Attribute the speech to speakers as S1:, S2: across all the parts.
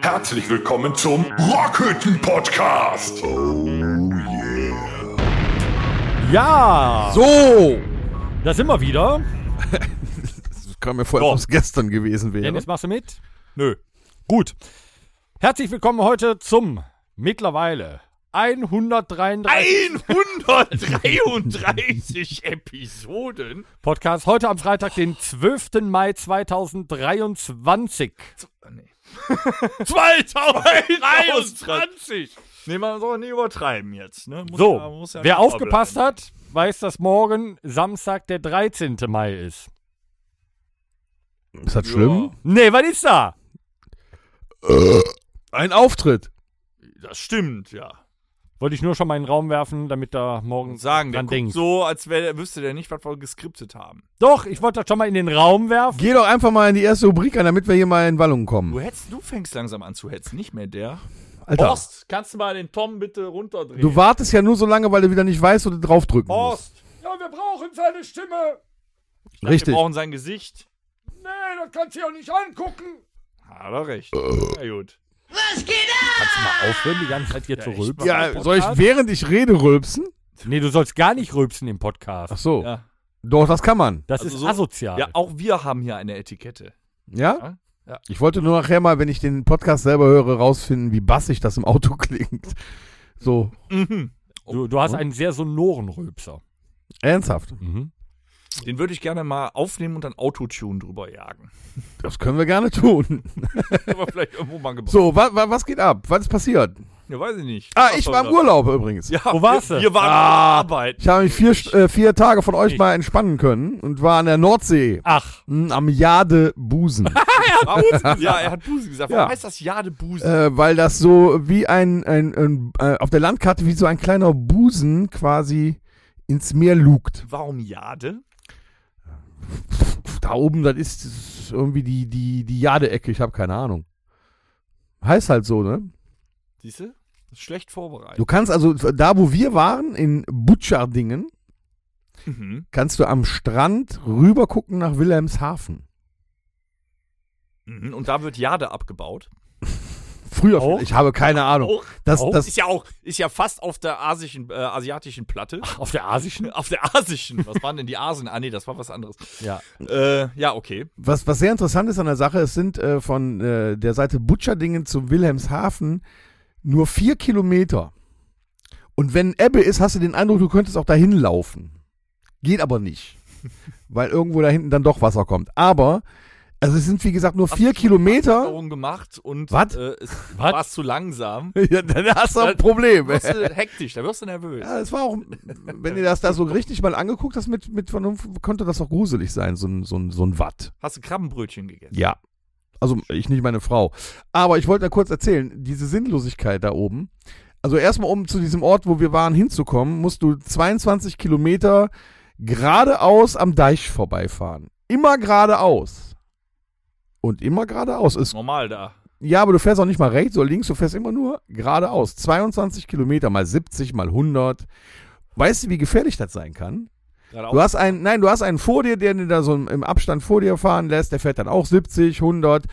S1: Herzlich willkommen zum Rockhütten Podcast. Oh yeah.
S2: Ja!
S3: Oh!
S4: So!
S2: Da sind wir wieder.
S4: Das kam mir vor, als ob es gestern gewesen wäre.
S2: Dennis, machst du mit? Nö. Gut. Herzlich willkommen heute zum mittlerweile 133
S3: 133 Episoden.
S2: Podcast. Heute am Freitag, den 12. Mai 2023.
S3: 2023. Nee, man soll nicht übertreiben jetzt. Ne? Muss
S2: So,
S3: ja- muss ja
S2: wer
S3: clever
S2: aufgepasst
S3: bleiben.
S2: hat, weiß, dass morgen Samstag der 13. Mai ist.
S4: Ist das schlimm?
S2: Nee, was ist da?
S4: Ein Auftritt.
S3: Das stimmt, ja.
S2: Wollte ich nur schon mal in den Raum werfen, damit da morgen
S3: Und sagen, der
S2: dran
S3: guckt
S2: denkt.
S3: so, als wär, wüsste der nicht, was wir geskriptet haben.
S2: Doch, ich wollte das schon mal in den Raum werfen.
S4: Geh doch einfach mal in die erste Rubrik an, damit wir hier mal in Wallung
S3: Du
S4: kommen.
S3: hättest, du fängst langsam an zu hetzen, nicht mehr der.
S4: Alter,
S3: kannst du mal den Tom bitte runterdrehen?
S4: du wartest ja nur so lange, weil du wieder nicht weißt, wo du draufdrücken musst.
S2: Ja, wir brauchen seine Stimme.
S4: Richtig.
S3: Wir brauchen sein Gesicht.
S2: Nee, das kannst du ja auch nicht angucken.
S3: Hat er recht.
S2: Äh.
S3: Na gut.
S2: Mal aufhören, die ganze Zeit hier zu
S3: echt
S2: rülpsen.
S4: Ja, soll ich während ich rede rülpsen?
S2: Nee, du sollst gar nicht rülpsen im Podcast.
S4: Ach so.
S3: Ja.
S4: Doch, das kann man.
S2: Das
S3: Also
S2: ist
S3: so-
S2: asozial.
S3: ja, auch wir haben hier eine Etikette.
S4: Ja?
S3: Ja? Ja.
S4: Ich wollte nur nachher mal, wenn ich den Podcast selber höre, rausfinden, wie bassig das im Auto klingt. So,
S3: Mhm.
S2: du, du hast einen sehr sonoren Rülpser.
S4: ernsthaft.
S3: Den würde ich gerne mal aufnehmen und dann Autotune drüber jagen.
S4: Das können wir gerne tun.
S3: Aber vielleicht irgendwo mal gebraucht.
S4: So, wa wa was geht ab? Was ist passiert?
S3: Ja, weiß ich nicht.
S4: Ah, ich war im Urlaub übrigens.
S3: Ja,
S2: Wo warst
S3: wir,
S2: du?
S3: Wir waren ah. arbeiten.
S4: Ich habe mich vier, St- äh, vier Tage von euch
S2: Ich.
S4: mal entspannen können und war an der Nordsee.
S2: Ach,
S4: Hm, Am Jade Busen.
S3: Busen. Ja, er hat Busen gesagt. Warum
S4: Ja.
S3: heißt das Jade Busen?
S4: äh, weil das so wie ein, ein, ein äh, auf der Landkarte wie so ein kleiner Busen quasi ins Meer lugt.
S3: Warum Jade?
S4: Pff, Da oben, das ist, das ist irgendwie die, die, die Jade-Ecke, ich habe keine Ahnung. Heißt halt so, ne?
S3: Siehst du? Das ist Schlecht vorbereitet.
S4: Du kannst also, da wo wir waren, in Butschardingen,
S3: Mhm.
S4: kannst du am Strand rüber gucken nach Wilhelmshaven.
S3: Mhm. Und da wird Jade abgebaut.
S4: Früher,
S2: Auch?
S4: ich habe keine Ahnung.
S3: Auch?
S4: Das,
S2: Auch?
S4: das,
S3: Oh. Ist ja auch, ist ja fast auf der asischen, äh, asiatischen Platte.
S2: auf der asischen?
S3: Auf der asischen. Was waren denn die Asen? Ah, nee, das war was anderes.
S2: Ja.
S3: Äh, ja, okay.
S4: Was, was sehr interessant ist an der Sache, es sind äh, von äh, der Seite Butscherdingen zum Wilhelmshaven nur vier Kilometer. Und wenn Ebbe ist, hast du den Eindruck, du könntest auch dahin laufen. Geht aber nicht. Weil irgendwo da hinten dann doch Wasser kommt. Aber, also es sind wie gesagt nur vier Kilometer.
S3: Wanderung gemacht und
S4: Was?
S3: Äh, es
S2: Was?
S3: war zu langsam.
S4: Ja, dann hast du ein Problem.
S3: Da wirst du hektisch, da wirst du nervös.
S4: Ja, es war auch, wenn ihr das da so richtig mal angeguckt hast mit, mit Vernunft, konnte das auch gruselig sein, so ein, so ein, so ein Watt.
S3: Hast du Krabbenbrötchen gegessen?
S4: Ja. Also ich nicht meine Frau. Aber ich wollte da kurz erzählen, diese Sinnlosigkeit da oben. Also erstmal, um zu diesem Ort, wo wir waren, hinzukommen, musst du 22 Kilometer geradeaus am Deich vorbeifahren. Immer geradeaus. Und immer geradeaus. Ist,
S3: Normal da.
S4: ja, aber du fährst auch nicht mal rechts oder links, du fährst immer nur geradeaus. 22 Kilometer mal 70 mal 100. Weißt du, wie gefährlich das sein kann?
S3: Gerade
S4: Du hast einen, nein, du hast einen vor dir, der da so im Abstand vor dir fahren lässt, der fährt dann auch 70, 100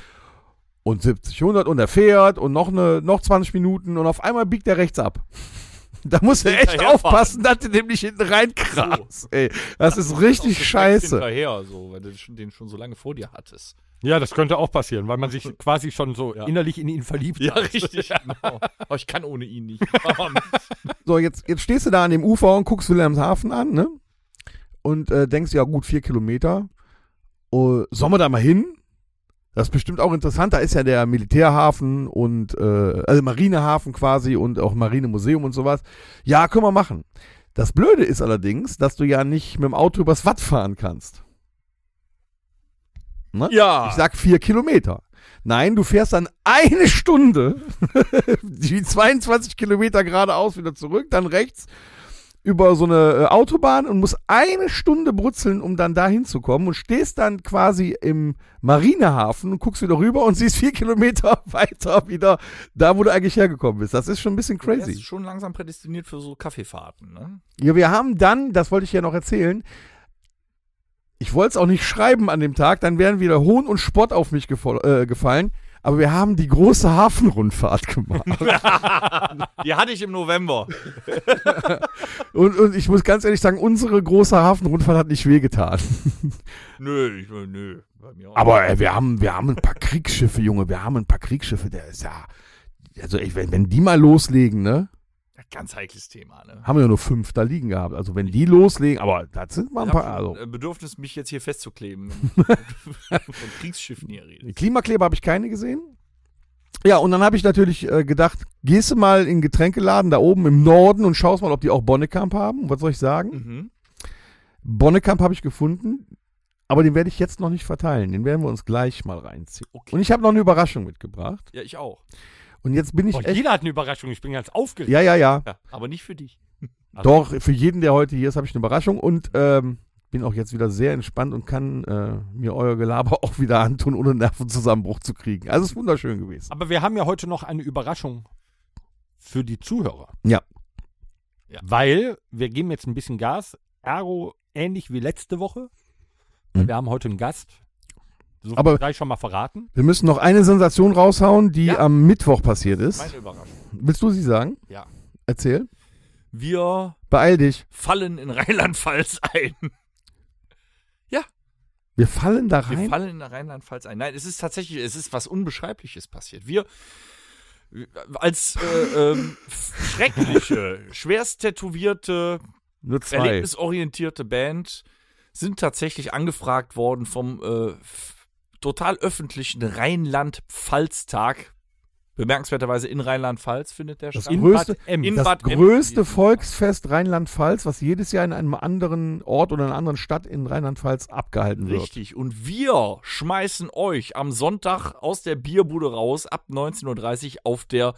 S4: und 70, 100 und er fährt und noch, eine, noch 20 Minuten und auf einmal biegt er rechts ab. Da musst du echt
S3: Hinterherfahren.
S4: aufpassen, dass du dem nicht hinten reinkramst. Ey, das ist richtig scheiße.
S3: Hinterher, so, weil du schon- den schon so lange vor dir hattest.
S2: Ja, das könnte auch passieren, weil man sich quasi schon so
S3: Ja.
S2: innerlich in ihn verliebt
S3: Ja,
S2: hat.
S3: richtig. Genau. Aber ich kann ohne ihn nicht.
S4: So, jetzt, jetzt stehst du da an dem Ufer und guckst Wilhelmshaven an, ne? Und äh, denkst, ja gut, vier Kilometer. Oh, sollen wir da mal hin? Das ist bestimmt auch interessant. Da ist ja der Militärhafen und äh, also Marinehafen quasi und auch Marinemuseum und sowas. Ja, können wir machen. Das Blöde ist allerdings, dass du ja nicht mit dem Auto übers Watt fahren kannst.
S3: ja.
S4: Ich sag vier Kilometer. Nein, du fährst dann eine Stunde, die 22 Kilometer geradeaus wieder zurück, dann rechts über so eine äh, Autobahn und musst eine Stunde brutzeln, um dann da hinzukommen und stehst dann quasi im Marinehafen und guckst wieder rüber und siehst vier Kilometer weiter wieder da, wo du eigentlich hergekommen bist. Das ist schon ein bisschen
S3: Er ist
S4: crazy.
S3: schon langsam prädestiniert für so Kaffeefahrten, ne?
S4: Ja, wir haben dann, das wollte ich ja noch erzählen, Ich wollte es auch nicht schreiben an dem Tag, dann wären wieder Hohn und Spott auf mich gefo- äh, gefallen. Aber wir haben die große Hafenrundfahrt gemacht.
S3: Die hatte ich im November.
S4: und, und ich muss ganz ehrlich sagen, unsere große Hafenrundfahrt hat nicht wehgetan.
S3: Nö, ich, nö. Bei mir auch.
S4: Aber äh, wir, haben, wir haben ein paar Kriegsschiffe, Junge. Wir haben ein paar Kriegsschiffe. Der ist ja. Also, ey, wenn, wenn die mal loslegen, ne?
S3: Ganz heikles Thema, ne?
S4: Haben wir ja nur fünf da liegen gehabt. Also, wenn die loslegen, aber das sind mal ein
S3: Ich
S4: paar.
S3: hab
S4: Also,
S3: schon, äh, Bedürfnis, mich jetzt hier festzukleben. Von Kriegsschiffen hier reden.
S4: Klimakleber habe ich keine gesehen. Ja, und dann habe ich natürlich äh, gedacht, gehst du mal in den Getränkeladen da oben im Norden und schaust mal, ob die auch Bonnekamp haben. Was soll ich sagen?
S3: Mhm.
S4: Bonnekamp habe ich gefunden, aber den werde ich jetzt noch nicht verteilen. Den werden wir uns gleich mal reinziehen.
S3: Okay.
S4: Und ich habe noch eine Überraschung mitgebracht.
S3: Ja, ich auch.
S4: Und jetzt bin ich
S2: Boah,
S4: echt.
S2: jeder hat eine Überraschung. Ich bin ganz aufgeregt.
S4: Ja, ja, ja.
S3: Ja, aber nicht für dich.
S4: Doch, für jeden, der heute hier ist, habe ich eine Überraschung und ähm, bin auch jetzt wieder sehr entspannt und kann äh, mir euer Gelaber auch wieder antun, ohne einen Nervenzusammenbruch zu kriegen. Also ist wunderschön gewesen.
S2: Aber wir haben ja heute noch eine Überraschung für die Zuhörer.
S4: Ja.
S3: Ja.
S2: Weil wir geben jetzt ein bisschen Gas. Ergo ähnlich wie letzte Woche.
S4: Mhm.
S2: Weil Wir haben heute einen Gast. So viel
S4: Aber-
S2: gleich schon mal verraten.
S4: Wir müssen noch eine Sensation raushauen, die
S3: Ja.
S4: am Mittwoch passiert ist.
S3: Meine Überraschung.
S4: Willst du sie sagen?
S3: Ja.
S4: Erzähl.
S3: Wir
S4: Beeil dich.
S3: fallen in Rheinland-Pfalz ein.
S4: Wir fallen da rein.
S3: Wir fallen in Rheinland-Pfalz ein. Nein, es ist tatsächlich, es ist was Unbeschreibliches passiert. Wir als äh, ähm, schreckliche, schwerst tätowierte,
S4: Nur zwei.
S3: erlebnisorientierte Band sind tatsächlich angefragt worden vom äh, f- total öffentlichen Rheinland-Pfalz-Tag. Bemerkenswerterweise in Rheinland-Pfalz findet der
S4: Das
S3: statt.
S4: In größte-
S2: Bad Ems.
S3: in
S4: Das
S3: Bad Ems-
S4: größte Volksfest Rheinland-Pfalz, was jedes Jahr in einem anderen Ort oder in einer anderen Stadt in Rheinland-Pfalz abgehalten wird.
S3: Richtig. Und wir schmeißen euch am Sonntag aus der Bierbude raus ab 19.30 Uhr auf der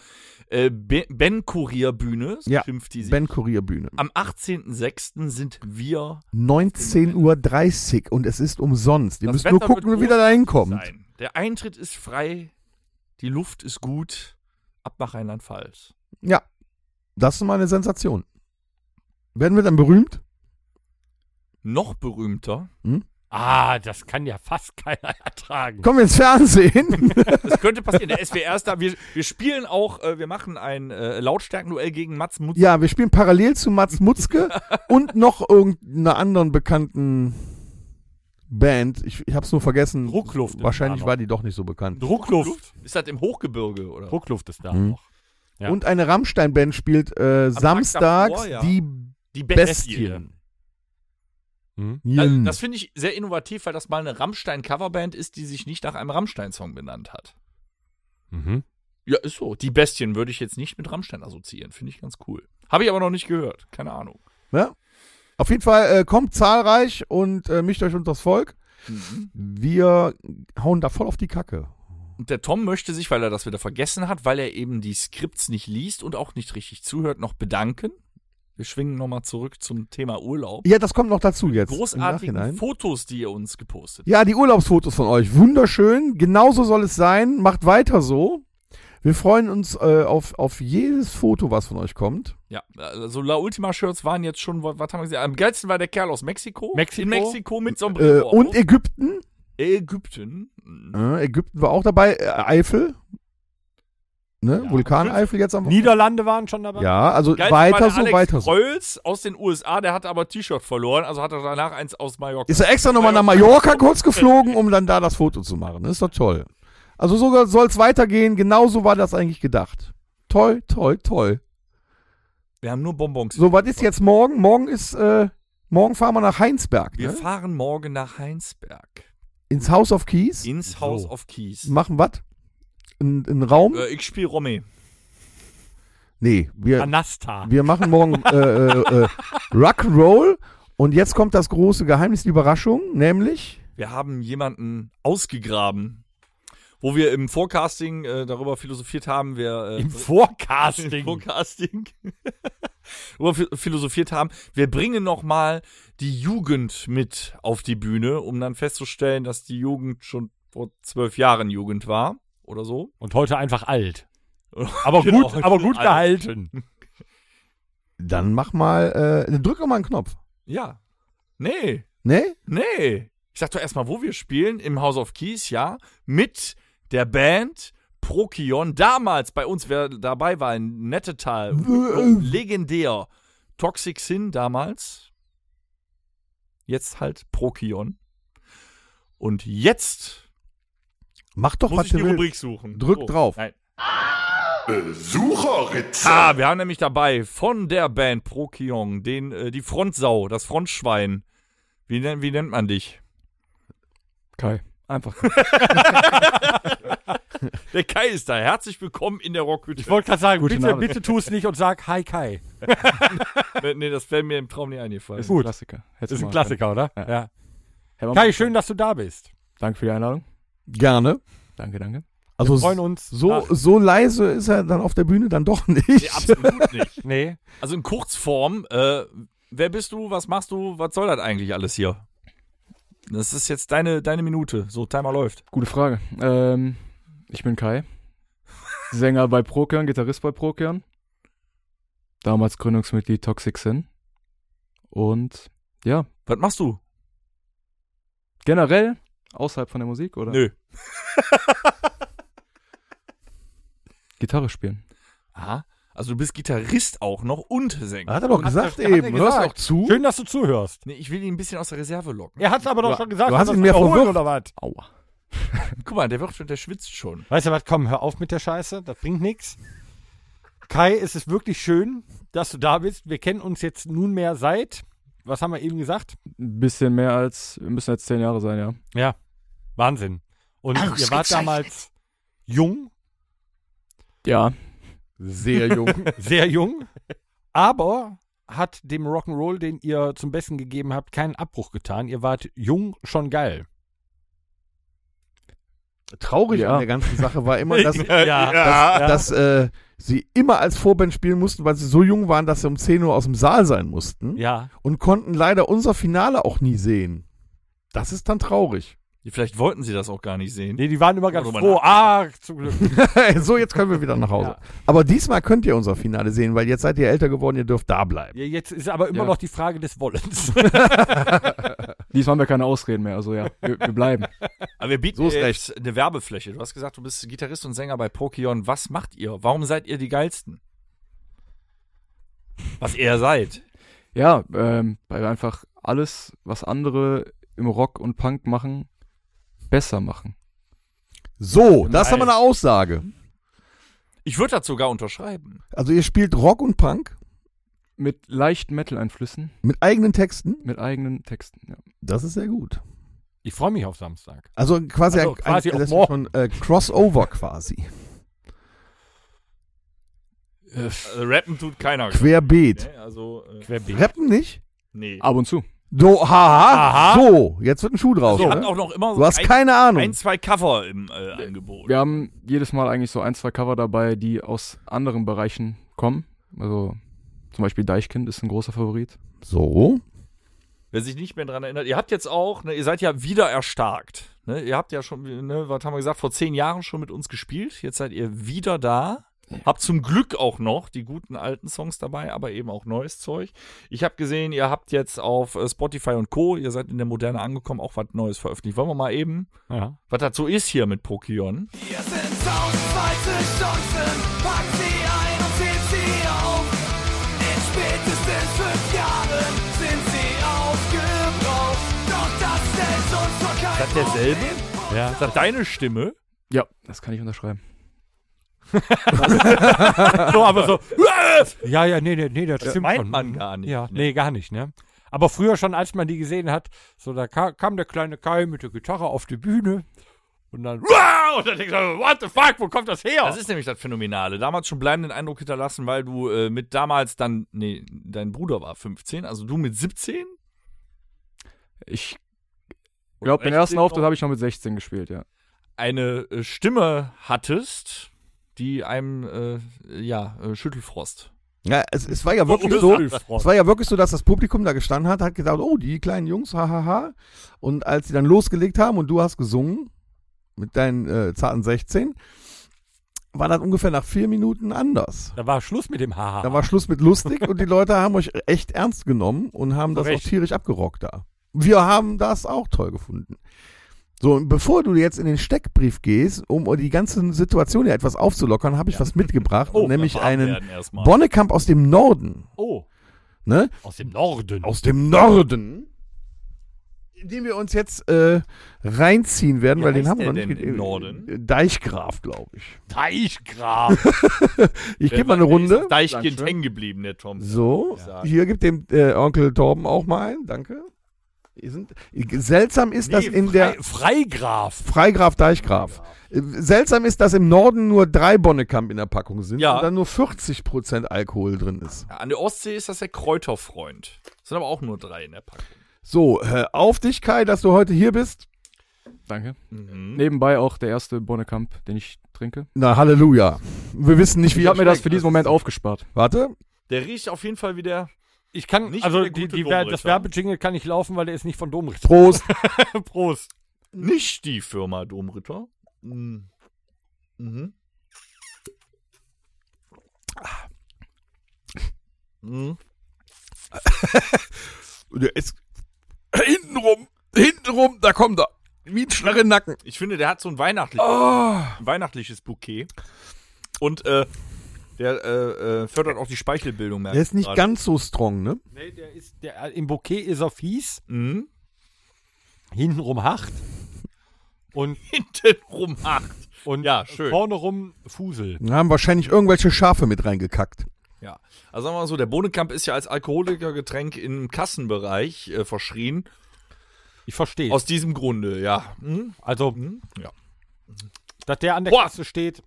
S3: äh, Be- Ben-Kurier-Bühne, so
S4: Ja.
S3: schimpft die sich.
S4: Ben Kurierbühne.
S3: Am 18.06. sind wir
S4: 19.30 Uhr und es ist umsonst. Ihr
S3: Das
S4: müsst nur
S3: Wetter wird
S4: gucken, wie wieder da hinkommt.
S3: sein. Der Eintritt ist frei, die Luft ist gut. Ab nach Rheinland-Pfalz.
S4: Ja, das ist mal eine Sensation. Werden wir dann berühmt?
S3: Noch berühmter.
S2: Ah, das kann ja fast keiner ertragen.
S4: Kommen wir ins Fernsehen?
S3: Das könnte passieren. Der SWR ist da. Wir, wir spielen auch, äh, wir machen ein äh, Lautstärkenduell gegen Mats Mutz.
S4: ja, wir spielen parallel zu Mats Mutzke und noch irgendeiner anderen bekannten Band. Ich, ich hab's nur vergessen.
S2: Druckluft.
S4: Wahrscheinlich war
S2: war
S4: die doch nicht so bekannt.
S2: Druckluft.
S3: Ist das im Hochgebirge, oder?
S2: Druckluft ist da
S4: Mhm.
S2: noch. Ja.
S4: Und eine Rammstein-Band spielt äh,
S3: Tag
S4: samstags
S3: davor, ja.
S4: die
S3: Die
S4: Bestien.
S2: Mhm.
S3: Also,
S4: Jen.
S3: das finde ich sehr innovativ, weil das mal eine Rammstein-Coverband ist, die sich nicht nach einem Rammstein-Song benannt hat.
S2: Mhm.
S3: Ja, ist so. Die Bestien würde ich jetzt nicht mit Rammstein assoziieren. Finde ich ganz cool. Habe ich aber noch nicht gehört. Keine Ahnung.
S4: Ja. Auf jeden Fall äh, kommt zahlreich und äh, mischt euch unter das Volk.
S3: Mhm.
S4: Wir hauen da voll auf die Kacke.
S3: Und der Tom möchte sich, weil er das wieder vergessen hat, weil er eben die Skripts nicht liest und auch nicht richtig zuhört, noch bedanken. Wir schwingen nochmal zurück zum Thema Urlaub.
S4: Ja, das kommt noch dazu jetzt. im
S3: Großartigen
S4: Nachhinein.
S3: Fotos, die ihr uns gepostet habt.
S4: Ja, die Urlaubsfotos von euch. Wunderschön. Genauso soll es sein. Macht weiter so. Wir freuen uns äh, auf, auf jedes Foto, was von euch kommt.
S3: Ja, also La Ultima-Shirts waren jetzt schon, was haben wir gesehen? Am geilsten war der Kerl aus Mexiko.
S2: Mexiko.
S3: In Mexiko mit
S4: Äh,
S3: Sombrero.
S4: und Ägypten.
S3: Ägypten. Mhm.
S4: Äh, Ägypten war auch dabei. Äh, Eifel. Ne?
S2: Ja.
S4: Vulkaneifel jetzt am
S2: Niederlande waren schon dabei.
S4: Ja, also
S3: Geil,
S4: weiter
S3: war der
S4: so,
S3: Alex
S4: weiter so.
S3: Kreuz aus den USA, der hat aber ein T-Shirt verloren, also hat er danach eins aus Mallorca.
S4: Ist er extra nochmal nach Mallorca kurz geflogen, um dann da das Foto zu machen. Das ist doch toll. Also sogar soll es weitergehen. Genauso war das eigentlich gedacht. Toll, toll, toll.
S3: Wir haben nur Bonbons.
S4: So, was ist jetzt morgen? Morgen ist, äh, morgen fahren wir nach Heinsberg,
S3: wir
S4: ne?
S3: fahren morgen nach Heinsberg.
S4: Ins House of Keys.
S3: Ins
S2: So.
S3: House of Keys.
S4: Machen was? Einen Raum?
S3: Äh, ich spiele Romy.
S4: Nee, wir,
S2: Anasta.
S4: wir machen morgen äh, äh, äh, Rock'n'Roll. Und jetzt kommt das große Geheimnis, die Überraschung, nämlich.
S3: Wir haben jemanden ausgegraben, wo wir im Forecasting äh, darüber philosophiert haben, wer äh,
S2: Im
S3: Im
S2: Forecasting.
S3: Forecasting. Wo wir philosophiert haben, wir bringen nochmal die Jugend mit auf die Bühne, um dann festzustellen, dass die Jugend schon vor zwölf Jahren Jugend war oder so.
S2: Und heute einfach alt. Aber gut,
S3: Genau,
S2: aber gut
S3: alt.
S2: gehalten.
S4: Dann mach mal, äh, drück doch mal einen Knopf.
S3: Ja. Nee.
S4: Ne?
S3: Nee. Ich sag doch erstmal, wo wir spielen, im House of Keys, ja, mit der Band Prokion. Damals bei uns, wer dabei war, in Nettetal, oh, legendär. Toxic Sin damals. Jetzt halt Prokion. Und jetzt
S4: Mach doch,
S3: muss
S4: was
S3: ich die
S4: du willst.
S3: Rubrik suchen. Oh,
S4: Drück drauf.
S3: Nein.
S1: Besucherritze.
S3: Ah, wir haben nämlich dabei von der Band Prokion, den, äh, die Frontsau, das Frontschwein. Wie, nen- wie nennt man dich?
S2: Kai. Einfach.
S3: Der Kai ist da. Herzlich willkommen in der Rockhütte.
S2: Ich wollte gerade sagen,
S5: Guten
S2: bitte,
S5: Abend.
S2: bitte tu es nicht und sag Hi Kai.
S3: nee, das wäre mir im Traum nicht eingefallen.
S5: Ist
S2: Gut.
S5: ein Klassiker. Hättest
S2: Das ist
S5: du
S2: ein
S5: mal-
S2: Klassiker, oder?
S5: Ja.
S2: Ja.
S5: Herr Mammo,
S2: Kai, schön, dass du da bist.
S5: Danke für die Einladung.
S4: Gerne.
S5: Danke, danke.
S4: Also
S2: Wir freuen uns.
S4: s-
S2: Ah,
S4: so, so leise ist er dann auf der Bühne dann doch nicht.
S3: Nee, absolut nicht.
S2: Nee.
S3: Also in Kurzform, äh, wer bist du, was machst du, was soll das eigentlich alles hier? Das ist jetzt deine, deine Minute. So, Timer läuft.
S5: Gute Frage. Ähm, ich bin Kai. Sänger bei Prokern, Gitarrist bei Prokern. Damals Gründungsmitglied Toxic Sin. Und ja,
S3: Was machst du?
S5: generell außerhalb von der Musik oder?
S3: Nö.
S5: Gitarre spielen.
S3: Aha. Also du bist Gitarrist auch noch und Sänger.
S4: Hat er doch gesagt
S2: er- hat er
S4: eben. Hörst du doch
S2: gesagt.
S4: zu?
S2: Schön, dass du zuhörst.
S3: Nee, ich will ihn ein bisschen aus der Reserve locken.
S2: Er hat es aber doch
S5: Ja.
S2: schon gesagt.
S4: Du hast
S2: soll
S4: ihn
S2: das
S4: mir
S2: wiederholen,
S4: verwirrt.
S2: oder was?
S5: Aua.
S3: Guck mal, der wird schon, der schwitzt schon.
S2: Weißt du was? Komm, hör auf mit der Scheiße. Das bringt nichts. Kai, es ist wirklich schön, dass du da bist. Wir kennen uns jetzt nunmehr seit, was haben wir eben gesagt?
S5: Ein bisschen mehr als, wir müssen jetzt zehn Jahre sein, ja.
S2: Ja, Wahnsinn. Und ihr wart damals jung,
S5: Ja,
S4: Sehr jung.
S2: sehr jung, aber hat dem Rock'n'Roll, den ihr zum Besten gegeben habt, keinen Abbruch getan. Ihr wart jung, schon geil.
S4: Traurig
S5: Ja.
S4: an der ganzen Sache war immer, dass,
S2: ja.
S4: dass, dass äh, sie immer als Vorband spielen mussten, weil sie so jung waren, dass sie um 10 Uhr aus dem Saal sein mussten
S2: Ja,
S4: und konnten leider unser Finale auch nie sehen. Das ist dann traurig.
S3: Vielleicht wollten sie das auch gar nicht sehen.
S2: nee, die waren immer ganz
S3: Darüber
S2: froh. Ah, zum Glück.
S4: so, jetzt können wir wieder nach Hause.
S2: Ja.
S4: Aber diesmal könnt ihr unser Finale sehen, weil jetzt seid ihr älter geworden, ihr dürft da bleiben.
S2: Ja, Jetzt ist aber immer
S5: Ja.
S2: noch die Frage des Wollens.
S5: diesmal haben wir keine Ausreden mehr, also ja, wir, wir bleiben.
S3: Aber wir bieten
S4: So ist
S3: dir jetzt eine Werbefläche. Du hast gesagt, du bist Gitarrist und Sänger bei Prokion. Was macht ihr? Warum seid ihr die Geilsten? Was ihr seid.
S5: Ja, ähm, weil wir einfach alles, was andere im Rock und Punk machen, besser machen.
S4: So, das ist aber
S3: Nice.
S4: eine Aussage.
S3: Ich würde das sogar unterschreiben.
S4: Also ihr spielt Rock und Punk
S5: Mit leichten Metal-Einflüssen,
S4: mit eigenen Texten.
S5: mit eigenen Texten. Ja.
S4: Das ist sehr gut.
S2: Ich freue mich auf Samstag.
S4: Also quasi,
S2: Also
S4: ein,
S2: quasi
S4: ein,
S2: auch
S4: das ist
S2: morgen.
S4: schon, äh, Crossover quasi.
S3: Also, rappen tut keiner.
S4: Querbeet.
S3: Nee, also, äh,
S2: Querbeet.
S4: Rappen nicht?
S3: nee.
S5: Ab und zu.
S4: So, haha.
S2: Aha.
S4: So, jetzt wird ein Schuh draus.
S3: Wir
S4: ne?
S3: hatten auch noch immer
S4: Du
S3: so
S4: hast
S3: ein,
S4: keine Ahnung.
S3: ein, zwei Cover im äh, Angebot.
S5: Wir haben jedes Mal eigentlich so ein, zwei Cover dabei, die aus anderen Bereichen kommen. Also zum Beispiel Deichkind ist ein großer Favorit.
S4: So.
S3: Wer sich nicht mehr dran erinnert, ihr habt jetzt auch, ne, ihr seid ja wieder erstarkt. Ne? Ihr habt ja schon, ne, was haben wir gesagt, vor zehn Jahren schon mit uns gespielt. Jetzt seid ihr wieder da. Habt zum Glück auch noch die guten alten Songs dabei, aber eben auch neues Zeug. Ich habe gesehen, ihr habt jetzt auf äh, Spotify und Co., ihr seid in der Moderne angekommen, auch was Neues veröffentlicht. Wollen wir mal eben,
S2: Ja.
S3: was das so ist hier mit Pokion?
S6: Hier sind 1020 Chancen, pack sie ein und zähl sie auf. In spätestens fünf Jahren sind sie aufgebraucht. Doch das stellt uns vor kein
S3: Ist das derselbe?
S6: Problem.
S2: Ja.
S3: Ist das deine Stimme?
S5: Ja, das kann ich unterschreiben.
S2: So, aber so. ja, ja, nee, nee, nee, das stimmt
S3: meint
S2: schon. Mhm.
S3: man gar nicht,
S2: Ja,
S3: ne?
S2: nee, gar nicht, ne? Aber früher schon, als man die gesehen hat, so da ka kam der kleine Kai mit der Gitarre auf die Bühne und dann Wow! Und dann denkst du, what the fuck, wo kommt das her?
S3: Das ist nämlich das Phänomenale. Damals schon bleibenden Eindruck hinterlassen, weil du äh, mit damals dann, nee, dein Bruder war 15, also du mit 17?
S5: Ich glaube,
S3: 16
S5: den ersten Auftritt
S3: noch?
S5: habe ich noch mit 16 gespielt, ja.
S3: eine äh, Stimme hattest, die einem äh, ja äh, Schüttelfrost.
S4: Ja, es, es war ja wirklich so. Es war ja wirklich so, dass das Publikum da gestanden hat, hat gedacht, oh, die kleinen Jungs, hahaha. Ha, ha. Und als sie dann losgelegt haben und du hast gesungen mit deinen äh, zarten 16, war das ungefähr nach vier Minuten anders.
S2: Da war Schluss mit dem Haha.
S4: Da war Schluss mit lustig und die Leute haben euch echt ernst genommen und haben
S2: Zu
S4: das
S2: Recht.
S4: auch tierisch abgerockt da. Wir haben das auch toll gefunden. So, und bevor du jetzt in den Steckbrief gehst, um die ganze Situation ja etwas aufzulockern, habe ich was mitgebracht, Oh, nämlich
S3: warm
S4: einen
S3: werden erstmal.
S4: Bonnekamp aus dem Norden,
S2: Oh,
S4: ne?
S2: aus dem Norden.
S4: Aus dem Norden, den wir uns jetzt äh, reinziehen werden,
S3: Wie
S4: weil den
S3: heißt
S4: haben wir
S3: der
S4: noch nicht.
S3: denn im
S4: äh,
S3: Norden?
S4: Deichgraf, glaube ich.
S2: Teichgraf.
S4: Ich
S3: Der
S4: gebe mal
S3: war-
S4: eine Runde.
S3: der ist Deichkind hängen geblieben, der Tom.
S4: So,
S3: Ja.
S4: hier gibt dem äh, Onkel Torben auch mal ein. Danke. Ihr sind, seltsam ist, dass in der
S2: Frei- Freigraf.
S4: Freigraf Deichgraf. Äh, Seltsam ist, dass im Norden nur drei Bonnekamp in der Packung sind
S3: Ja.
S4: und dann nur 40% Alkohol drin ist.
S3: Ja, an der Ostsee ist das der Kräuterfreund. Sind aber auch nur drei in der Packung.
S4: So, äh, auf dich, Kai, dass du heute hier bist.
S5: Danke.
S3: Mhm.
S5: Hm? Nebenbei auch der erste Bonnekamp, den ich trinke.
S4: Na, Halleluja. Wir wissen nicht, wie
S5: Ich
S4: er
S5: habe mir das für
S4: schmeckt.
S5: diesen Moment aufgespart.
S4: Warte.
S3: Der riecht auf jeden Fall wie der.
S2: Ich kann,
S3: Nicht
S2: also
S3: der
S2: die,
S3: gute
S2: die, Wer- das
S3: Domrichter.
S2: Werbejingle kann ich laufen, weil der ist nicht von Domrichter.
S4: Prost.
S2: Prost.
S4: Mhm.
S3: Nicht die Firma Domritter. Mhm. Mhm. Ah. Mhm.
S4: Der ist hintenrum, hintenrum, da kommt er. Wie ein Schnarre Nacken.
S3: Ich finde, der hat so ein weihnachtliches,
S4: Oh.
S3: ein weihnachtliches Bouquet. Und äh, der äh, äh, fördert auch die Speichelbildung. merke
S4: Der ist
S3: ich
S4: nicht
S3: gerade.
S4: ganz so strong, ne?
S2: Nee, der ist, der, äh, Im Bouquet ist er fies,
S3: Mhm.
S2: hintenrum hart und,
S3: Hintenrum acht.
S2: und
S3: Ja, schön.
S2: vorne rum Fusel.
S4: Da haben wahrscheinlich irgendwelche Schafe mit reingekackt.
S3: Ja, also sagen wir mal so, der Bohnenkamp ist ja als Alkoholikergetränk im Kassenbereich äh, verschrien.
S2: Ich verstehe.
S3: Aus diesem Grunde, ja. Hm?
S2: Also,
S3: Hm? Ja.
S2: dass der an der
S3: Boah.
S2: Kasse steht.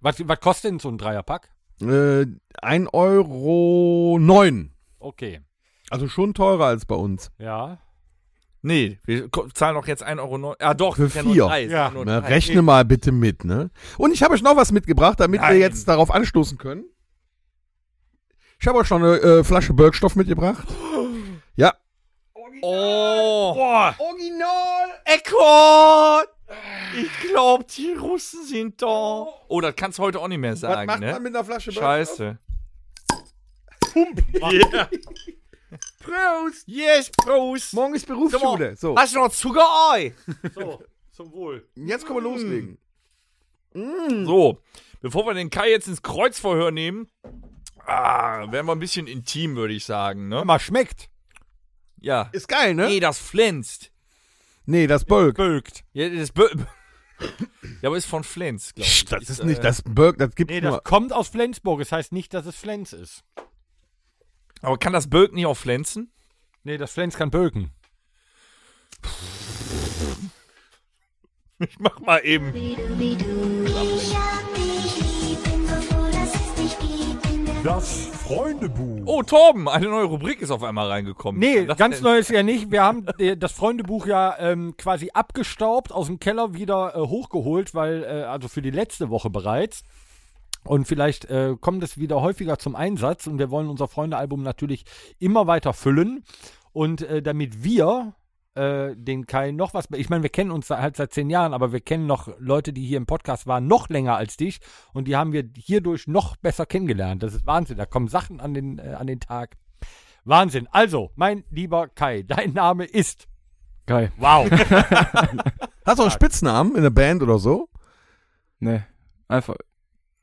S2: Was, was kostet denn so ein Dreierpack?
S4: Äh, 1,09 Euro. neun.
S2: Okay.
S4: Also schon teurer als bei uns.
S2: Ja.
S3: Nee, wir ko- zahlen doch jetzt 1,09 Euro. Ah, doch,
S4: Für
S3: das sind ja nur
S4: vier.
S3: drei, das
S2: Ja.
S3: sind nur
S4: Na,
S3: drei.
S4: rechne mal bitte mit, ne? Und ich habe euch noch was mitgebracht, damit wir
S3: Nein.
S4: jetzt darauf anstoßen können. Ich habe euch noch eine äh, Flasche Birkstoff mitgebracht. Ja,
S3: Oh! Original! Echo! Ich glaub, die Russen sind da. Oh, das kannst du heute auch nicht mehr
S4: was
S3: sagen,
S4: macht
S3: ne?
S4: man mit einer Flasche Birkstoff?
S3: Scheiße. Yeah. Prost! Yes, Prost!
S4: Morgen ist
S3: Sag mal,
S4: Berufsschule. So,
S3: Hast du noch Zucker? Ei?
S2: So, zum Wohl.
S4: jetzt können wir loslegen.
S3: Hm. So, bevor wir den Kai jetzt ins Kreuzverhör nehmen, ah, werden wir ein bisschen intim, würde ich sagen. Ne?
S2: Mal schmeckt.
S3: Ja.
S4: Ist geil, ne?
S3: Nee, das flänzt.
S4: Nee, das Birk.
S2: Bölkt.
S3: Ja, das Bö- ja aber ist von Flens, glaube ich.
S4: Psst, Das ist nicht das Birk, das gibt's
S2: Nee, das
S4: nur.
S2: kommt aus Flensburg. Es das heißt nicht, dass es Flens ist.
S3: Aber kann das Bölk nicht auch flänzen?
S2: Nee, das Flens kann bölken.
S3: Ich mach mal eben.
S7: Ich hab dich lieb, bin so froh, dass es dich gibt. Bin der
S1: Das Freundebuch.
S3: Oh, Torben, eine neue Rubrik ist auf einmal reingekommen.
S2: Nee,
S3: Das
S2: ganz
S3: denn-
S2: neu ist ja nicht. Wir haben äh, das Freundebuch ja ähm, quasi abgestaubt, aus dem Keller wieder äh, hochgeholt, weil, äh, also für die letzte Woche bereits. Und vielleicht äh, kommt es wieder häufiger zum Einsatz und wir wollen unser Freundealbum natürlich immer weiter füllen. Und äh, damit wir äh, den Kai noch was. Ich meine, wir kennen uns halt seit zehn Jahren, aber wir kennen noch Leute, die hier im Podcast waren, noch länger als dich. Und die haben wir hierdurch noch besser kennengelernt. Das ist Wahnsinn. Da kommen Sachen an den, äh, an den Tag. Wahnsinn. Also, mein lieber Kai, dein Name ist.
S5: Geil.
S2: Wow.
S4: Hast du einen Spitznamen in der Band oder so?
S5: Nee. Einfach.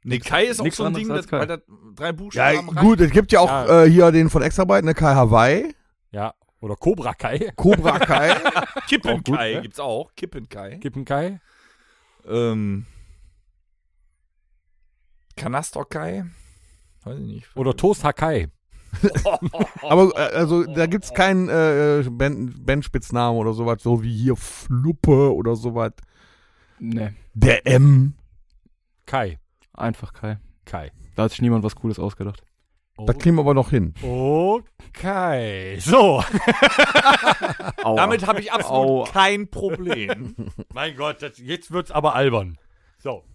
S3: Nee, Kai ist auch
S5: Nix
S3: so ein
S5: anderes
S3: Ding,
S5: als
S3: das,
S5: Kai.
S3: weil das drei
S4: Ja,
S3: Buchstaben rein-
S4: gut, es gibt ja auch
S2: Ja.
S4: Äh, hier den von Extrabyte, ne? Kai Hawaii,
S2: ja, oder Cobra Kai.
S4: Cobra Kai.
S3: Kippen
S2: gut,
S3: Kai
S2: ne?
S3: gibt's auch. Kippen Kai.
S2: Kippen Kai.
S3: Ähm. Kanastor Kai? Weiß ich nicht.
S2: Oder Toast Hakai.
S4: Aber äh, also da gibt's keinen äh, Band, Bandspitznamen oder sowas, so wie hier Fluppe oder sowas.
S5: Nee.
S4: Der M.
S2: Kai.
S5: Einfach Kai.
S2: Kai.
S5: Da hat sich niemand was Cooles ausgedacht.
S4: Da
S3: Oh.
S4: kriegen wir aber noch hin.
S2: Oh, Kai. So.
S5: Aua.
S3: Damit habe ich absolut kein Problem.
S2: Mein Gott, das, jetzt wird's aber albern. So.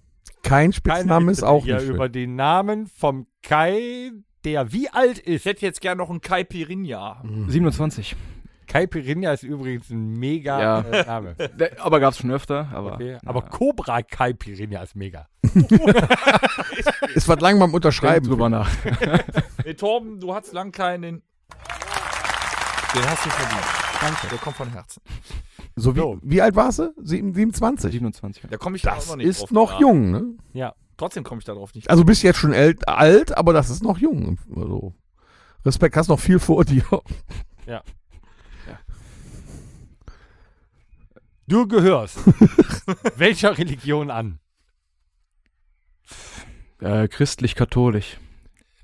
S4: Kein
S2: Keine
S4: Spitzname ist
S2: Witze
S4: auch
S2: hier
S4: nicht.
S2: über
S4: Schön.
S2: den Namen vom Kai, der wie alt
S3: Ich
S2: ist.
S3: hätte jetzt gern noch einen Kai Pirinha.
S5: 27.
S2: Kai Pirinha ist übrigens ein mega
S5: Ja.
S2: äh, Name.
S5: Der- Aber gab's schon öfter. Aber,
S2: Okay. Aber Cobra Kai Pirinha ist mega.
S4: Ist was lang beim
S5: schreiben
S4: Unterschreiben.
S5: drüber nach.
S3: Nee, Torben, du hast lang keinen. Den hast du verdient.
S4: Danke.
S3: Der kommt von Herzen.
S4: So wie,
S2: So.
S4: wie alt warst du? Sieben- 27.
S5: 27.
S3: Da komme ich
S4: Das
S3: auch noch nicht drauf.
S4: ist noch
S3: Ja.
S4: jung, ne?
S3: Trotzdem komme ich darauf nicht.
S4: Also bist jetzt schon el- alt, aber das ist noch jung. Also, Respekt, hast noch viel vor dir.
S2: Du gehörst welcher Religion an?
S5: Äh, Christlich-katholisch.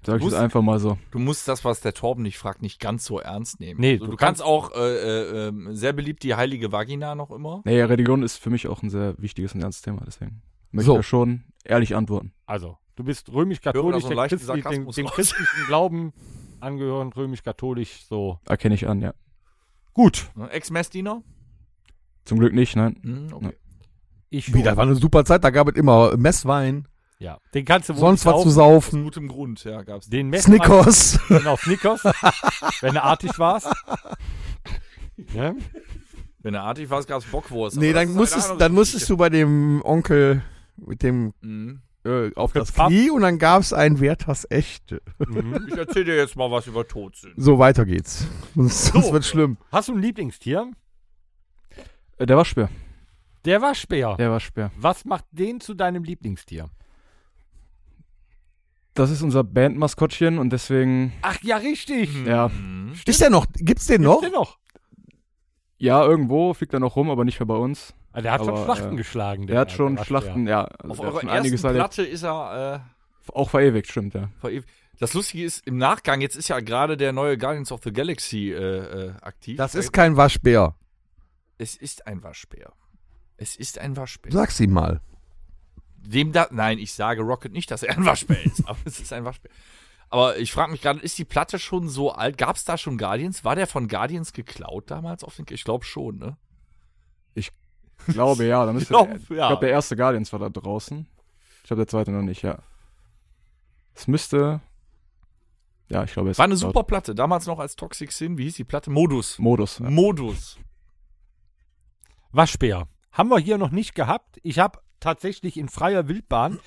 S5: Sag ich
S3: Muss-
S5: es einfach mal so.
S3: Du musst das, was der Torben nicht fragt, nicht ganz so ernst nehmen.
S2: Nee,
S3: also, du,
S2: du
S3: kannst, auch äh, äh, ähm, sehr beliebt die heilige Vagina noch immer.
S5: Naja, Religion ist für mich auch ein sehr wichtiges und ernstes Thema, deswegen möchte
S4: So.
S5: ich da schon ehrlich antworten.
S2: Also, du bist
S3: Hören da
S2: römisch-katholisch,
S3: so einen
S2: der
S3: leichten
S2: Christi, den,
S3: Sarkasmus
S2: den
S3: raus.
S2: christlichen Glauben angehören, römisch-katholisch, so.
S5: Erkenne ich an, ja.
S2: Gut.
S3: Ne? Ex-Messdiener?
S5: Zum Glück nicht, nein.
S3: Hm, okay.
S2: Ich
S4: Wie, das war eine super Zeit, da gab es immer Messwein,
S2: Ja, den kannst du wohl
S4: sonst
S2: nicht
S4: was
S2: auf-
S4: zu
S3: Aus
S4: saufen,
S3: gutem Grund, ja, gab's.
S2: Den Messmann-
S4: Snickers.
S2: Genau, Snickers. wenn du artig warst. Ja?
S3: Wenn er artig war, gab's Bockwurst.
S4: Nee,
S3: aber
S4: dann
S3: das ist
S4: musstest,
S3: eine andere
S4: dann musstest du bei dem Onkel mit dem
S3: Mhm.
S4: äh, auf das
S2: Pfaff.
S4: Knie und dann gab es ein Werthers Echte.
S2: Mhm.
S3: Ich erzähl dir jetzt mal was über Todsünden.
S4: So, weiter geht's. Das, das
S2: So.
S4: wird schlimm.
S2: Hast du ein Lieblingstier?
S5: Äh, der Waschbär.
S2: Der Waschbär.
S5: Der Waschbär.
S2: Was macht den zu deinem Lieblingstier?
S5: Das ist unser Bandmaskottchen und deswegen,
S2: Ach ja, richtig.
S5: ja,
S3: Mhm.
S4: Ist der noch? Gibt's den noch?
S2: Ist der noch?
S5: ja, irgendwo fliegt er noch rum, aber nicht mehr bei uns.
S2: Ah, Der hat schon
S5: Aber,
S2: Schlachten
S5: äh,
S2: geschlagen.
S5: Der hat schon
S2: der Waschbär.
S5: Schlachten, ja. Also
S3: Auf
S5: der hat
S3: eurer
S5: schon
S3: ersten
S5: erlebt.
S3: Platte ist er äh,
S5: Auch verewigt, stimmt, ja.
S3: verewigt. Das Lustige ist, im Nachgang, jetzt ist ja gerade der neue Guardians of the Galaxy äh, äh, aktiv.
S4: Das
S3: Da-
S4: ist kein Waschbär.
S3: Es ist ein Waschbär. Es ist ein Waschbär.
S4: Sag's ihm mal.
S3: Dem da. Nein, ich sage Rocket nicht, dass er ein Waschbär ist, aber es ist ein Waschbär. Aber ich frage mich gerade, ist die Platte schon so alt? Gab es da schon Guardians? War der von Guardians geklaut damals auf den? Ich glaube schon, ne?
S5: Ich glaube, ja. Da müsste
S3: glaub,
S5: der, ich
S3: ja.
S5: glaube, der erste Guardians war da draußen. Ich glaube, der zweite noch nicht, ja. Es müsste, ja, ich glaube, es
S3: War eine
S5: ist laut
S3: super Platte. Damals noch als Toxic Sin. Wie hieß die Platte? Modus.
S5: Modus. ne?
S3: Mhm.
S5: Ja.
S3: Modus.
S2: Waschbär. Haben wir hier noch nicht gehabt. Ich habe tatsächlich in freier Wildbahn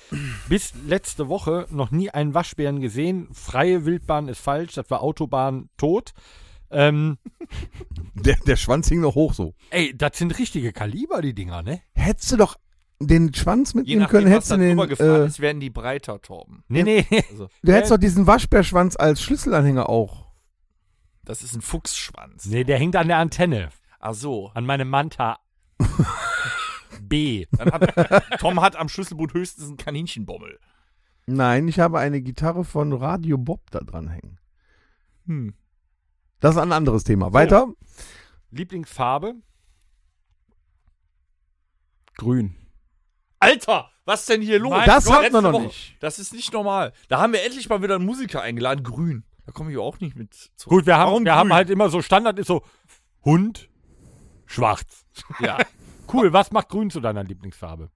S2: bis letzte Woche noch nie einen Waschbären gesehen. Freie Wildbahn ist falsch. Das war Autobahn tot. Ähm,
S4: Der, der Schwanz hing noch hoch so.
S2: ey, das sind richtige Kaliber, die Dinger, ne?
S4: Hättest du doch den Schwanz
S3: Je
S4: mitnehmen
S3: nachdem,
S4: können,
S3: was
S4: hättest
S3: da
S4: du den.
S3: drüber gefahren
S4: Äh,
S3: ist, werden die breiter, Torben. Also,
S2: Nee, nee.
S4: du hättest doch diesen Waschbärschwanz als Schlüsselanhänger auch.
S3: Das ist ein Fuchsschwanz.
S2: Nee, der hängt an der Antenne.
S3: Ach so.
S2: An meinem Manta B.
S3: Dann hat, Tom hat am Schlüsselboot höchstens einen Kaninchenbommel.
S4: Nein, ich habe eine Gitarre von Radio Bob da dran hängen.
S3: Hm.
S4: Das ist ein anderes Thema. Weiter.
S2: Lieblingsfarbe?
S5: Grün.
S3: Alter, was denn hier los?
S2: Mein
S4: das
S2: Gott,
S4: hatten wir noch
S3: Woche.
S4: nicht.
S3: Das ist nicht normal. Da haben wir endlich mal wieder einen Musiker eingeladen, grün. Da komme ich auch nicht mit zurück.
S2: Gut, wir haben,
S3: Warum
S2: wir
S3: grün?
S2: haben halt immer so Standard ist so Hund, schwarz.
S3: Ja.
S2: Cool, was macht grün zu deiner Lieblingsfarbe?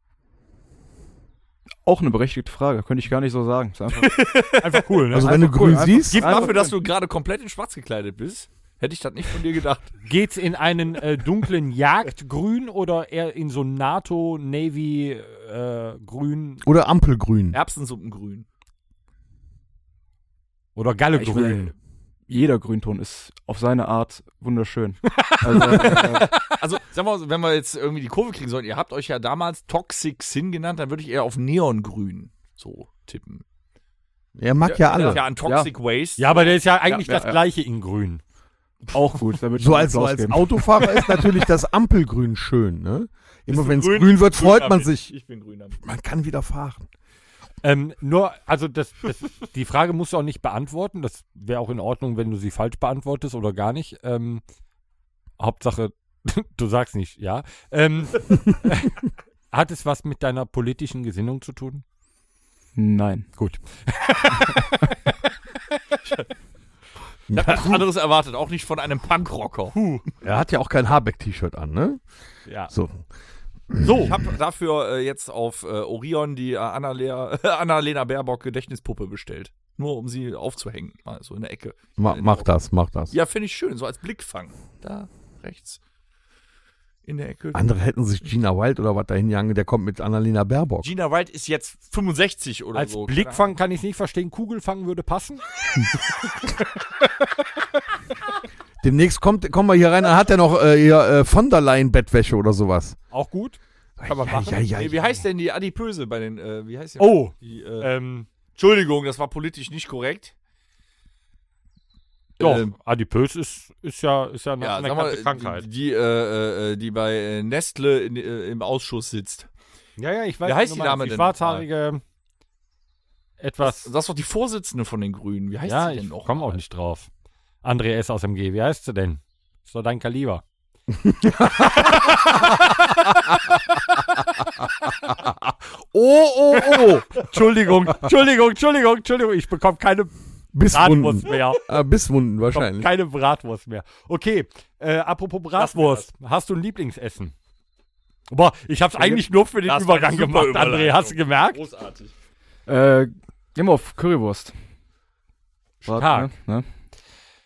S5: Auch eine berechtigte Frage, könnte ich gar nicht so sagen. Ist einfach,
S2: Einfach cool, ne?
S4: Also wenn du
S5: Einfach cool,
S4: grün
S5: einfach-
S4: siehst,
S3: Gib
S5: Einfach
S3: dafür, dass du gerade komplett in schwarz gekleidet bist. Hätte ich das nicht von dir gedacht.
S2: Geht's in einen äh, dunklen Jagdgrün oder eher in so ein NATO, Navy, äh, Grün
S4: oder Ampelgrün.
S3: Erbsensuppengrün.
S2: oder
S5: ich
S2: Gallegrün?
S5: will, jeder Grünton ist auf seine Art wunderschön. Also, äh,
S3: Also, sagen wir mal, so, wenn wir jetzt irgendwie die Kurve kriegen sollten, ihr habt euch ja damals Toxic Sin genannt, dann würde ich eher auf Neongrün so tippen.
S4: Er mag ja, alle.
S3: Ja, an Toxic Waste.
S2: Ja, aber der ist ja eigentlich
S5: Ja, ja,
S2: das
S5: ja.
S2: gleiche in Grün.
S5: auch gut. Da würde ich
S4: So
S5: einen
S4: als, so
S5: Applaus
S4: als
S5: geben.
S4: Autofahrer ist natürlich das Ampelgrün schön. Ne? Immer
S3: du
S4: wenn es
S3: grün?
S4: grün, wird, freut man
S3: damit.
S4: sich.
S3: Ich bin grün damit.
S4: Man kann wieder fahren.
S2: Ähm, nur, also das, das, die Frage musst du auch nicht beantworten. Das wäre auch in Ordnung, wenn du sie falsch beantwortest oder gar nicht. Ähm, Hauptsache, du sagst nicht, ja. Ähm, hat es was mit deiner politischen Gesinnung zu tun?
S5: Nein.
S2: Gut.
S3: Ich hab nichts anderes erwartet, auch nicht von einem Punkrocker.
S4: Er hat ja auch kein Habeck-T-Shirt an, ne?
S2: Ja.
S4: So.
S3: So, ich habe dafür äh, jetzt auf äh, Orion die äh, Annalena, Annalena Baerbock Gedächtnispuppe bestellt. Nur um sie aufzuhängen, mal so in der Ecke.
S4: Ma mach das, mach das.
S3: Ja, finde ich schön, so als Blickfang. Da rechts in der Ecke.
S4: Andere hätten sich Gina Wild oder was dahin gehangen, der kommt mit Annalena Baerbock.
S3: Gina Wright ist jetzt 65 oder
S2: Als
S3: so.
S2: Blickfang kann ich nicht verstehen. Kugelfang würde passen.
S4: Demnächst kommt, kommen wir hier rein, dann hat er noch äh, hier, äh, von der Leyen Bettwäsche oder sowas.
S2: Auch gut. Kann man machen.
S4: Ja, ja,
S3: Nee, wie heißt denn die Adipöse bei den, äh, wie heißt die?
S2: Oh,
S3: Die, äh,
S2: ähm,
S3: Entschuldigung, das war politisch nicht korrekt.
S2: doch.
S3: Ähm,
S2: Adipös ist, ist ja, ist ja eine
S3: ja, sag
S2: anerkannte
S3: mal,
S2: Krankheit.
S3: die, die, äh, äh, die bei äh, Nestle in, äh, im Ausschuss sitzt.
S2: ja, ja, ich weiß.
S3: Wie
S2: nur
S3: heißt die
S2: mal,
S3: Dame
S2: die
S3: denn?
S2: Schwarzhaarige. Etwas.
S3: Das ist doch die Vorsitzende von den Grünen. Wie heißt
S2: ja,
S3: sie denn
S2: ich
S3: noch?
S2: komme auch nicht drauf. André S. aus MG, wie heißt sie denn? Ist doch dein Kaliber.
S4: Oh, oh, oh.
S2: Entschuldigung, Entschuldigung, Entschuldigung, Entschuldigung, ich bekomme keine Bratwurst
S4: Bisswunden.
S2: mehr.
S4: Ah, Bisswunden
S2: Ich bekomme
S4: wahrscheinlich.
S2: keine Bratwurst mehr. Okay, äh, apropos Bratwurst, Äh, hast du ein Lieblingsessen? Boah, ich hab's eigentlich nur für den
S3: Das war
S2: Übergang
S3: eine
S2: gemacht,
S3: super
S2: André, hast du gemerkt?
S3: Großartig.
S5: Äh, gehen wir auf Currywurst. Warte,
S2: Stark.
S5: Ne? Ne?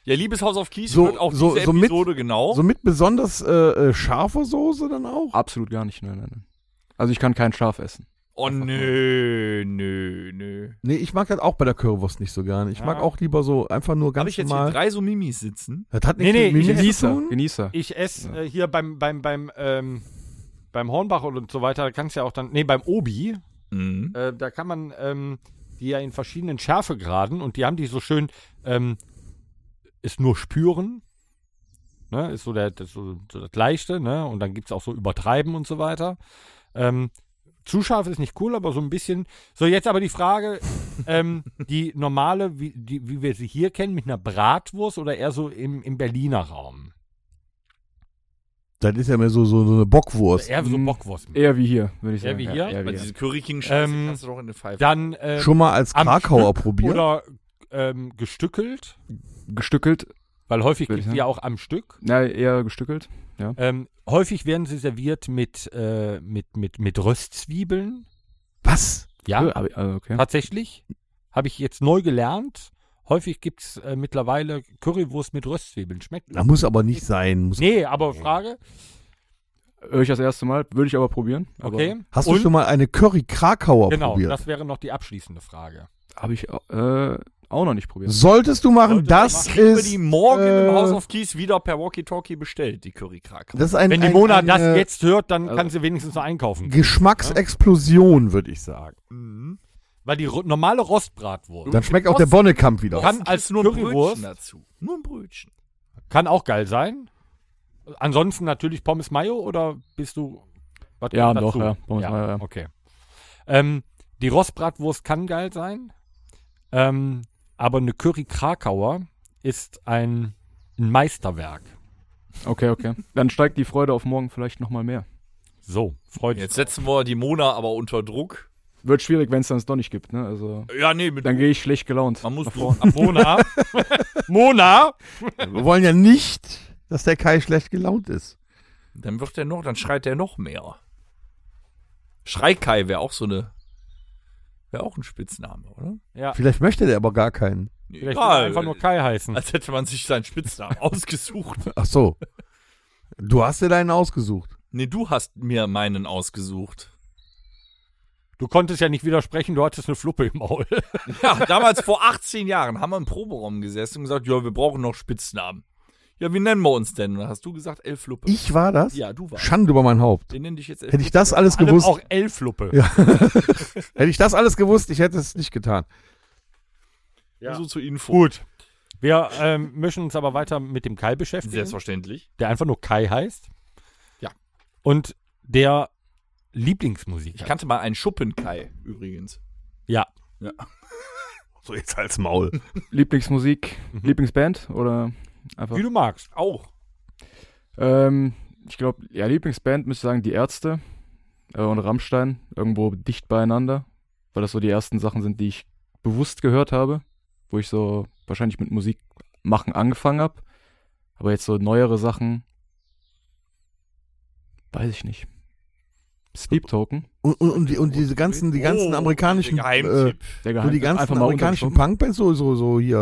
S3: Ja, liebes Haus auf Kies
S4: So-
S3: wird auch
S4: so-
S3: diese
S4: so mit-
S3: Episode genau.
S4: So mit besonders äh, äh, scharfer Soße dann auch?
S5: Absolut gar nicht. Nein, nein, nein. Also ich kann kein Schaf essen.
S3: oh, nö, nö, nö.
S4: Nee, ich mag das auch bei der Currywurst nicht so gerne. Ich mag
S2: Ja.
S4: auch lieber so einfach nur
S3: Habe
S4: ganz
S3: ich jetzt hier
S4: normal.
S3: drei so Mimis sitzen?
S4: das hat
S2: Nee, nee,
S4: nichts mit
S2: ich
S4: Mimi
S2: esse-
S4: zu tun.
S5: Genießer.
S2: Ich esse äh, hier beim, beim, beim, ähm, beim Hornbach und so weiter, da kannst du ja auch dann, nee, beim Obi,
S3: Mhm.
S2: äh, da kann man ähm, die ja in verschiedenen Schärfegraden und die haben die so schön, ähm, ist nur spüren, ne, ist so, der, das, so, so das Leichte, ne, und dann gibt es auch so übertreiben und so weiter. Ähm, zu scharf ist nicht cool, aber so ein bisschen. So, jetzt aber die Frage, ähm, die normale, wie, die, wie wir sie hier kennen, mit einer Bratwurst oder eher so im, im Berliner Raum?
S4: Das ist ja mehr so, so, so eine Bockwurst.
S2: Eher so
S5: Mm.
S2: Bockwurst.
S5: Eher wie hier, würde ich
S2: Eher
S5: sagen.
S2: wie
S5: Ja,
S2: hier?
S5: eher
S3: Äh, Weil
S5: wie hier.
S3: diese Curry King Scheiße
S2: Ähm,
S3: kannst du doch in eine Pfeife.
S2: Dann ähm,
S4: Schon mal als
S2: am
S4: Krakauer
S2: Stück
S4: probiert?
S2: oder ähm, gestückelt.
S5: Gestückelt.
S2: Weil häufig
S5: Würde
S2: gibt
S5: ich
S2: es ja auch am Stück.
S5: Na, eher gestückelt.
S2: Ähm, häufig werden sie serviert mit, äh, mit, mit, mit Röstzwiebeln.
S4: Was?
S2: Ja,
S5: Äh, aber- also, okay.
S2: tatsächlich. Habe ich jetzt neu gelernt. Häufig gibt es äh, mittlerweile Currywurst mit Röstzwiebeln. Schmeckt
S4: Das muss aber nicht sein. Muss
S2: Nee, aber Frage.
S5: Hör ich das erste Mal, würde ich aber probieren. aber
S2: Okay.
S4: Hast
S2: Und-
S4: du schon mal eine Curry Krakauer
S2: Genau,
S4: probiert?
S2: das wäre noch die abschließende Frage.
S5: Habe ich au- äh, auch noch nicht probiert.
S4: Solltest du machen, das
S3: Kriegen wir
S4: ist.
S3: die morgen
S4: äh,
S3: im Haus auf Kies wieder per Walkie-Talkie bestellt, die Curry-Krake.
S4: Das ist ein,
S2: Wenn die
S4: ein,
S2: Mona
S4: eine Äh,
S2: das jetzt hört, dann
S5: Also-
S2: kann sie wenigstens noch einkaufen.
S4: Geschmacksexplosion, würde ich sagen.
S2: Weil die ro- normale Rostbratwurst
S4: Dann schmeckt auch der Bonnekamp wieder.
S2: Kann als
S3: nur ein
S2: Currywurst-
S3: Brötchen dazu. Nur ein Brötchen.
S2: kann auch geil sein. Ansonsten natürlich Pommes Mayo oder bist du. was
S5: Ja,
S2: kommt
S5: doch, ja, Pommes Mayo, ja.
S2: Okay. Ähm, die Rostbratwurst kann geil sein, ähm, aber eine Curry Krakauer ist ein, ein Meisterwerk.
S5: Okay, okay. Dann steigt die Freude auf morgen vielleicht nochmal mehr.
S2: So, freut
S3: Jetzt setzen wir die Mona aber unter Druck.
S5: Wird schwierig, wenn es dann doch nicht gibt, ne? Also,
S3: Ja, nee, mit
S5: dann gehe ich schlecht gelaunt.
S3: man muss
S5: nach
S3: Druck.
S5: vorne.
S2: Mona. Mona!
S4: Wir wollen ja nicht, dass der Kai schlecht gelaunt ist.
S3: Dann wird der noch, dann schreit der noch mehr. Schreikai wäre auch so eine. Wäre auch ein Spitzname, oder?
S4: Vielleicht möchte der aber gar keinen.
S2: Vielleicht will er einfach nur Kai heißen.
S3: Als hätte man sich seinen Spitznamen ausgesucht.
S4: Ach so. Du hast dir deinen ausgesucht.
S3: Nee, du hast mir meinen ausgesucht.
S2: Du konntest ja nicht widersprechen, du hattest eine Fluppe im Maul.
S3: Ja, damals vor 18 Jahren haben wir im Proberaum gesessen und gesagt, ja, wir brauchen noch Spitznamen. Ja, wie nennen wir uns denn? Und dann hast du gesagt, elf Fluppe.
S4: Ich war das?
S3: Ja, du warst.
S4: Schande über mein Haupt.
S3: Den nenne dich jetzt elf
S4: Hätte ich das alles
S2: Allem
S4: gewusst,
S2: auch L-Fluppe.
S4: Ja. hätte ich das alles gewusst, ich hätte es nicht getan.
S3: Fluppe. So zu Info.
S2: Gut. Wir ähm, möchten uns aber weiter mit dem Kai beschäftigen.
S3: Selbstverständlich.
S2: der einfach nur Kai heißt.
S3: Ja.
S2: Und der Lieblingsmusiker.
S3: Ich kannte mal einen Schuppenkai übrigens.
S2: ja.
S4: So jetzt als Maul.
S5: Lieblingsmusik,
S3: Mhm.
S5: Lieblingsband oder einfach.
S2: Wie du magst.
S3: Auch.
S5: Ähm, ich glaube, ja, Lieblingsband müsste ich sagen, die Ärzte äh, und Rammstein, irgendwo dicht beieinander, weil das so die ersten Sachen sind, die ich bewusst gehört habe, wo ich so wahrscheinlich mit Musik machen angefangen habe. Aber jetzt so neuere Sachen, weiß ich nicht. Sleep Token.
S4: Und, und, und, die, und diese ganzen, die ganzen
S3: Oh,
S4: amerikanischen,
S3: der
S4: äh,
S3: Geheimtipp.
S5: Der
S4: so
S5: Geheim
S4: die ganzen
S5: einfach mal
S4: amerikanischen
S5: runtergeschoben.
S4: Punkbands, so, so, so hier,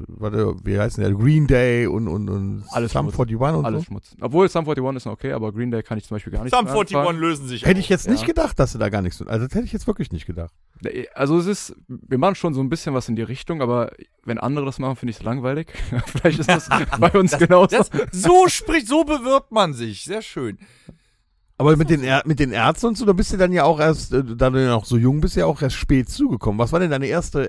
S4: äh, warte, wie heißen die, Green Day und, und, und
S5: Alles
S4: Sum
S5: gut.
S4: 41 und
S5: Alles
S4: so.
S5: Schmutz. Obwohl Sum 41 ist noch okay, aber Green Day kann ich zum Beispiel gar nicht.
S3: Sum
S5: mit
S3: 41
S5: anfangen.
S3: lösen sich
S4: äh, Hätte
S3: auf.
S4: ich jetzt
S5: Ja.
S4: nicht gedacht, dass du da gar nichts, also das hätte ich jetzt wirklich nicht gedacht.
S5: Nee, Also es ist, wir machen schon so ein bisschen was in die Richtung, aber wenn andere das machen, finde ich es langweilig. Vielleicht ist das bei uns genauso.
S3: Das, so spricht, so bewirbt man sich. Sehr schön.
S4: Aber mit den, Ä- mit den Ärzten und so, da bist du dann ja auch erst, äh, da du ja noch so jung bist, ja auch erst spät zugekommen. Was war denn deine erste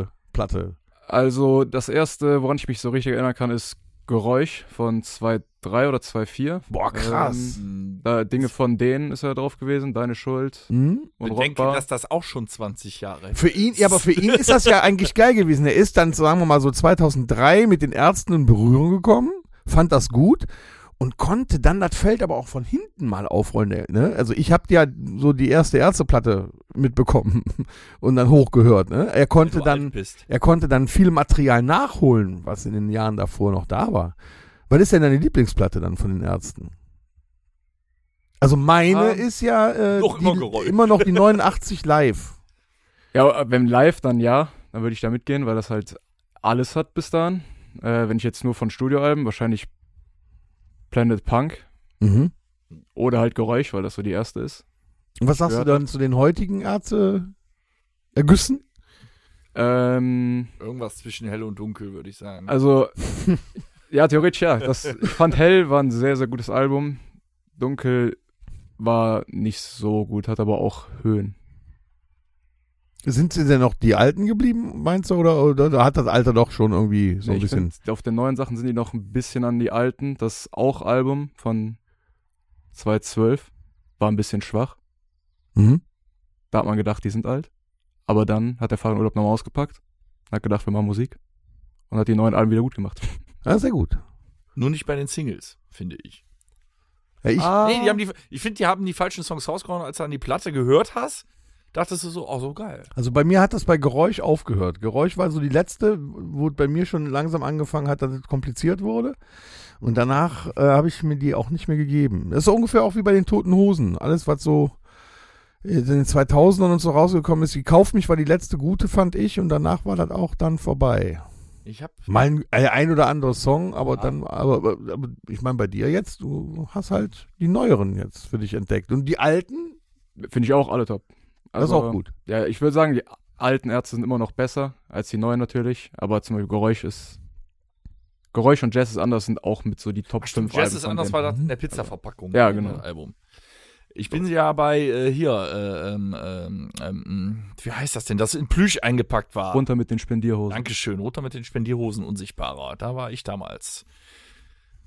S4: Ärzte-Platte?
S5: Also das erste, woran ich mich so richtig erinnern kann, ist Geräusch von 2.3 oder 2.4.
S4: Boah, krass.
S3: Hm.
S5: Da Dinge von denen ist ja drauf gewesen, Deine Schuld
S4: Hm?
S5: und
S3: Bedenke,
S5: Rockbar.
S3: dass das auch schon 20 Jahre
S4: Für ihn, ja, aber für ihn ist das ja eigentlich geil gewesen. Er ist dann, sagen wir mal, so 2003 mit den Ärzten in Berührung gekommen, fand das gut und konnte dann das Feld aber auch von hinten mal aufrollen. Ne? Also ich habe ja so die erste Ärzteplatte mitbekommen und dann hochgehört. Ne? Er konnte
S3: du
S4: dann,
S3: alt bist.
S4: er konnte dann viel Material nachholen, was in den Jahren davor noch da war. Was ist denn deine Lieblingsplatte dann von den Ärzten? Also meine
S5: Ähm,
S4: ist ja äh,
S3: Ah. noch immer
S4: die,
S3: Geräusch.
S4: immer noch die 89 live.
S5: Ja, wenn live, dann ja, dann würde ich da mitgehen, weil das halt alles hat bis dahin. Äh, wenn ich jetzt nur von Studioalben, wahrscheinlich Planet Punk
S4: Mhm.
S5: oder halt Geräusch, weil das so die erste ist.
S4: Und was sagst du
S5: gehört
S4: dann zu den heutigen Ärzte? äh, Ergüssen?
S5: Ähm,
S3: Irgendwas zwischen hell und dunkel, würde ich sagen.
S5: also, ja, theoretisch ja. Das, ich fand Hell war ein sehr, sehr gutes Album. Dunkel war nicht so gut, hat aber auch Höhen.
S4: Sind sie denn noch die Alten geblieben, meinst du? Oder, oder, hat das Alter doch schon irgendwie so ein
S5: Ich
S4: bisschen.
S5: find, auf den neuen Sachen sind die noch ein bisschen an die alten. Das Auch-Album von 2012 war ein bisschen schwach.
S4: Mhm.
S5: Da hat man gedacht, die sind alt. Aber dann hat der Fahrer in Urlaub nochmal ausgepackt, hat gedacht, wir machen Musik und hat die neuen Alben wieder gut gemacht.
S4: Ja, sehr gut.
S3: Nur nicht bei den Singles, finde ich.
S4: Ja, ich,
S5: Ah.
S3: Nee, die haben die, ich finde, die haben die falschen Songs rausgehauen, als du an die Platte gehört hast. Dachtest du so, oh, so geil.
S4: also bei mir hat das bei Geräusch aufgehört. Geräusch war so die letzte, wo es bei mir schon langsam angefangen hat, dass es kompliziert wurde. Und danach äh, habe ich mir die auch nicht mehr gegeben. Das ist so ungefähr auch wie bei den Toten Hosen. Alles, was so in den 2000ern und so rausgekommen ist, die Kauf mich war die letzte gute, fand ich. Und danach war das auch dann vorbei.
S3: Ich habe
S4: Mal ein, äh, ein oder anderer Song, aber dann, aber, aber, aber ich meine, bei dir jetzt, du hast halt die neueren jetzt für dich entdeckt. Und die alten,
S5: Finde ich auch alle top.
S4: das ist
S5: Also,
S4: auch gut.
S5: Ja, ich würde sagen, die alten Ärzte sind immer noch besser als die neuen natürlich, aber zum Beispiel Geräusch ist. Geräusch und Jazz ist anders sind auch mit so die Top 5
S3: Jazz
S5: Alben
S3: ist
S5: von
S3: anders,
S5: denen.
S3: war das in der Pizza-Verpackung.
S5: Ja,
S3: in dem
S5: genau.
S3: Album. Ich bin ja bei äh, hier, äh, ähm, ähm, ähm, wie heißt das denn, das in Plüsch eingepackt war.
S5: Runter mit den Spendierhosen.
S3: Dankeschön, runter mit den Spendierhosen unsichtbarer. Da war ich damals.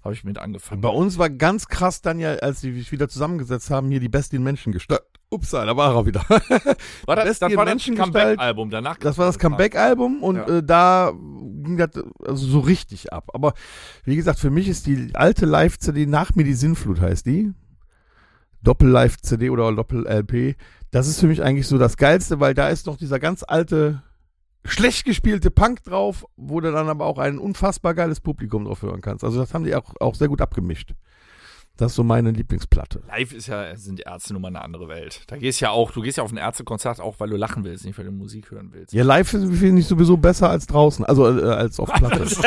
S3: Habe ich mit
S4: äh,
S3: angefangen.
S4: Bei uns war ganz krass dann ja, als sie sich wieder zusammengesetzt haben, hier die Beste in Menschen gestört. Upsa, da war er wieder.
S3: war das,
S4: Best
S3: das
S4: in
S3: war das
S4: Menschengestalt.
S3: Comeback-Album. Danach
S4: Das war das Comeback-Album und
S5: Ja.
S4: äh, da ging das also so richtig ab. Aber wie gesagt, für mich ist die alte Live-CD nach mir die Sinnflut, heißt die. Doppel-Live-CD oder Doppel-LP. Das ist für mich eigentlich so das Geilste, weil da ist noch dieser ganz alte, schlecht gespielte Punk drauf, wo du dann aber auch ein unfassbar geiles Publikum drauf hören kannst. Also das haben die auch, auch sehr gut abgemischt. Das ist so meine Lieblingsplatte.
S3: Live ist ja, sind die Ärzte nun mal eine andere Welt. Da gehst ja auch, du gehst ja auf ein Ärztekonzert auch, weil du lachen willst, nicht weil du Musik hören willst.
S4: Ja, live finde ich sowieso besser als draußen, also äh, als auf Platte.
S2: Also.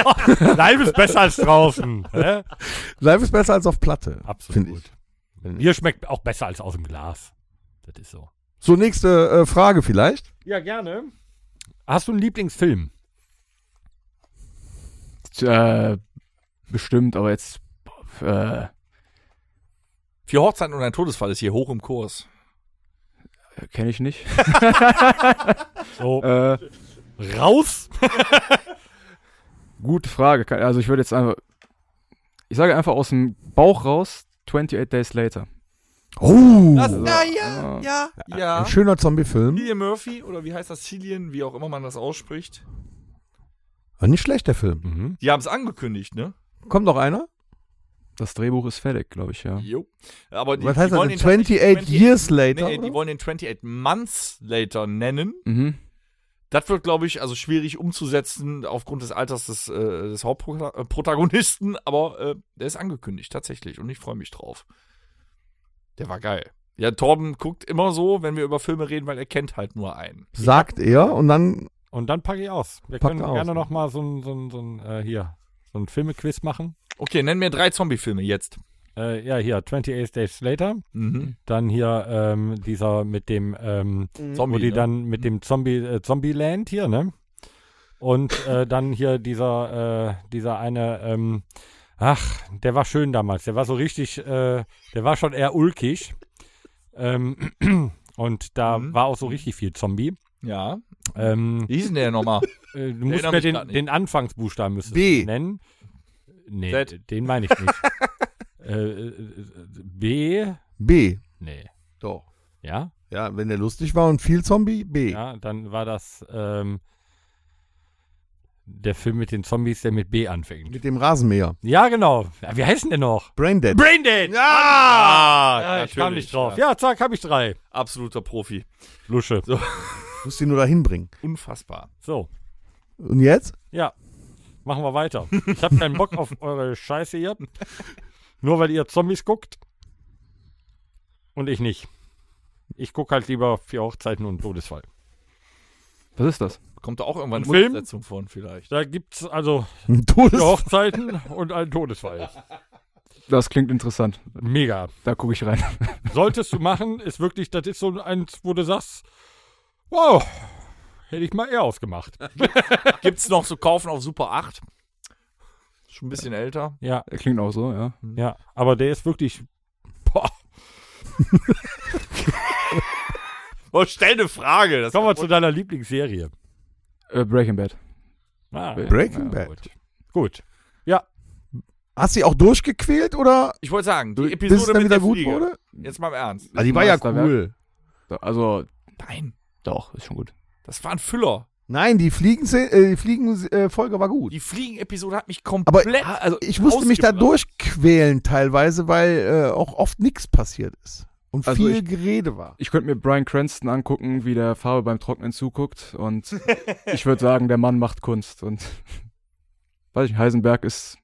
S2: Live ist besser als draußen. ne?
S4: live ist besser als auf Platte. Find
S2: Absolut.
S4: ich.
S2: Ihr schmeckt auch besser als aus dem Glas. Das ist so.
S4: So, nächste äh, Frage vielleicht.
S2: Ja, gerne. Hast du einen Lieblingsfilm?
S5: Äh, bestimmt, aber jetzt. Äh,
S3: Vier Hochzeiten und ein Todesfall ist hier hoch im Kurs.
S5: Kenne ich nicht.
S2: So,
S5: äh,
S2: raus.
S5: gute Frage. Ke- Also ich würde jetzt einfach. Ich sage einfach aus dem Bauch raus, 28 Days Later.
S4: Oh,
S3: ja, ja, ja, ja.
S4: ein schöner Zombie-Film.
S3: Cillian Murphy oder wie heißt das? Cillian, wie auch immer man das ausspricht.
S4: War Äh, nicht schlecht, der Film.
S2: Mhm.
S3: Die haben es angekündigt, ne?
S4: Kommt noch einer?
S5: Das Drehbuch ist fertig, glaube ich, ja.
S3: Jo. Aber die,
S4: Was heißt
S3: die
S4: das
S3: wollen
S4: denn?
S3: den tatsächlich
S4: 28 Years Later?
S3: Nee, die
S4: oder?
S3: wollen den 28 Months Later nennen.
S5: Mhm.
S3: Das wird, glaube ich, also schwierig umzusetzen aufgrund des Alters des, äh, des Hauptprotagonisten, aber äh, der ist angekündigt, tatsächlich. Und ich freue mich drauf. Der war geil. Ja, Torben guckt immer so, wenn wir über Filme reden, weil er kennt halt nur einen.
S4: sagt er und dann
S2: Und dann packe ich aus. Wir
S4: Packt
S2: können
S4: aus. ne?
S2: gerne noch mal so ein, so ein, so ein äh, hier, so ein Filmequiz machen.
S3: Okay, nenn mir drei Zombie-Filme jetzt.
S2: Äh, ja, hier, 28 Days Later.
S3: Mhm.
S2: Dann hier ähm, dieser mit dem, ähm,
S4: Mhm.
S3: Zombie,
S2: wo die
S3: ne?
S2: dann mit dem Zombie, äh, Zombieland hier, ne? Und äh, dann hier dieser, äh, dieser eine, ähm, ach, der war schön damals. Der war so richtig, äh, der war schon eher ulkig. Ähm, und da
S3: Mhm.
S2: war auch so richtig viel Zombie.
S3: Ja.
S2: Ähm,
S3: Wie hieß denn der nochmal?
S2: Äh, du musst
S3: erinnere
S2: mir
S3: mich grad
S2: den,
S3: nicht.
S2: den Anfangsbuchstaben müsstest
S4: B.
S2: du nennen. Nee,
S3: Z.
S2: den meine ich nicht. äh, äh, B.
S4: B.
S2: Nee.
S4: Doch.
S2: Ja?
S4: Ja, wenn der lustig war und viel Zombie, B.
S2: Ja, dann war das ähm, der Film mit den Zombies, der mit B anfängt.
S4: Mit dem Rasenmäher.
S2: Ja, genau. Ja, wie heißt denn der noch?
S4: Braindead.
S2: Braindead! Ja,
S3: Ah,
S2: ich kam nicht drauf.
S3: Ja.
S2: Ja, zack, habe ich drei.
S3: Absoluter Profi.
S2: Lusche. So.
S4: Muss ihn nur dahin bringen.
S3: Unfassbar.
S2: so,
S4: Und jetzt?
S2: ja. Machen wir weiter. Ich habe keinen Bock auf eure Scheiße hier. Nur weil ihr Zombies guckt. Und ich nicht. Ich gucke halt lieber vier Hochzeiten und Todesfall.
S5: Was ist das?
S3: Kommt da auch irgendwann
S2: Ein Film?
S3: Umsetzung von vielleicht.
S2: Da gibt's also
S4: Ein Todes.
S2: vier Hochzeiten und einen Todesfall.
S5: Das klingt interessant.
S2: Mega.
S5: Da gucke ich rein.
S2: Solltest du machen, ist wirklich, das ist so eins, wo du sagst, wow, hätte ich mal eher ausgemacht.
S3: Gibt's noch zu kaufen auf Super 8? Schon ein bisschen älter.
S2: Ja,
S5: Klingt auch so, ja.
S2: ja. Aber der ist wirklich, boah,
S3: Oh, stell eine Frage. Das
S2: kommen wir zu deiner Lieblingsserie.
S5: Äh, Breaking Bad.
S2: Ah,
S4: Breaking
S2: ja,
S4: Bad.
S2: gut. gut.
S4: Hast du sie auch durchgequält oder
S3: ich wollte sagen, die
S4: bis es
S3: Episode
S4: dann
S3: mit
S4: wieder
S3: der
S4: gut
S3: Fliege. Ah,
S4: wurde?
S3: Jetzt mal im Ernst.
S4: Also die war ja
S5: Meisterwerk.
S4: cool.
S5: Da- Also,
S3: Nein,
S5: doch, ist schon gut.
S3: das war ein Füller.
S4: Nein, die Fliegen äh, die Fliegen äh, Folge war gut.
S3: Die Fliegen-Episode hat mich
S4: Aber
S3: komplett.
S4: also ich musste mich da
S3: ausgebracht.
S4: durchquälen teilweise, weil äh, auch oft nichts passiert ist und
S5: Also
S4: viel
S5: ich-
S4: Gerede war.
S5: Ich könnte mir Brian Cranston angucken, wie der Farbe beim Trocknen zuguckt. Und ich würde sagen, der Mann macht Kunst. Und weiß ich, Heisenberg ist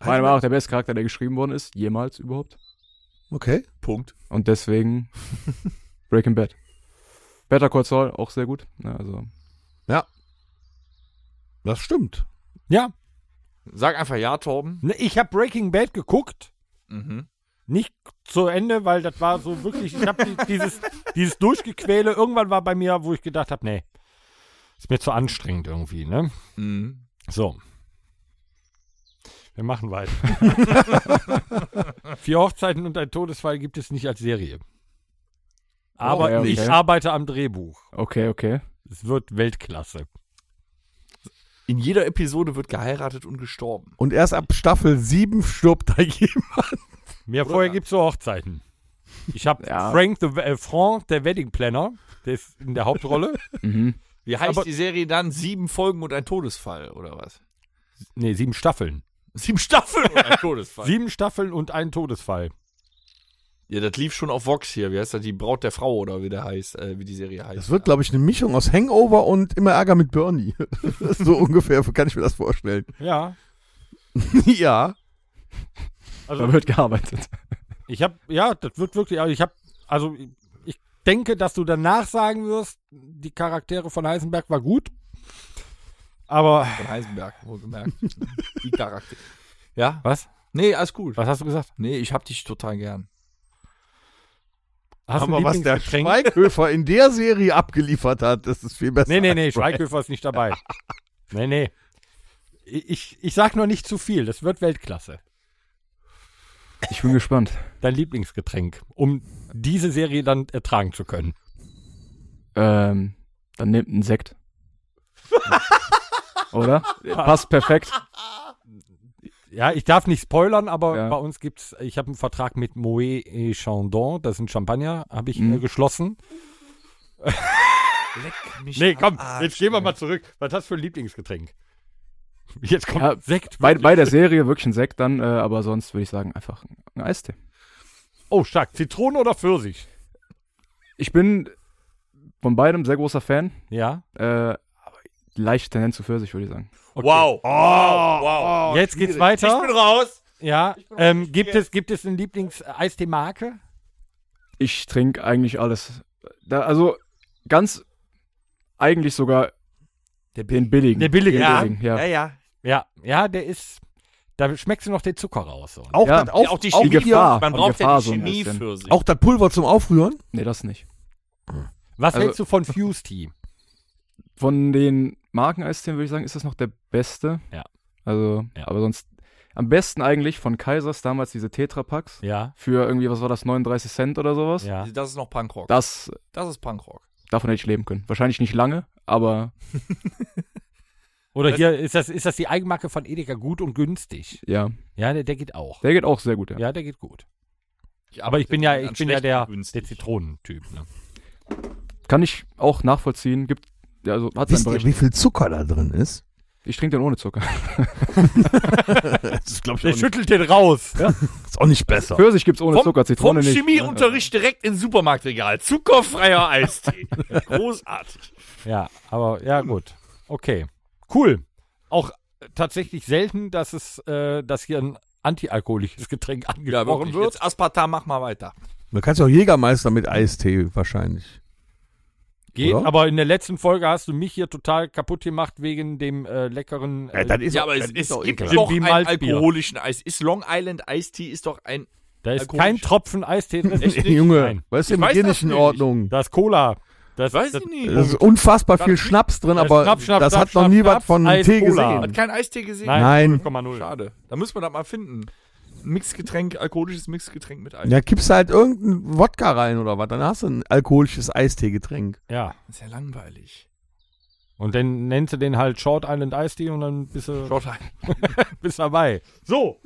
S5: meiner Meinung nach der beste Charakter, der geschrieben worden ist, jemals überhaupt.
S4: Okay.
S3: Punkt.
S5: Und deswegen Breaking Bad. Better Call Saul, auch sehr gut. Ja, also,
S4: Das stimmt.
S2: Ja,
S3: Sag einfach ja, Torben.
S2: ne, ich habe Breaking Bad geguckt,
S3: Mhm.
S2: nicht zu Ende, weil das war so wirklich, ich habe die, dieses, dieses Durchgequäle, irgendwann war bei mir, wo ich gedacht habe, nee, ist mir zu anstrengend irgendwie, ne?
S3: Mhm.
S2: So. Wir machen weiter. Vier Hochzeiten und ein Todesfall gibt es nicht als Serie. Aber
S5: Oh, ja, okay.
S2: ich arbeite am Drehbuch.
S5: okay, okay.
S2: Es wird Weltklasse.
S3: In jeder Episode wird geheiratet und gestorben.
S4: Und erst ab Staffel 7 stirbt da jemand.
S2: Mehr vorher gibt es so Hochzeiten. Ich habe
S5: Ja.
S2: Frank, the, äh, Frank, der Wedding Planner, der ist in der Hauptrolle.
S5: Mhm.
S3: Wie heißt
S2: Aber-
S3: die Serie dann? Sieben Folgen und ein Todesfall, oder was?
S2: nee, sieben Staffeln.
S3: Sieben Staffeln und ein Todesfall.
S2: Sieben Staffeln und ein Todesfall.
S3: Ja, das lief schon auf Vox hier. Wie heißt das? Die Braut der Frau oder wie der heißt, äh, wie die Serie heißt.
S4: Das wird, glaube ich, eine Mischung aus Hangover und immer Ärger mit Bernie. so ungefähr kann ich mir das vorstellen.
S2: Ja.
S4: ja.
S5: Da wird gearbeitet.
S2: Ich habe, ja, das wird wirklich, also ich habe, also ich denke, dass du danach sagen wirst, die Charaktere von Heisenberg war gut. Aber
S3: von Heisenberg, wohlgemerkt. die Charakter. Ja?
S2: was?
S3: Nee, alles gut.
S2: Was hast du gesagt?
S3: Nee, ich hab dich total gern.
S2: Hast
S4: Aber
S2: ein
S4: was der
S2: Lieblingsgetränk?
S4: Schweighöfer in der Serie abgeliefert hat, das ist viel besser.
S2: Nee, nee, nee, Schweighöfer ist nicht dabei. Nee, nee. Ich, ich sag nur nicht zu viel, das wird Weltklasse.
S5: Ich bin gespannt.
S2: Dein Lieblingsgetränk, um diese Serie dann ertragen zu können.
S5: Ähm, dann nehmt einen Sekt. Oder? Passt perfekt.
S2: Ja, ich darf nicht spoilern, aber
S5: Ja.
S2: bei uns gibt's, ich habe einen Vertrag mit Moët et Chandon, das ist ein Champagner, habe ich
S4: Mhm.
S2: äh, geschlossen.
S3: Leck mich
S2: Nee,
S3: am
S2: komm,
S3: Arsch,
S2: jetzt gehen wir
S3: ey.
S2: mal zurück. Was hast du für ein Lieblingsgetränk? Jetzt kommt
S5: Ja,
S2: Sekt.
S5: Bei, bei der Serie wirklich ein Sekt dann, äh, aber sonst würde ich sagen einfach ein Eistee.
S2: Oh, stark. Zitrone oder Pfirsich?
S5: Ich bin von beidem sehr großer Fan.
S2: Ja.
S5: Äh, aber leicht Tendenz zu Pfirsich, würde ich sagen.
S2: Oh,
S3: Wow. wow. Wow.
S2: Jetzt geht's weiter.
S3: raus.
S2: Ja. Ähm, gibt, es, gibt es eine Lieblings-Eistee-Marke?
S5: Ich trinke eigentlich alles. Da, also ganz eigentlich sogar
S2: Der
S5: den billigen.
S2: Der billige,
S5: Den
S2: ja.
S5: billigen, ja.
S3: ja.
S2: Ja, ja, der ist. Da schmeckst du noch den Zucker raus. So.
S4: Auch,
S5: Ja.
S4: das, auch,
S3: Auch die
S4: auch,
S5: Die
S3: Chemie.
S5: Gefahr.
S3: Man
S5: die
S3: braucht ja
S5: Gefahr
S3: die
S5: so ein
S3: Chemie
S5: bisschen.
S3: für sich.
S4: auch das Pulver zum Aufrühren?
S5: Nee, das nicht.
S2: Was
S5: also-
S2: hältst du von Fuse Tea?
S5: Von den Markeneisteen würde ich sagen, ist das noch der beste.
S2: Ja.
S5: Also,
S2: Ja.
S5: aber sonst am besten eigentlich von Kaisers damals diese Tetrapacks
S2: Ja,
S5: für irgendwie, was war das, 39 Cent oder sowas.
S2: ja.
S3: Das ist noch Punkrock.
S5: Das,
S3: Das ist Punkrock.
S5: davon hätte ich leben können. Wahrscheinlich nicht lange, aber
S2: Oder hier ist das, ist das die Eigenmarke von Edeka gut und günstig.
S5: ja,
S2: Ja, der, der geht auch.
S5: der geht auch sehr gut. Ja.
S2: Ja, der geht gut. Aber ich bin ja, ich bin ja der, der
S3: Günstig.
S2: Zitronentyp. Ne?
S5: Kann ich auch nachvollziehen. Gibt, ja, also hat seinen
S4: Wisst ihr,
S5: Bereich.
S4: wie viel Zucker da drin ist?
S5: Ich trinke den ohne Zucker.
S4: Das ist, glaube
S2: Der schüttelt den raus.
S4: ist auch nicht besser.
S5: Pfirsich gibt's ohne Zucker, Zitrone
S3: vom
S5: nicht.
S3: Chemieunterricht direkt ins Supermarktregal. Zuckerfreier Eistee. Großartig.
S2: Ja, aber ja, gut. Okay. Cool. Auch äh, tatsächlich selten, dass es, äh, dass hier ein antialkoholisches Getränk angesprochen wird.
S3: Jetzt Aspartam, mach mal weiter.
S4: Man kannst ja auch Jägermeister mit Eistee wahrscheinlich.
S2: Geht,
S4: Oder?
S2: aber in der letzten Folge hast du mich hier total kaputt gemacht wegen dem äh, leckeren. Äh,
S4: ist
S3: Ja, aber es, es gibt
S2: ekelhaft.
S3: doch
S2: Wie
S3: einen
S2: Malzbier.
S3: alkoholischen Eis. Ist Long Island Eistee ist doch ein...
S2: da ist kein
S3: alkoholisch.
S2: Tropfen Eistee drin.
S3: Echt nicht?
S4: Junge,
S2: Nein.
S4: weißt du,
S3: Ich
S4: mit
S3: weiß
S4: dir
S3: das
S4: nicht in
S3: nicht.
S4: Ordnung.
S2: Da ist Cola. Das,
S3: Weiß
S2: das,
S3: ich nicht.
S4: Es ist unfassbar viel
S3: Schnaps-
S4: Schnaps drin,
S2: das
S4: aber
S2: Schnaps, Schnaps,
S4: das
S2: Schnaps,
S4: hat noch nie
S2: Schnaps,
S4: was von
S2: Eis,
S4: Tee
S2: Cola.
S4: gesehen.
S3: Hat kein Eistee gesehen?
S2: Nein.
S4: Nein.
S2: 0,0.
S3: Schade. Da müssen wir das mal finden. Ein Mixgetränk, alkoholisches Mixgetränk mit Eis.
S4: Ja, kippst du halt irgendeinen Wodka rein oder was, dann hast du ein alkoholisches Eisteegetränk.
S2: Ja.
S3: Ist ja langweilig.
S2: Und dann nennst du den halt Short Island Eistee und dann bist du,
S3: Schaut rein.
S2: bist dabei. So,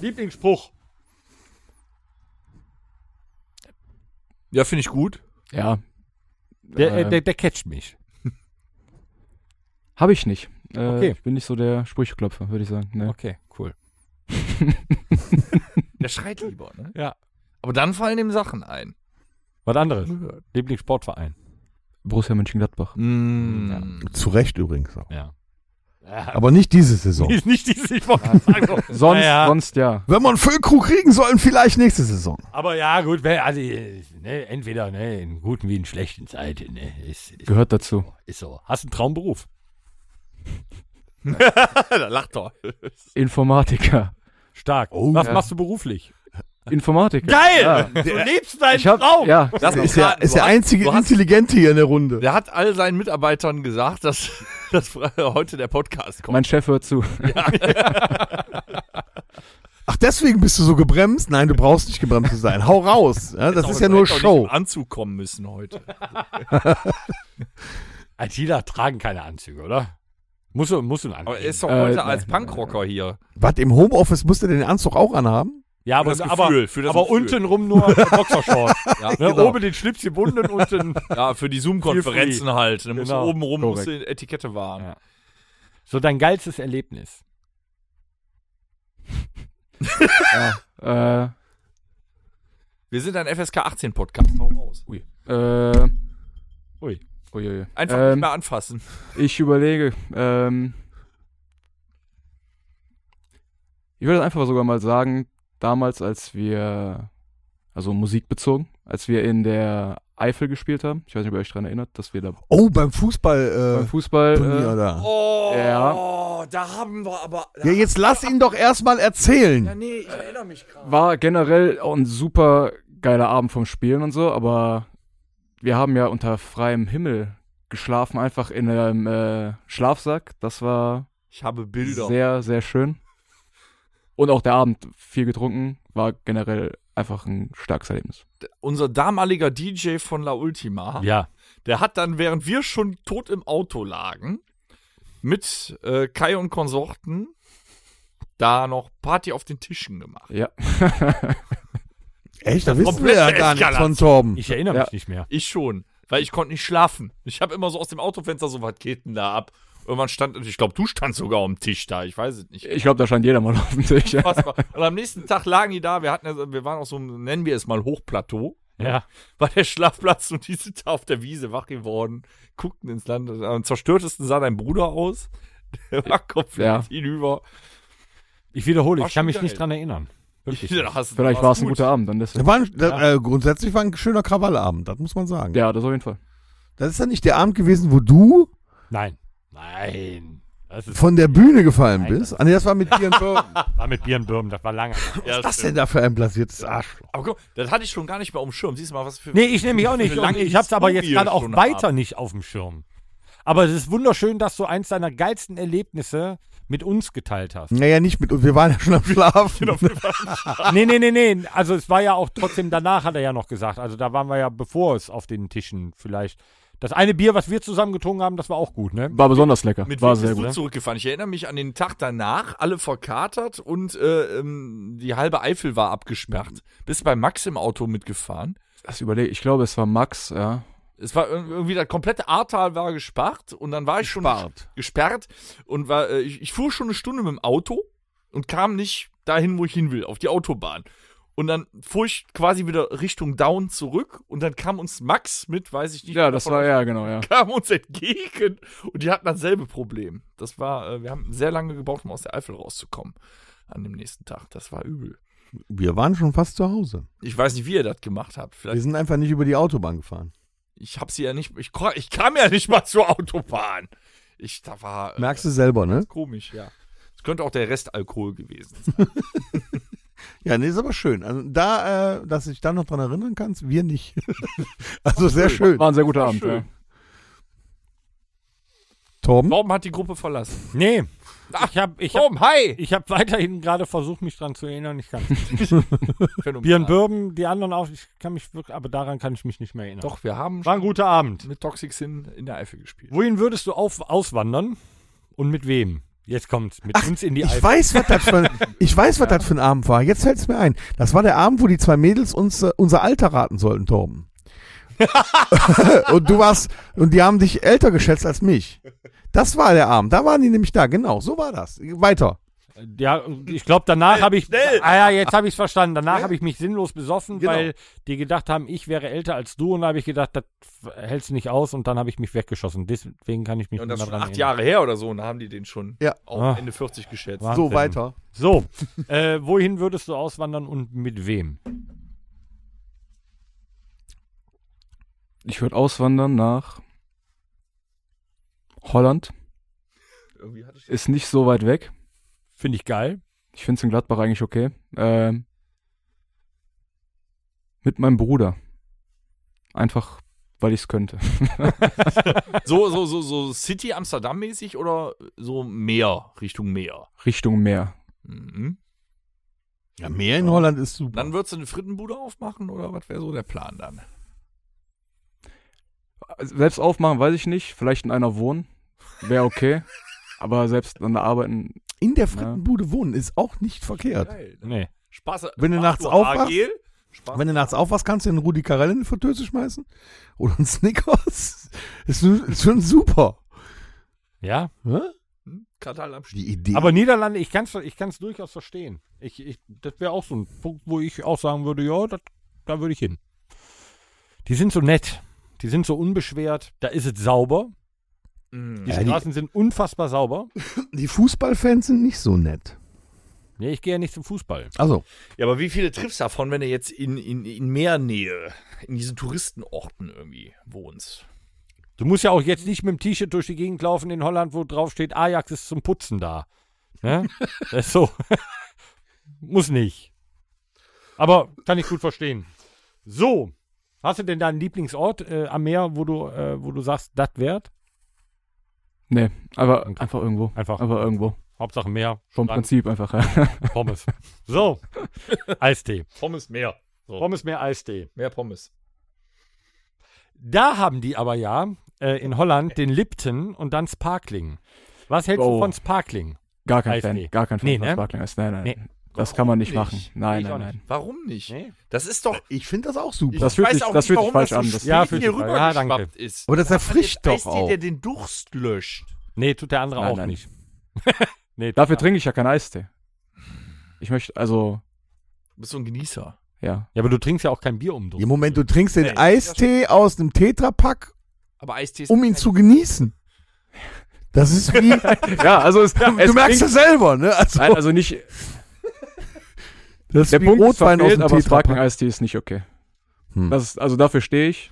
S2: Lieblingsspruch.
S3: Ja, finde ich gut.
S5: Ja,
S2: Der, äh,
S5: Ähm.
S2: der, der catcht mich.
S5: habe ich nicht. Äh,
S2: Okay.
S5: Ich bin nicht so der Sprücheklopfer, würde ich sagen. ne? Nee.
S2: Okay, cool.
S3: Der schreit lieber, ne?
S2: Ja.
S3: Aber dann fallen ihm Sachen ein.
S2: Was anderes? Lieblingssportverein.
S5: Borussia Mönchengladbach.
S4: Hm.
S3: Mm.
S4: Zu Recht übrigens auch.
S2: Ja.
S4: Aber nicht diese Saison.
S2: Ist nicht dieses, ich wollte gerade sagen. so.
S5: Sonst,
S2: Naja.
S5: sonst ja.
S4: Wenn wir einen Füllkrug kriegen sollen, vielleicht nächste Saison.
S2: Aber ja, gut, wer- also, äh, ne, entweder ne, in guten wie in schlechten Zeiten. Ne, ist, ist,
S5: Gehört dazu.
S2: ist so. Hast einen Traumberuf.
S3: da lacht er.
S5: Informatiker.
S2: Stark. Was
S5: ja.
S2: machst du beruflich?
S5: Informatiker.
S2: Oh, Geil!
S5: Ja.
S2: Du lebst deinen
S5: Ich hab, ja,
S3: Lass
S4: Der
S3: uns
S4: ist der,
S3: raten.
S4: ist
S3: Du
S4: der
S3: hast-
S4: einzige
S3: du hast-
S4: Intelligente hier in der Runde.
S3: Der hat all seinen Mitarbeitern gesagt, dass, dass heute der Podcast kommt.
S5: mein Chef hört zu.
S4: Ach, deswegen bist du so gebremst? Nein, du brauchst nicht gebremst zu sein. Hau raus. Ja, das ist ja nur Show.
S3: Anzukommen müssen heute.
S2: Attila tragen keine Anzüge, oder? Musst du, musst du einen Anzug.
S3: Aber er ist doch
S5: Äh,
S3: heute
S5: nee.
S3: als Punkrocker hier.
S4: Was, im Homeoffice musst du den Anzug auch anhaben?
S2: ja, aber,
S3: das Gefühl,
S2: aber,
S3: für das
S2: aber
S3: Gefühl. Genau.
S2: untenrum nur Boxershorts.
S3: Ja,
S2: ne, Oben den Schlips gebunden und unten.
S3: Ja, für die Zoom-Konferenzen halt. Dann musst du
S2: Genau.
S3: oben rum musst du
S5: Korrekt.
S3: Etikette wahren.
S2: Ja. So dein geilstes Erlebnis.
S5: äh,
S3: Wir sind ein FSK 18 Podcast. Hau raus.
S5: ui. Äh,
S2: Ui.
S5: Ui, ui.
S3: Einfach nicht
S5: ähm,
S3: mehr anfassen.
S5: Ich überlege. Ähm, ich würde einfach sogar mal sagen, damals, als wir, also musikbezogen, als wir in der Eifel gespielt haben, ich weiß nicht, ob ihr euch daran erinnert, dass wir da
S4: Oh, beim
S5: beim
S4: Fußball. Äh, Turnier
S5: Fußball.
S4: da.
S3: Oh,
S5: ja.
S3: da haben wir aber.
S4: Ja, jetzt lass ihn doch erstmal
S3: Ja,
S4: erzählen.
S3: nee, ich erinnere mich
S5: Äh,
S3: gerade.
S5: war generell auch ein super geiler Abend vom Spielen und so, aber wir haben ja unter freiem Himmel geschlafen, einfach in einem äh, Schlafsack. Das war
S3: Ich habe Bilder.
S5: Sehr, sehr schön. Und auch der Abend viel getrunken, war generell einfach ein starkes Erlebnis.
S3: Unser damaliger DJ von La Ultima,
S2: Ja.
S3: der hat dann, während wir schon tot im Auto lagen, mit äh, Kai und Konsorten da noch Party auf den Tischen gemacht.
S5: Ja.
S4: Echt? Da wissen wir ja
S3: komplette
S4: gar nichts von
S3: Eskalation.
S4: Torben.
S2: Ich erinnere
S5: Ja.
S2: mich nicht mehr.
S3: Ich schon, weil ich konnte nicht schlafen. Ich habe immer so aus dem Autofenster so, was geht denn da ab? Irgendwann stand, ich glaube, du standst sogar am Tisch da, ich weiß es nicht.
S5: Ich glaube, da stand jeder mal auf dem Tisch. Ja.
S3: Unfassbar. Und am nächsten Tag lagen die da, wir hatten ja, wir waren auf so einem, nennen wir es mal Hochplateau,
S2: Ja.
S3: war der Schlafplatz und die sind da auf der Wiese wach geworden, guckten ins Land. Am zerstörtesten sah dein Bruder aus. Der war komplett
S5: Ja.
S3: hinüber.
S2: Ich wiederhole,
S3: War
S2: ich kann
S3: schon
S2: mich
S3: geil.
S2: nicht dran erinnern.
S5: Wirklich.
S3: Ja, hast-
S5: Vielleicht war es ein
S3: gut.
S5: guter Abend, dann deswegen.
S4: Das war ein, das, äh, grundsätzlich war ein schöner Krawallabend, das muss man sagen.
S5: Ja, das auf jeden Fall.
S4: Das ist ja nicht der Abend gewesen, wo du
S2: Nein. Nein. Das ist,
S4: von der Bühne gefallen
S2: Nein,
S4: bist. Ah, nee, das war mit dir und Birken.
S2: war mit Birnbirnen, das war lange.
S3: Ja,
S4: Was ist
S3: stimmt.
S4: denn da für ein blasiertes Arschloch?
S3: Aber guck, das hatte ich schon gar nicht mehr auf dem Schirm. Siehst du mal, was für.
S2: Nee, ich nehme mich auch nicht.
S3: Wie lange
S2: Und ich hab's aber jetzt
S3: Historie
S2: gerade auch
S3: schon
S2: weiter
S3: haben.
S2: nicht auf dem Schirm. Aber es ist wunderschön, dass du eins deiner geilsten Erlebnisse mit uns geteilt hast.
S4: Naja, nicht mit uns, wir waren ja schon am Schlafen.
S2: nee, nee, nee, nee. Also es war ja auch trotzdem danach, hat er ja noch gesagt. Also da waren wir ja, bevor es auf den Tischen vielleicht. Das eine Bier, was wir zusammen getrunken haben, das war auch gut, ne?
S5: War besonders lecker.
S3: Mit
S5: War
S3: wem
S5: sehr
S3: bist du
S5: gut.
S3: zurückgefahren. Ich erinnere mich an den Tag danach, alle verkatert und äh, ähm, die halbe Eifel war abgesperrt. Bist bei Max im Auto mitgefahren.
S5: Das überlege ich. glaube, es war Max, ja.
S3: Es war ir- irgendwie das komplette Ahrtal war gesperrt und dann war ich schon gesperrt und war äh, ich, ich fuhr schon eine Stunde mit dem Auto und kam nicht dahin, wo ich hin will, auf die Autobahn. Und dann fuhr ich quasi wieder Richtung Down zurück und dann kam uns Max mit, weiß ich nicht.
S5: Ja,
S3: wer
S5: das
S3: von
S5: war
S3: euch
S5: ja, genau, ja.
S3: kamen uns entgegen und die hatten dasselbe Problem. Das war, äh, wir haben sehr lange gebraucht, um aus der Eifel rauszukommen an dem nächsten Tag. Das war übel.
S4: Wir waren schon fast zu Hause.
S3: Ich weiß nicht, wie ihr das gemacht habt.
S4: Wir
S3: Vielleicht,
S4: sind einfach nicht über die Autobahn gefahren.
S3: ich hab sie ja nicht, ich, ko- ich kam ja nicht mal zur Autobahn. Ich, da war äh,
S4: Merkst du selber, ne?
S3: komisch, ja. Es könnte auch der Restalkohol gewesen sein.
S4: Ja, nee, ist aber schön. Also da, äh, dass du dich da noch dran erinnern kannst, wir nicht. also sehr schön.
S5: War ein sehr guter Abend, ja.
S4: Torben?
S3: Torben hat die Gruppe verlassen.
S2: Nee. Ich hab, ich hab,
S3: Torben, hi!
S2: ich hab weiterhin gerade versucht, mich dran zu erinnern. Ich kann
S3: Phänomenal.
S2: Bier und Birben, die anderen auch, ich kann mich wirklich, aber daran kann ich mich nicht mehr erinnern.
S3: Doch, wir haben
S2: War ein guter Abend.
S3: mit Toxic Sin in der Eifel gespielt.
S2: Wohin würdest du auf, auswandern und mit wem? Jetzt kommt's, mit uns in die
S4: Ich
S2: Eifel.
S4: weiß, was das für, ich weiß, was das für ein Abend war. Jetzt fällt es mir ein. Das war der Abend, wo die zwei Mädels uns äh, unser Alter raten sollten, Torben. und du warst, und die haben dich älter geschätzt als mich. Das war der Abend. Da waren die nämlich da. Genau, so war das. Weiter.
S2: Ja, ich glaube, danach habe ich. Ah ja, jetzt habe ich es verstanden. Danach habe ich mich sinnlos besoffen,
S4: Genau.
S2: weil die gedacht haben, ich wäre älter als du. Und da habe ich gedacht, das f- hältst du nicht aus. Und dann habe ich mich weggeschossen. Deswegen kann ich mich
S3: Und das
S2: mehr
S3: ist schon
S2: dran
S3: acht
S2: erinnern.
S3: Jahre her oder so und da haben die den schon
S4: Ja.
S3: auf
S2: Ah.
S3: Ende 40 geschätzt.
S2: Wahnsinn.
S4: So, weiter.
S2: So, äh, wohin würdest du auswandern und mit wem?
S5: Ich würde auswandern nach Holland.
S3: Irgendwie hatte ich
S5: Ist nicht so weit weg.
S2: Finde ich geil.
S5: Ich finde es in Gladbach eigentlich okay. Ähm, mit meinem Bruder. Einfach, weil ich es könnte.
S3: So, so, so, so City Amsterdam mäßig oder so Meer, Richtung Meer.
S5: Richtung Meer.
S3: Mhm.
S4: Ja, mehr in Holland ist super.
S3: Dann würdest du eine Frittenbude aufmachen oder was wäre so der Plan dann?
S5: Also Selbst aufmachen, weiß ich nicht. Vielleicht in einer wohnen. Wäre okay. Aber selbst an der Arbeiten.
S4: In der Frittenbude wohnen ist auch nicht verkehrt.
S3: Geil.
S2: Nee.
S3: Spaß.
S4: Wenn du
S3: Ach,
S4: nachts
S3: du
S4: aufwachst-
S3: Haargel? Spaß.
S4: Wenn du nachts aufwachst, kannst du den Rudi Carell in die Fritteuse schmeißen. Oder einen Snickers. Ist, nu- ist schon super.
S2: Ja.
S4: Hä?
S3: Hm? Kartal am Stiel.
S4: Die Idee.
S2: Aber Niederlande, ich kann es ich kann's durchaus verstehen. Ich, ich, das wäre auch so ein Punkt, wo ich auch sagen würde, ja, dat, da würde ich hin. Die sind so nett. Die sind so unbeschwert. Da ist es sauber. Die
S3: Mhm.
S4: Ja, die-
S2: Straßen sind unfassbar sauber.
S4: die Fußballfans sind nicht so nett.
S2: Nee, ich gehe ja nicht zum Fußball.
S4: Also,
S3: Ja, aber wie viele triffst du davon, wenn du jetzt in, in, in Meernähe, in diesen Touristenorten irgendwie wohnst?
S2: Du musst ja auch jetzt nicht mit dem T-Shirt durch die Gegend laufen in Holland, wo drauf steht, Ajax ist zum Putzen da. Ne? das ist so. Muss nicht. Aber kann ich gut verstehen. So, hast du denn deinen Lieblingsort äh, am Meer, wo du, äh, wo du sagst, das wert?
S5: Nee, aber einfach irgendwo.
S2: Einfach.
S5: Aber irgendwo.
S2: Hauptsache Meer,
S5: Vom
S2: Strand,
S5: Prinzip einfach. Ja.
S2: Pommes. So, Eistee.
S3: Pommes mehr.
S2: Pommes, Meer, Eistee.
S3: Mehr Pommes.
S2: Da haben die aber ja äh, in Holland den Lipton und dann Sparkling. Was hältst du
S5: Oh.
S2: von Sparkling?
S5: Gar kein
S2: Eis,
S5: Fan.
S2: nee.
S5: Gar kein Fan
S2: Nee,
S5: von
S2: ne?
S5: Sparkling Eis. Nein, nein.
S2: Nee.
S5: Das kann man nicht
S3: Warum
S5: machen.
S3: nicht?
S5: Nein,
S2: Ich auch
S5: nein, nein.
S3: Warum nicht?
S2: Nee.
S3: Das ist doch.
S4: ich finde das auch super.
S5: Das fühlt sich- das fühlt sich falsch an,
S3: Das
S5: das-
S3: ja,
S2: Ja,
S3: für
S2: fühlt
S3: hier
S2: sich falsch an. Ja, danke.
S3: rübergeschwappt ist.
S4: Aber das erfrischt doch
S3: Eistee,
S4: auch.
S3: der den Durst löscht.
S2: Nee, tut der andere
S5: Nein,
S2: auch
S5: nein.
S2: nicht. nee,
S5: Dafür trinke ich ja keinen Eistee. Ich möchte, also,
S3: Du bist so ein Genießer.
S5: ja.
S2: Ja, aber du trinkst ja auch kein Bier um.
S4: Im Moment, du trinkst den
S3: Ey,
S4: Eistee aus einem Tetrapack,
S3: Aber Eistee ist
S4: um ihn zu genießen. Das ist wie,
S5: Ja, also es,
S4: du merkst das selber, ne? Also,
S5: Nein, also nicht.
S4: Das ist
S5: Der
S4: wie
S5: Punkt ist
S4: Rotwein aus
S5: verfehlt,
S4: dem
S5: aber
S4: Tetra
S5: Fragen
S4: Pak.
S5: Eistee ist nicht okay.
S4: Hm.
S5: Das ist, also dafür stehe ich.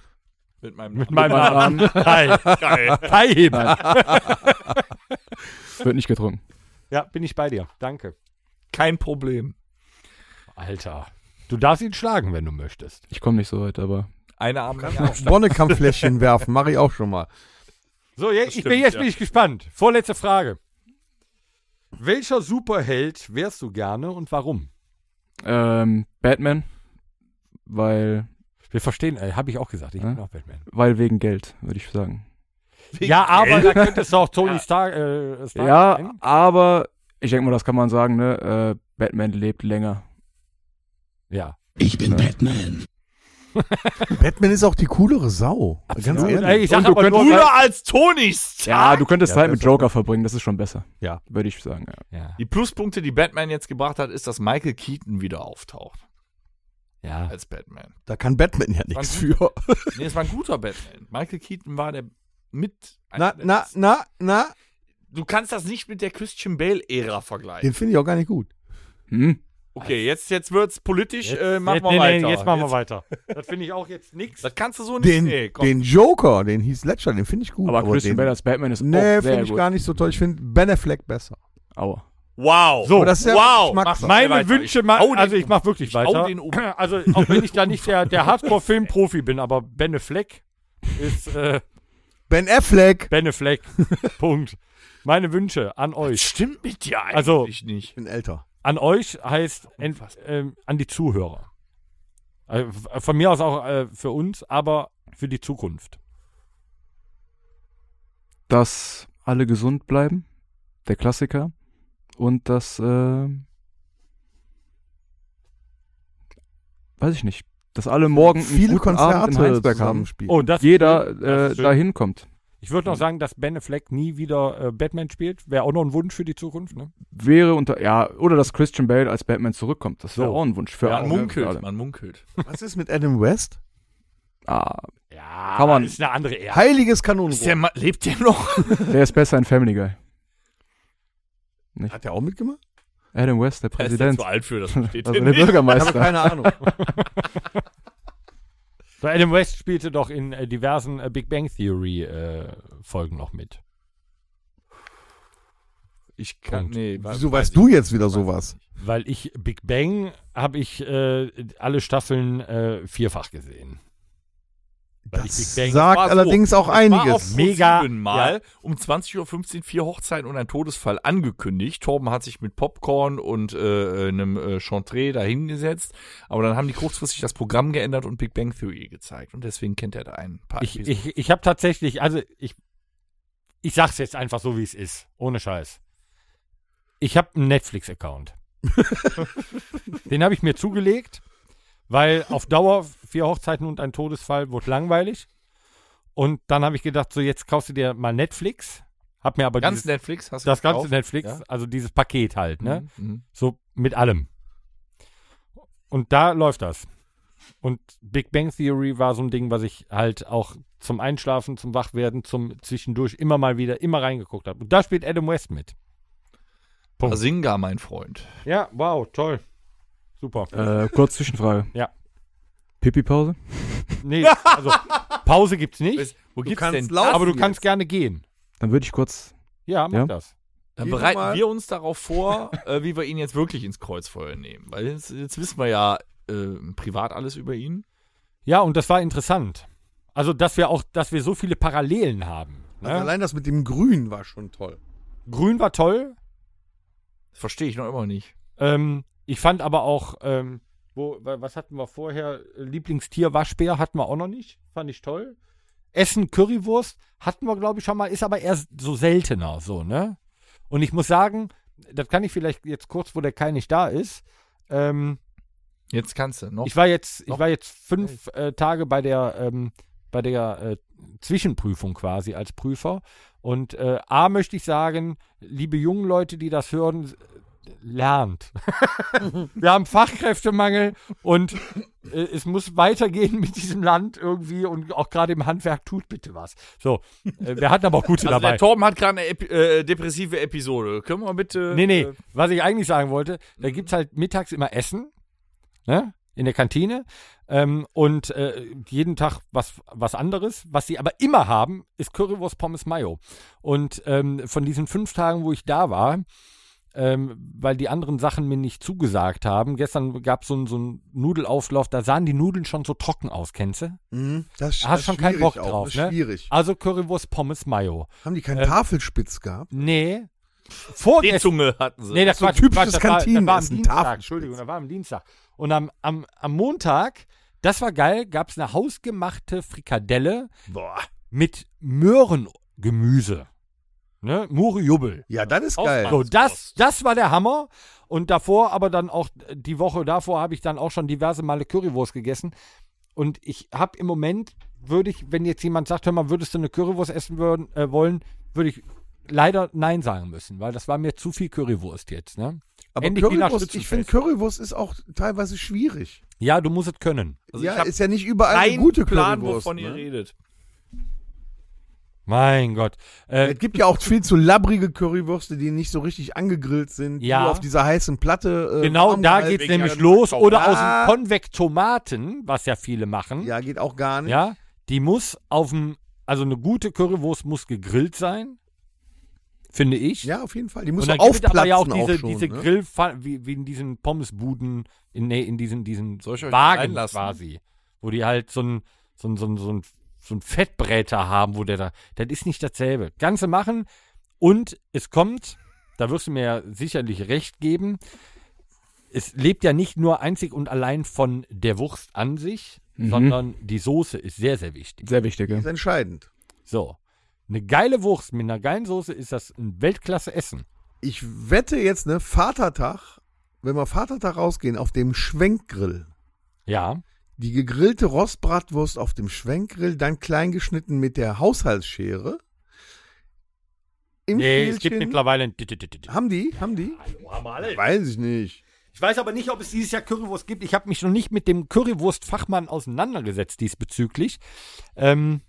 S3: Mit meinem Namen.
S5: Mein Namen
S2: Kai. Kai Hebel.
S5: wird nicht getrunken.
S2: Ja, bin ich bei dir. Danke.
S3: Kein Problem.
S2: Alter. Du darfst ihn schlagen, wenn du möchtest.
S5: Ich komme nicht so weit, aber
S3: Eine Arm kann auch
S4: Bonnekampffläschchen werfen, mache ich auch schon mal.
S2: So, jetzt,
S3: Das
S2: ich bin,
S3: stimmt,
S2: jetzt
S3: ja.
S2: bin ich gespannt. Vorletzte Frage. Welcher Superheld wärst du gerne und warum?
S5: ähm, Batman, weil,
S2: Wir verstehen, äh, habe ich auch gesagt, ich
S5: Hm?
S2: bin auch Batman.
S5: weil wegen Geld, würde ich sagen.
S2: Ja, aber da könntest du auch Tony Stark, äh, Stark
S5: Ja,
S2: sein.
S5: aber ich denke mal, das kann man sagen, ne? Äh, Batman lebt länger.
S2: Ja.
S8: Ich bin Batman.
S4: Batman ist auch die coolere Sau. Ganz
S5: Ja.
S4: ehrlich.
S2: Ey, ich sag
S5: Und du
S2: aber nur,
S5: könntest-
S2: weil-
S3: Cooler als Tony Stark.
S5: Ja, du könntest
S2: Ja,
S5: Zeit mit
S2: besser.
S5: Joker verbringen, das ist schon besser.
S2: Ja.
S5: Würde ich sagen, ja.
S2: ja.
S3: Die Pluspunkte, die Batman jetzt gebracht hat, ist, dass Michael Keaton wieder auftaucht
S2: ja.
S3: als Batman.
S4: Da kann Batman ja nichts für.
S3: Nee, es war ein guter Batman. Michael Keaton war der mit.
S4: Na,
S3: einer der
S4: na,
S3: besten.
S4: na, na.
S3: Du kannst das nicht mit der Christian Bale-Ära vergleichen.
S4: Den finde ich auch gar nicht gut.
S5: Hm?
S3: Okay, jetzt, jetzt wird's politisch.
S2: Jetzt-
S3: äh, machen
S2: jetzt-
S3: wir
S2: nee,
S3: weiter.
S2: Nee, jetzt machen wir weiter. Das finde ich auch jetzt nix.
S3: Das kannst du so nicht.
S4: Den,
S3: nee, komm.
S4: den Joker, den hieß Ledger, den finde ich gut.
S5: Aber Christian
S4: den,
S5: Bale als Batman ist
S4: Nee,
S5: auch sehr
S4: finde ich
S5: gut.
S4: gar nicht so toll. Ich finde Ben Affleck besser.
S5: Aua.
S3: Wow.
S2: So,
S4: Aber das ist ja
S3: wow.
S4: Geschmackssache.
S3: Mach-
S2: Meine
S3: weiter.
S2: Wünsche,
S3: Ich
S2: ma
S3: hau den
S2: also ich
S3: um.
S2: mache wirklich
S3: hau
S2: weiter.
S3: den um.
S2: Also auch wenn ich da nicht der, der Hardcore-Film-Profi bin, aber Benne Fleck ist äh,
S4: Ben Affleck!
S2: Benne Fleck. Punkt. Meine Wünsche an
S3: Das
S2: euch.
S3: stimmt mit dir eigentlich
S2: Also-
S4: Ich
S3: nicht.
S4: bin älter.
S2: An euch heißt en- ähm, an die Zuhörer. Äh, f- von mir aus auch äh, für uns, aber für die Zukunft.
S5: Dass alle gesund bleiben, der Klassiker. Und dass, äh, weiß ich nicht, dass alle morgen einen
S4: Viele
S5: guten Abend in
S4: Konzerte
S5: Heinsberg haben.
S4: zusammenspielen.
S2: Oh, das
S5: Jeder
S2: das
S5: äh,
S2: ist schön.
S5: da hinkommt.
S2: Ich würde noch sagen, dass Benne Fleck nie wieder äh, Batman spielt. Wäre auch noch ein Wunsch für die Zukunft. Ne?
S5: Wäre unter, ja, oder dass Christian Bale als Batman zurückkommt. Das wäre
S2: So.
S5: auch ein Wunsch für
S3: Ja,
S5: alle.
S3: man munkelt.
S5: Alle.
S3: Man munkelt.
S4: Was ist mit Adam West?
S5: Ah,
S2: Ja,
S5: Kann man.
S2: ist eine andere Ära.
S4: Heiliges Kanonenrohr.
S3: Ist der, ma- lebt der noch?
S5: der ist besser in Family Guy.
S4: Hat der auch mitgemacht?
S5: Adam West, der
S3: Er ist ja
S5: Präsident.
S3: zu alt für das.
S5: Also
S3: Versteht
S5: der
S3: ihr nicht?
S4: Ich habe
S5: Bürgermeister.
S4: keine Ahnung.
S2: So, Adam West spielte doch in äh, diversen äh, Big Bang Theory äh, Folgen noch mit.
S3: Ich kann.
S2: Punkt.
S3: Nee, wa-
S4: Wieso
S3: weiß
S4: weißt
S3: ich
S4: du jetzt wieder sowas?
S2: Weil ich Big Bang habe ich äh, alle Staffeln äh, vierfach gesehen. Weil ich
S4: Das
S2: Big Bang
S4: sagt
S3: war so.
S4: allerdings auch
S3: war auf
S4: einiges.
S2: Mega.
S3: Mega. Mal um 20.15 Uhr vier Hochzeiten und ein Todesfall angekündigt. Torben hat sich mit Popcorn und äh, einem äh, Chantre dahingesetzt. Aber dann haben die kurzfristig das Programm geändert und Big Bang Theory gezeigt. Und deswegen kennt er da ein paar.
S2: ich,
S3: Episoden.
S2: ich, ich habe tatsächlich, also ich, ich sag's jetzt einfach so, wie es ist. Ohne Scheiß. Ich habe einen Netflix-Account. Den habe ich mir zugelegt, weil auf Dauer vier Hochzeiten und ein Todesfall wurde langweilig. Und dann habe ich gedacht, so jetzt kaufst du dir mal Netflix. Hab mir aber
S3: Ganz
S2: dieses,
S3: Netflix hast du
S2: das ganze
S3: gekauft?
S2: Netflix,
S3: Ja.
S2: also dieses Paket halt, ne?
S3: Mhm.
S2: So mit allem. Und da läuft das. Und Big Bang Theory war so ein Ding, was ich halt auch zum Einschlafen, zum Wachwerden, zum Zwischendurch immer mal wieder, immer reingeguckt habe. Und da spielt Adam West mit. Punkt.
S3: Basinga, mein Freund.
S2: Ja, wow, toll. Super.
S5: Äh, kurz Zwischenfrage.
S2: Ja.
S5: Pipi-Pause?
S2: Nee, also Pause gibt's nicht,
S3: Wo
S4: Du
S3: gibt's
S4: kannst
S3: denn?
S4: laufen.
S3: Aber
S2: aber du
S4: jetzt.
S2: kannst gerne gehen.
S5: Dann würde ich kurz.
S2: Ja, mach
S5: Ja.
S2: das.
S3: dann
S4: Geh doch
S3: bereiten
S4: mal.
S3: wir uns darauf vor, äh, wie wir ihn jetzt wirklich ins Kreuzfeuer nehmen. Weil jetzt, jetzt wissen wir ja äh, privat alles über ihn.
S2: Ja, und das war interessant. Also, dass wir auch, dass wir so viele Parallelen haben. Ne?
S4: Also allein das mit dem Grün war schon toll.
S2: Grün war toll,
S3: Verstehe ich noch immer nicht.
S2: Ähm, ich fand aber auch, ähm, wo, wa- was hatten wir vorher? Lieblingstier Waschbär hatten wir auch noch nicht. Fand ich toll. Essen Currywurst hatten wir, glaube ich, schon mal, ist aber eher so seltener, so, ne? Und ich muss sagen, das kann ich vielleicht jetzt kurz, wo der Kai nicht da ist. Ähm,
S3: Jetzt kannst du noch.
S2: ich war jetzt, ich
S3: Noch?
S2: war jetzt fünf äh, Tage bei der, ähm, bei der äh, Zwischenprüfung quasi als Prüfer. Und äh, A möchte ich sagen, liebe jungen Leute, die das hören, s- lernt. Wir haben Fachkräftemangel und äh, es muss weitergehen mit diesem Land irgendwie und auch gerade im Handwerk tut bitte was. So, äh, wir hatten aber auch gute
S3: Also
S2: dabei.
S3: der Torben hat gerade eine Epi äh, depressive Episode. Können wir bitte.
S2: Nee, nee,
S3: Äh,
S2: was ich eigentlich sagen wollte, da gibt es halt mittags immer Essen ne? in der Kantine. Ähm, und äh, jeden Tag was, was anderes. Was sie aber immer haben, ist Currywurst Pommes Mayo. Und ähm, von diesen fünf Tagen, wo ich da war, ähm, weil die anderen Sachen mir nicht zugesagt haben, gestern gab es so einen so einen Nudelauflauf, da sahen die Nudeln schon so trocken aus, kennst du?
S4: Mhm. Das,
S2: Hast schon keinen
S4: schwierig
S2: Bock
S4: auch,
S2: drauf,
S4: das
S2: ne?
S4: Schwierig.
S2: Also Currywurst Pommes Mayo.
S4: Haben die keinen Tafelspitz gehabt?
S2: Nee.
S3: Die
S2: Vorgestern.
S3: Zunge hatten sie.
S2: Nee, das
S4: so
S2: war
S4: ein typisches
S2: Quatsch, das war, das war am
S4: Kantinenessen,
S2: Dienstag.
S4: Tafelspitz.
S2: Entschuldigung, das war am Dienstag. Und am, am, am Montag, das war geil, gab es eine hausgemachte Frikadelle
S3: Boah.
S2: mit Möhrengemüse. Ne? Murjubbel.
S4: Ja, das ist
S3: Ausmachen.
S4: geil.
S2: So, das, das war der Hammer. Und davor, aber dann auch die Woche davor, habe ich dann auch schon diverse Male Currywurst gegessen. Und ich habe im Moment, würde ich, wenn jetzt jemand sagt, hör mal, würdest du eine Currywurst essen würden, äh, wollen, würde ich leider Nein sagen müssen, weil das war mir zu viel Currywurst jetzt. Ne?
S4: Aber
S2: Ähnlich wie nach
S4: Currywurst, ich finde Currywurst ist auch teilweise schwierig.
S2: Ja, du musst es können.
S3: Also ich
S4: ja,
S3: hab
S4: ist ja nicht überall eine
S3: Ein
S4: gute
S3: Plan,
S4: Currywurst.
S3: wovon ihr
S4: Ne?
S3: redet.
S2: Mein Gott. Äh,
S4: Es gibt ja auch viel zu labbrige Currywürste, die nicht so richtig angegrillt sind,
S2: Ja.
S4: die nur auf dieser heißen Platte. äh,
S2: genau
S4: warm
S2: da
S4: gehalten
S2: geht es
S3: wegen
S2: nämlich
S3: einem
S2: los.
S3: Kakao.
S2: Oder aus
S4: Ah.
S2: dem Konvekt Tomaten, was ja viele machen.
S4: Ja, geht auch gar nicht.
S2: Ja, die muss auf dem, also eine gute Currywurst muss gegrillt sein, finde ich.
S4: Ja, auf jeden Fall. Die muss
S2: Und
S4: so
S2: dann gibt es
S4: aufplatzen
S2: aber ja auch diese,
S4: auch schon,
S2: diese
S4: ne?
S2: Grill, wie, wie in diesen Pommesbuden, in, nee, in diesen, diesen
S3: Soll ich euch
S2: Wagen
S3: einlassen?
S2: quasi, wo die halt so ein, so ein, so ein, so ein, so ein Fettbräter haben, wo der da, das ist nicht dasselbe. Ganze machen und es kommt, da wirst du mir ja sicherlich recht geben, es lebt ja nicht nur einzig und allein von der Wurst an sich,
S5: Mhm.
S2: sondern die Soße ist sehr, sehr wichtig.
S5: Sehr wichtig, ja.
S4: Das ist entscheidend.
S2: So. Eine geile Wurst mit einer geilen Soße ist das ein Weltklasse-Essen.
S4: Ich wette jetzt, ne, Vatertag, wenn wir Vatertag rausgehen, auf dem Schwenkgrill.
S2: Ja.
S4: Die gegrillte Rostbratwurst auf dem Schwenkgrill, dann klein geschnitten mit der Haushaltsschere. Im
S2: Nee, es gibt
S4: Schälchen-
S2: mittlerweile ein
S4: Haben die? Haben die? Weiß ich nicht.
S2: Ich weiß aber nicht, ob es dieses Jahr Currywurst gibt. Ich habe mich noch nicht mit dem Currywurst-Fachmann auseinandergesetzt diesbezüglich. Ähm,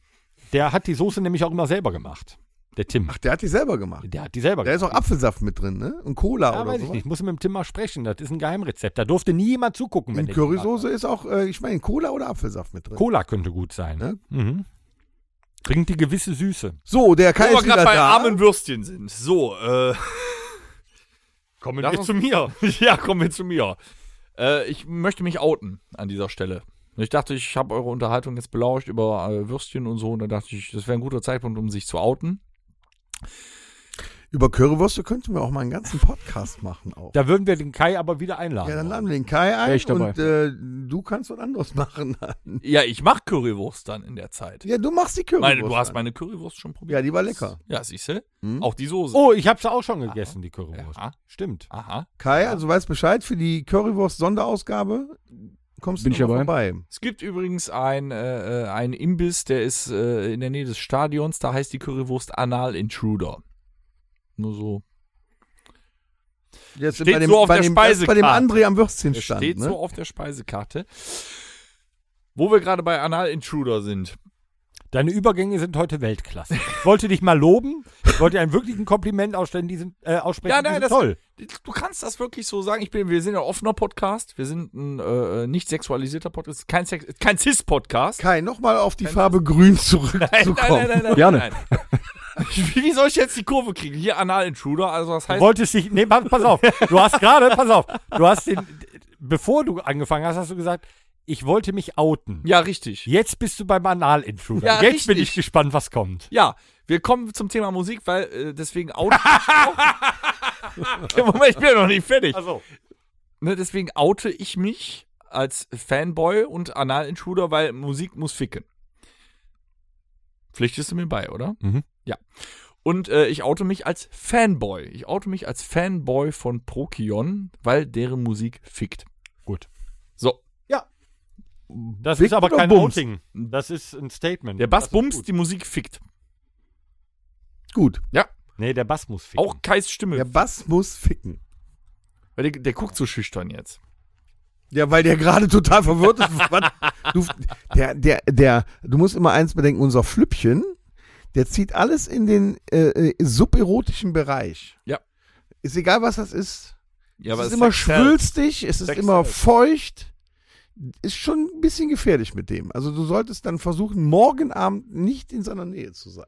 S2: der hat die Soße nämlich auch immer selber gemacht. Der Tim.
S4: Ach, der hat die selber gemacht.
S2: Der hat die selber
S4: Da ist
S2: gemacht.
S4: auch Apfelsaft mit drin, ne? Und Cola
S2: ja,
S4: oder
S2: weiß ich
S4: so.
S2: nicht. Muss mit dem Tim mal sprechen. Das ist ein Geheimrezept. Da durfte nie jemand zugucken.
S4: In
S2: der
S4: Currysoße ist auch, äh, ich meine, Cola oder Apfelsaft mit drin.
S2: Cola könnte gut sein.
S4: Ne?
S2: Mhm. Bringt die gewisse Süße.
S4: So, der Kai
S3: Wo wir
S4: ist wieder
S3: gerade bei
S4: da.
S3: armen Würstchen sind. So, äh. Kommen wir zu mir. ja, kommen wir zu mir. Äh, ich möchte mich outen an dieser Stelle. Ich dachte, ich habe eure Unterhaltung jetzt belauscht über äh, Würstchen und so. Und dann dachte ich, das wäre ein guter Zeitpunkt, um sich zu outen.
S4: Über Currywürste könnten wir auch mal einen ganzen Podcast machen auch.
S2: Da würden wir den Kai aber wieder einladen.
S4: ja, dann laden wir den Kai ein
S5: Wär ich dabei.
S4: und äh, du kannst was anderes machen.
S3: Ja, ich mache Currywurst dann in der Zeit.
S4: ja, du machst die Currywurst.
S3: meine, du hast
S4: an.
S3: meine Currywurst schon probiert.
S4: ja, die war lecker.
S3: Ja, siehst du?
S4: Hm?
S3: Auch die Soße.
S2: Oh, ich habe sie auch schon gegessen, die Currywurst.
S3: Ja.
S2: Stimmt.
S3: Aha.
S4: Kai, also weißt Bescheid für die Currywurst Sonderausgabe. Kommst
S5: Bin
S4: du
S5: ich
S4: noch
S5: dabei?
S4: vorbei.
S3: Es gibt übrigens ein, äh, äh, einen Imbiss, der ist äh, in der Nähe des Stadions. Da heißt die Currywurst Anal Intruder. Nur so.
S4: Jetzt
S3: Steht so auf
S4: bei
S3: der
S4: dem, das bei dem
S3: Speisekarte.
S4: André am
S3: Der
S4: Würstchenstand,
S3: steht
S4: ne?
S3: so auf der Speisekarte. Wo wir gerade bei Anal Intruder sind.
S2: Deine Übergänge sind heute Weltklasse. Ich wollte dich mal loben. Ich wollte dir ein wirklich ein Kompliment ausstellen, die sind, äh, aussprechen.
S3: Ja,
S2: die
S3: nein,
S2: sind
S3: das-
S2: toll.
S3: Du kannst das wirklich so sagen. Ich bin, wir sind ein offener Podcast. Wir sind ein äh, nicht sexualisierter Podcast. Kein, Sex, kein Cis-Podcast.
S4: Kai, nochmal auf die Farbe grün
S3: Nein,
S4: zurückzukommen.
S3: nein, nein, nein,
S5: Gerne.
S3: nein. Wie, wie soll ich jetzt die Kurve kriegen? Hier Anal Intruder. Also das
S2: Du
S3: heißt,
S2: wolltest dich. Nee, pass pass auf. Du hast gerade, pass auf. Du hast den. Bevor du angefangen hast, hast du gesagt, ich wollte mich outen.
S3: ja richtig.
S2: Jetzt bist du beim Anal-Intruder.
S3: Ja,
S2: Jetzt bin
S3: richtig.
S2: ich gespannt, was kommt.
S3: Ja, wir kommen zum Thema Musik, weil äh, deswegen oute ich mich auch. Moment, ich bin ja noch nicht fertig.
S2: Also,
S3: Ne, deswegen oute ich mich als Fanboy und Anal-Intruder, weil Musik muss ficken. Pflichtest du mir bei, oder?
S2: Mhm.
S3: Ja. Und äh, ich oute mich als Fanboy. Ich oute mich als Fanboy von Prokion, weil deren Musik fickt.
S2: Gut.
S3: So.
S2: das
S4: Big
S2: ist aber
S4: oder
S2: kein
S4: Bums?
S2: Outing. Das ist ein Statement.
S3: Der Bass
S2: Das ist
S3: bumst,
S2: gut.
S3: die Musik fickt.
S4: Gut.
S2: Nee, der Bass muss ficken.
S3: Auch Kais Stimme.
S4: Der Bass muss ficken.
S3: Weil der, der guckt so schüchtern jetzt.
S4: Ja, weil der gerade total verwirrt ist. Was? Du, der, der, der, du musst immer eins bedenken, unser Flüppchen, der zieht alles in den äh, äh, suberotischen Bereich.
S3: Ja.
S4: Ist egal, was das ist.
S3: Ja, halt
S4: es ist immer schwülstig, es ist
S3: Sex
S4: immer
S3: sells.
S4: feucht. ist schon ein bisschen gefährlich mit dem. Also du solltest dann versuchen, morgen Abend nicht in seiner Nähe zu sein.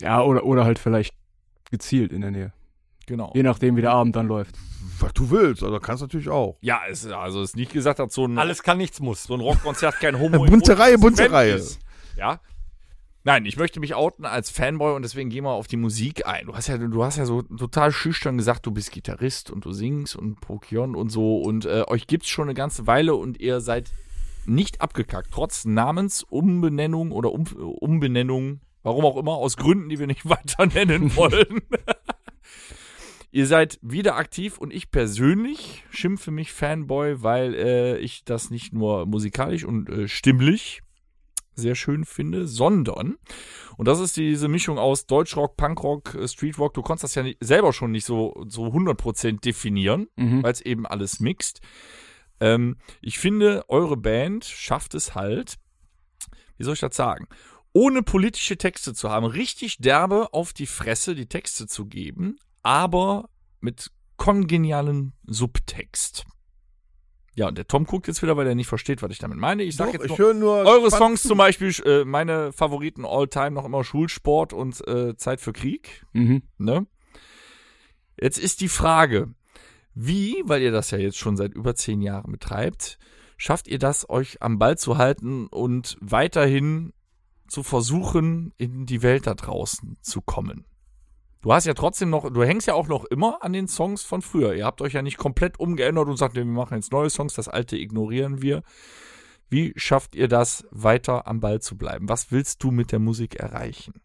S5: Ja, oder, oder halt vielleicht gezielt in der Nähe.
S3: Genau.
S5: Je nachdem, wie der Abend dann läuft.
S4: Was du willst, oder kannst natürlich auch.
S3: Ja, es, also es ist nicht gesagt, dass so ein,
S2: Alles kann, nichts muss.
S3: so ein Rockkonzert kein Homo
S4: Bunterei,
S3: erotisches
S4: Bunterei.
S3: Event ist. Ja. Nein, ich möchte mich outen als Fanboy und deswegen geh mal auf die Musik ein. Du hast ja, du hast ja so total schüchtern gesagt, du bist Gitarrist und du singst und Pokion und so und äh, euch gibt's schon eine ganze Weile und ihr seid nicht abgekackt, trotz Namensumbenennung oder um, Umbenennung, warum auch immer, aus Gründen, die wir nicht weiter nennen wollen. Ihr seid wieder aktiv und ich persönlich schimpfe mich Fanboy, weil äh, ich das nicht nur musikalisch und äh, stimmlich sehr schön finde, sondern, und das ist diese Mischung aus Deutschrock, Punkrock, äh, Streetrock, du konntest das ja nicht, selber schon nicht so, so 100% definieren,
S5: Mhm.
S3: weil es eben alles mixt. Ähm, ich finde, eure Band schafft es halt, wie soll ich das sagen, ohne politische Texte zu haben, richtig derbe auf die Fresse die Texte zu geben, aber mit kongenialen Subtext. Ja, und der Tom guckt jetzt wieder, weil er nicht versteht, was ich damit meine. Ich sag
S4: Doch,
S3: jetzt nur,
S4: ich höre nur
S3: eure
S4: Span-
S3: Songs zum Beispiel, äh, meine Favoriten all time noch immer Schulsport und äh, Zeit für Krieg
S5: Mhm.
S3: ne? Jetzt ist die Frage, wie, weil ihr das ja jetzt schon seit über zehn Jahren betreibt, schafft ihr das, euch am Ball zu halten und weiterhin zu versuchen, in die Welt da draußen zu kommen? Du hast ja trotzdem noch, du hängst ja auch noch immer an den Songs von früher. Ihr habt euch ja nicht komplett umgeändert und sagt, nee, wir machen jetzt neue Songs, das alte ignorieren wir. Wie schafft ihr das, weiter am Ball zu bleiben? Was willst du mit der Musik erreichen?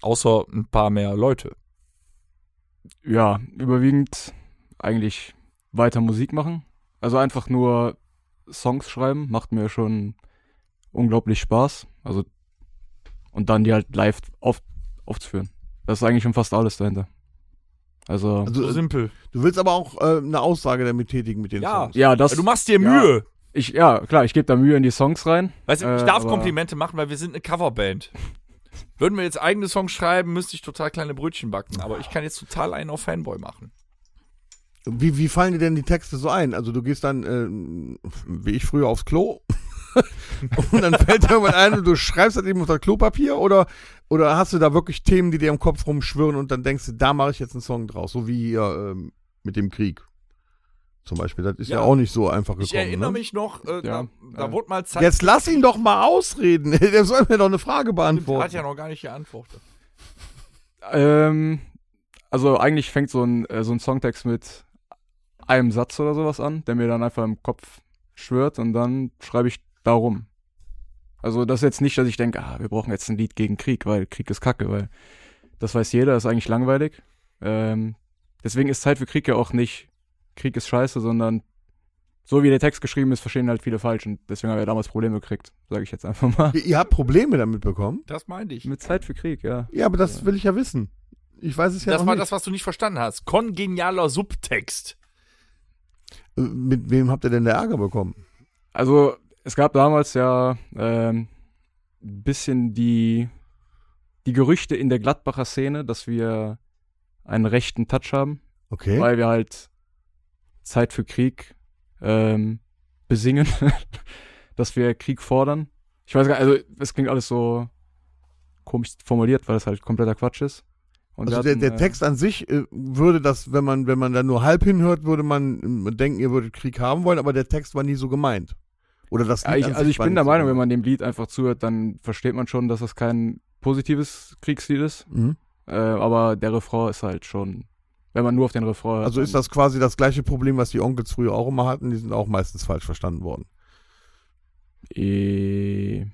S3: Außer ein paar mehr Leute.
S5: ja, überwiegend eigentlich weiter Musik machen. Also einfach nur Songs schreiben, macht mir schon unglaublich Spaß. Also und dann die halt live auf, aufzuführen. Das ist eigentlich schon fast alles dahinter. Also,
S4: Also, äh,
S3: simpel.
S4: du willst aber auch äh, eine Aussage damit tätigen mit den
S3: Ja.
S4: Songs.
S5: ja, das
S3: du machst dir
S5: ja.
S3: Mühe.
S5: ich ja, klar, ich gebe da Mühe in die Songs rein.
S3: Weißt du, ich
S5: Äh,
S3: darf
S5: aber-
S3: Komplimente machen, weil wir sind eine Coverband. Würden wir jetzt eigene Songs schreiben, müsste ich total kleine Brötchen backen. Aber ich kann jetzt total einen auf Fanboy machen.
S4: Wie, wie fallen dir denn die Texte so ein? Also du gehst dann, ähm, wie ich früher, aufs Klo und dann fällt dir irgendwas ein und du schreibst das eben auf das Klopapier oder, oder hast du da wirklich Themen, die dir im Kopf rumschwirren und dann denkst du, da mache ich jetzt einen Song draus, so wie hier ähm, mit dem Krieg. Zum Beispiel, das ist ja,
S3: Ja.
S4: auch nicht so einfach gekommen.
S3: ich erinnere
S4: ne?
S3: mich noch, äh,
S5: Ja,
S3: da, da
S5: äh.
S3: wurde mal Zeit.
S4: Jetzt lass ihn doch mal ausreden. Der soll mir doch eine Frage beantworten.
S3: hat ja noch gar nicht geantwortet.
S5: Ähm, also eigentlich fängt so ein, äh, so ein Songtext mit einem Satz oder sowas an, der mir dann einfach im Kopf schwört und dann schreibe ich darum. Also das ist jetzt nicht, dass ich denke, ah, wir brauchen jetzt ein Lied gegen Krieg, weil Krieg ist Kacke, weil das weiß jeder, ist eigentlich langweilig. Ähm, deswegen ist Zeit für Krieg ja auch nicht Krieg ist scheiße, sondern so wie der Text geschrieben ist, verstehen halt viele falsch und deswegen haben wir damals Probleme gekriegt, sage ich jetzt einfach mal.
S4: Ihr- Ihr habt Probleme damit bekommen?
S3: Das meinte ich.
S5: Mit Zeit für Krieg, ja.
S4: Ja, aber das will ich ja wissen. Ich weiß es ja
S3: das
S4: noch
S3: war
S4: nicht.
S3: das, was du nicht verstanden hast. Kongenialer Subtext.
S4: Äh, Mit wem habt ihr denn der Ärger bekommen?
S5: Also es gab damals ja ähm, ein bisschen die, die Gerüchte in der Gladbacher Szene, dass wir einen rechten Touch haben,
S4: Okay.
S5: weil wir halt Zeit für Krieg ähm, besingen, dass wir Krieg fordern. Ich weiß gar nicht, also es klingt alles so komisch formuliert, weil es halt kompletter Quatsch ist. Und wir
S4: Also der,
S5: hatten,
S4: der
S5: äh,
S4: Text an sich äh, würde das, wenn man, wenn man da nur halb hinhört, würde man äh, denken, ihr würdet Krieg haben wollen, aber der Text war nie so gemeint. Oder das
S5: Ja,
S4: Lied
S5: ich,
S4: an
S5: also
S4: sich
S5: ich
S4: war
S5: bin
S4: nicht
S5: der
S4: so
S5: Meinung, wenn
S4: gemeint.
S5: man dem Lied einfach zuhört, dann versteht man schon, dass das kein positives Kriegslied ist.
S4: Mhm.
S5: Äh, aber der Refrain ist halt schon, wenn man nur auf den Refrain hört,
S4: Also ist das quasi das gleiche Problem, was die Onkels früher auch immer hatten, die sind auch meistens falsch verstanden worden.
S5: dann- Eh,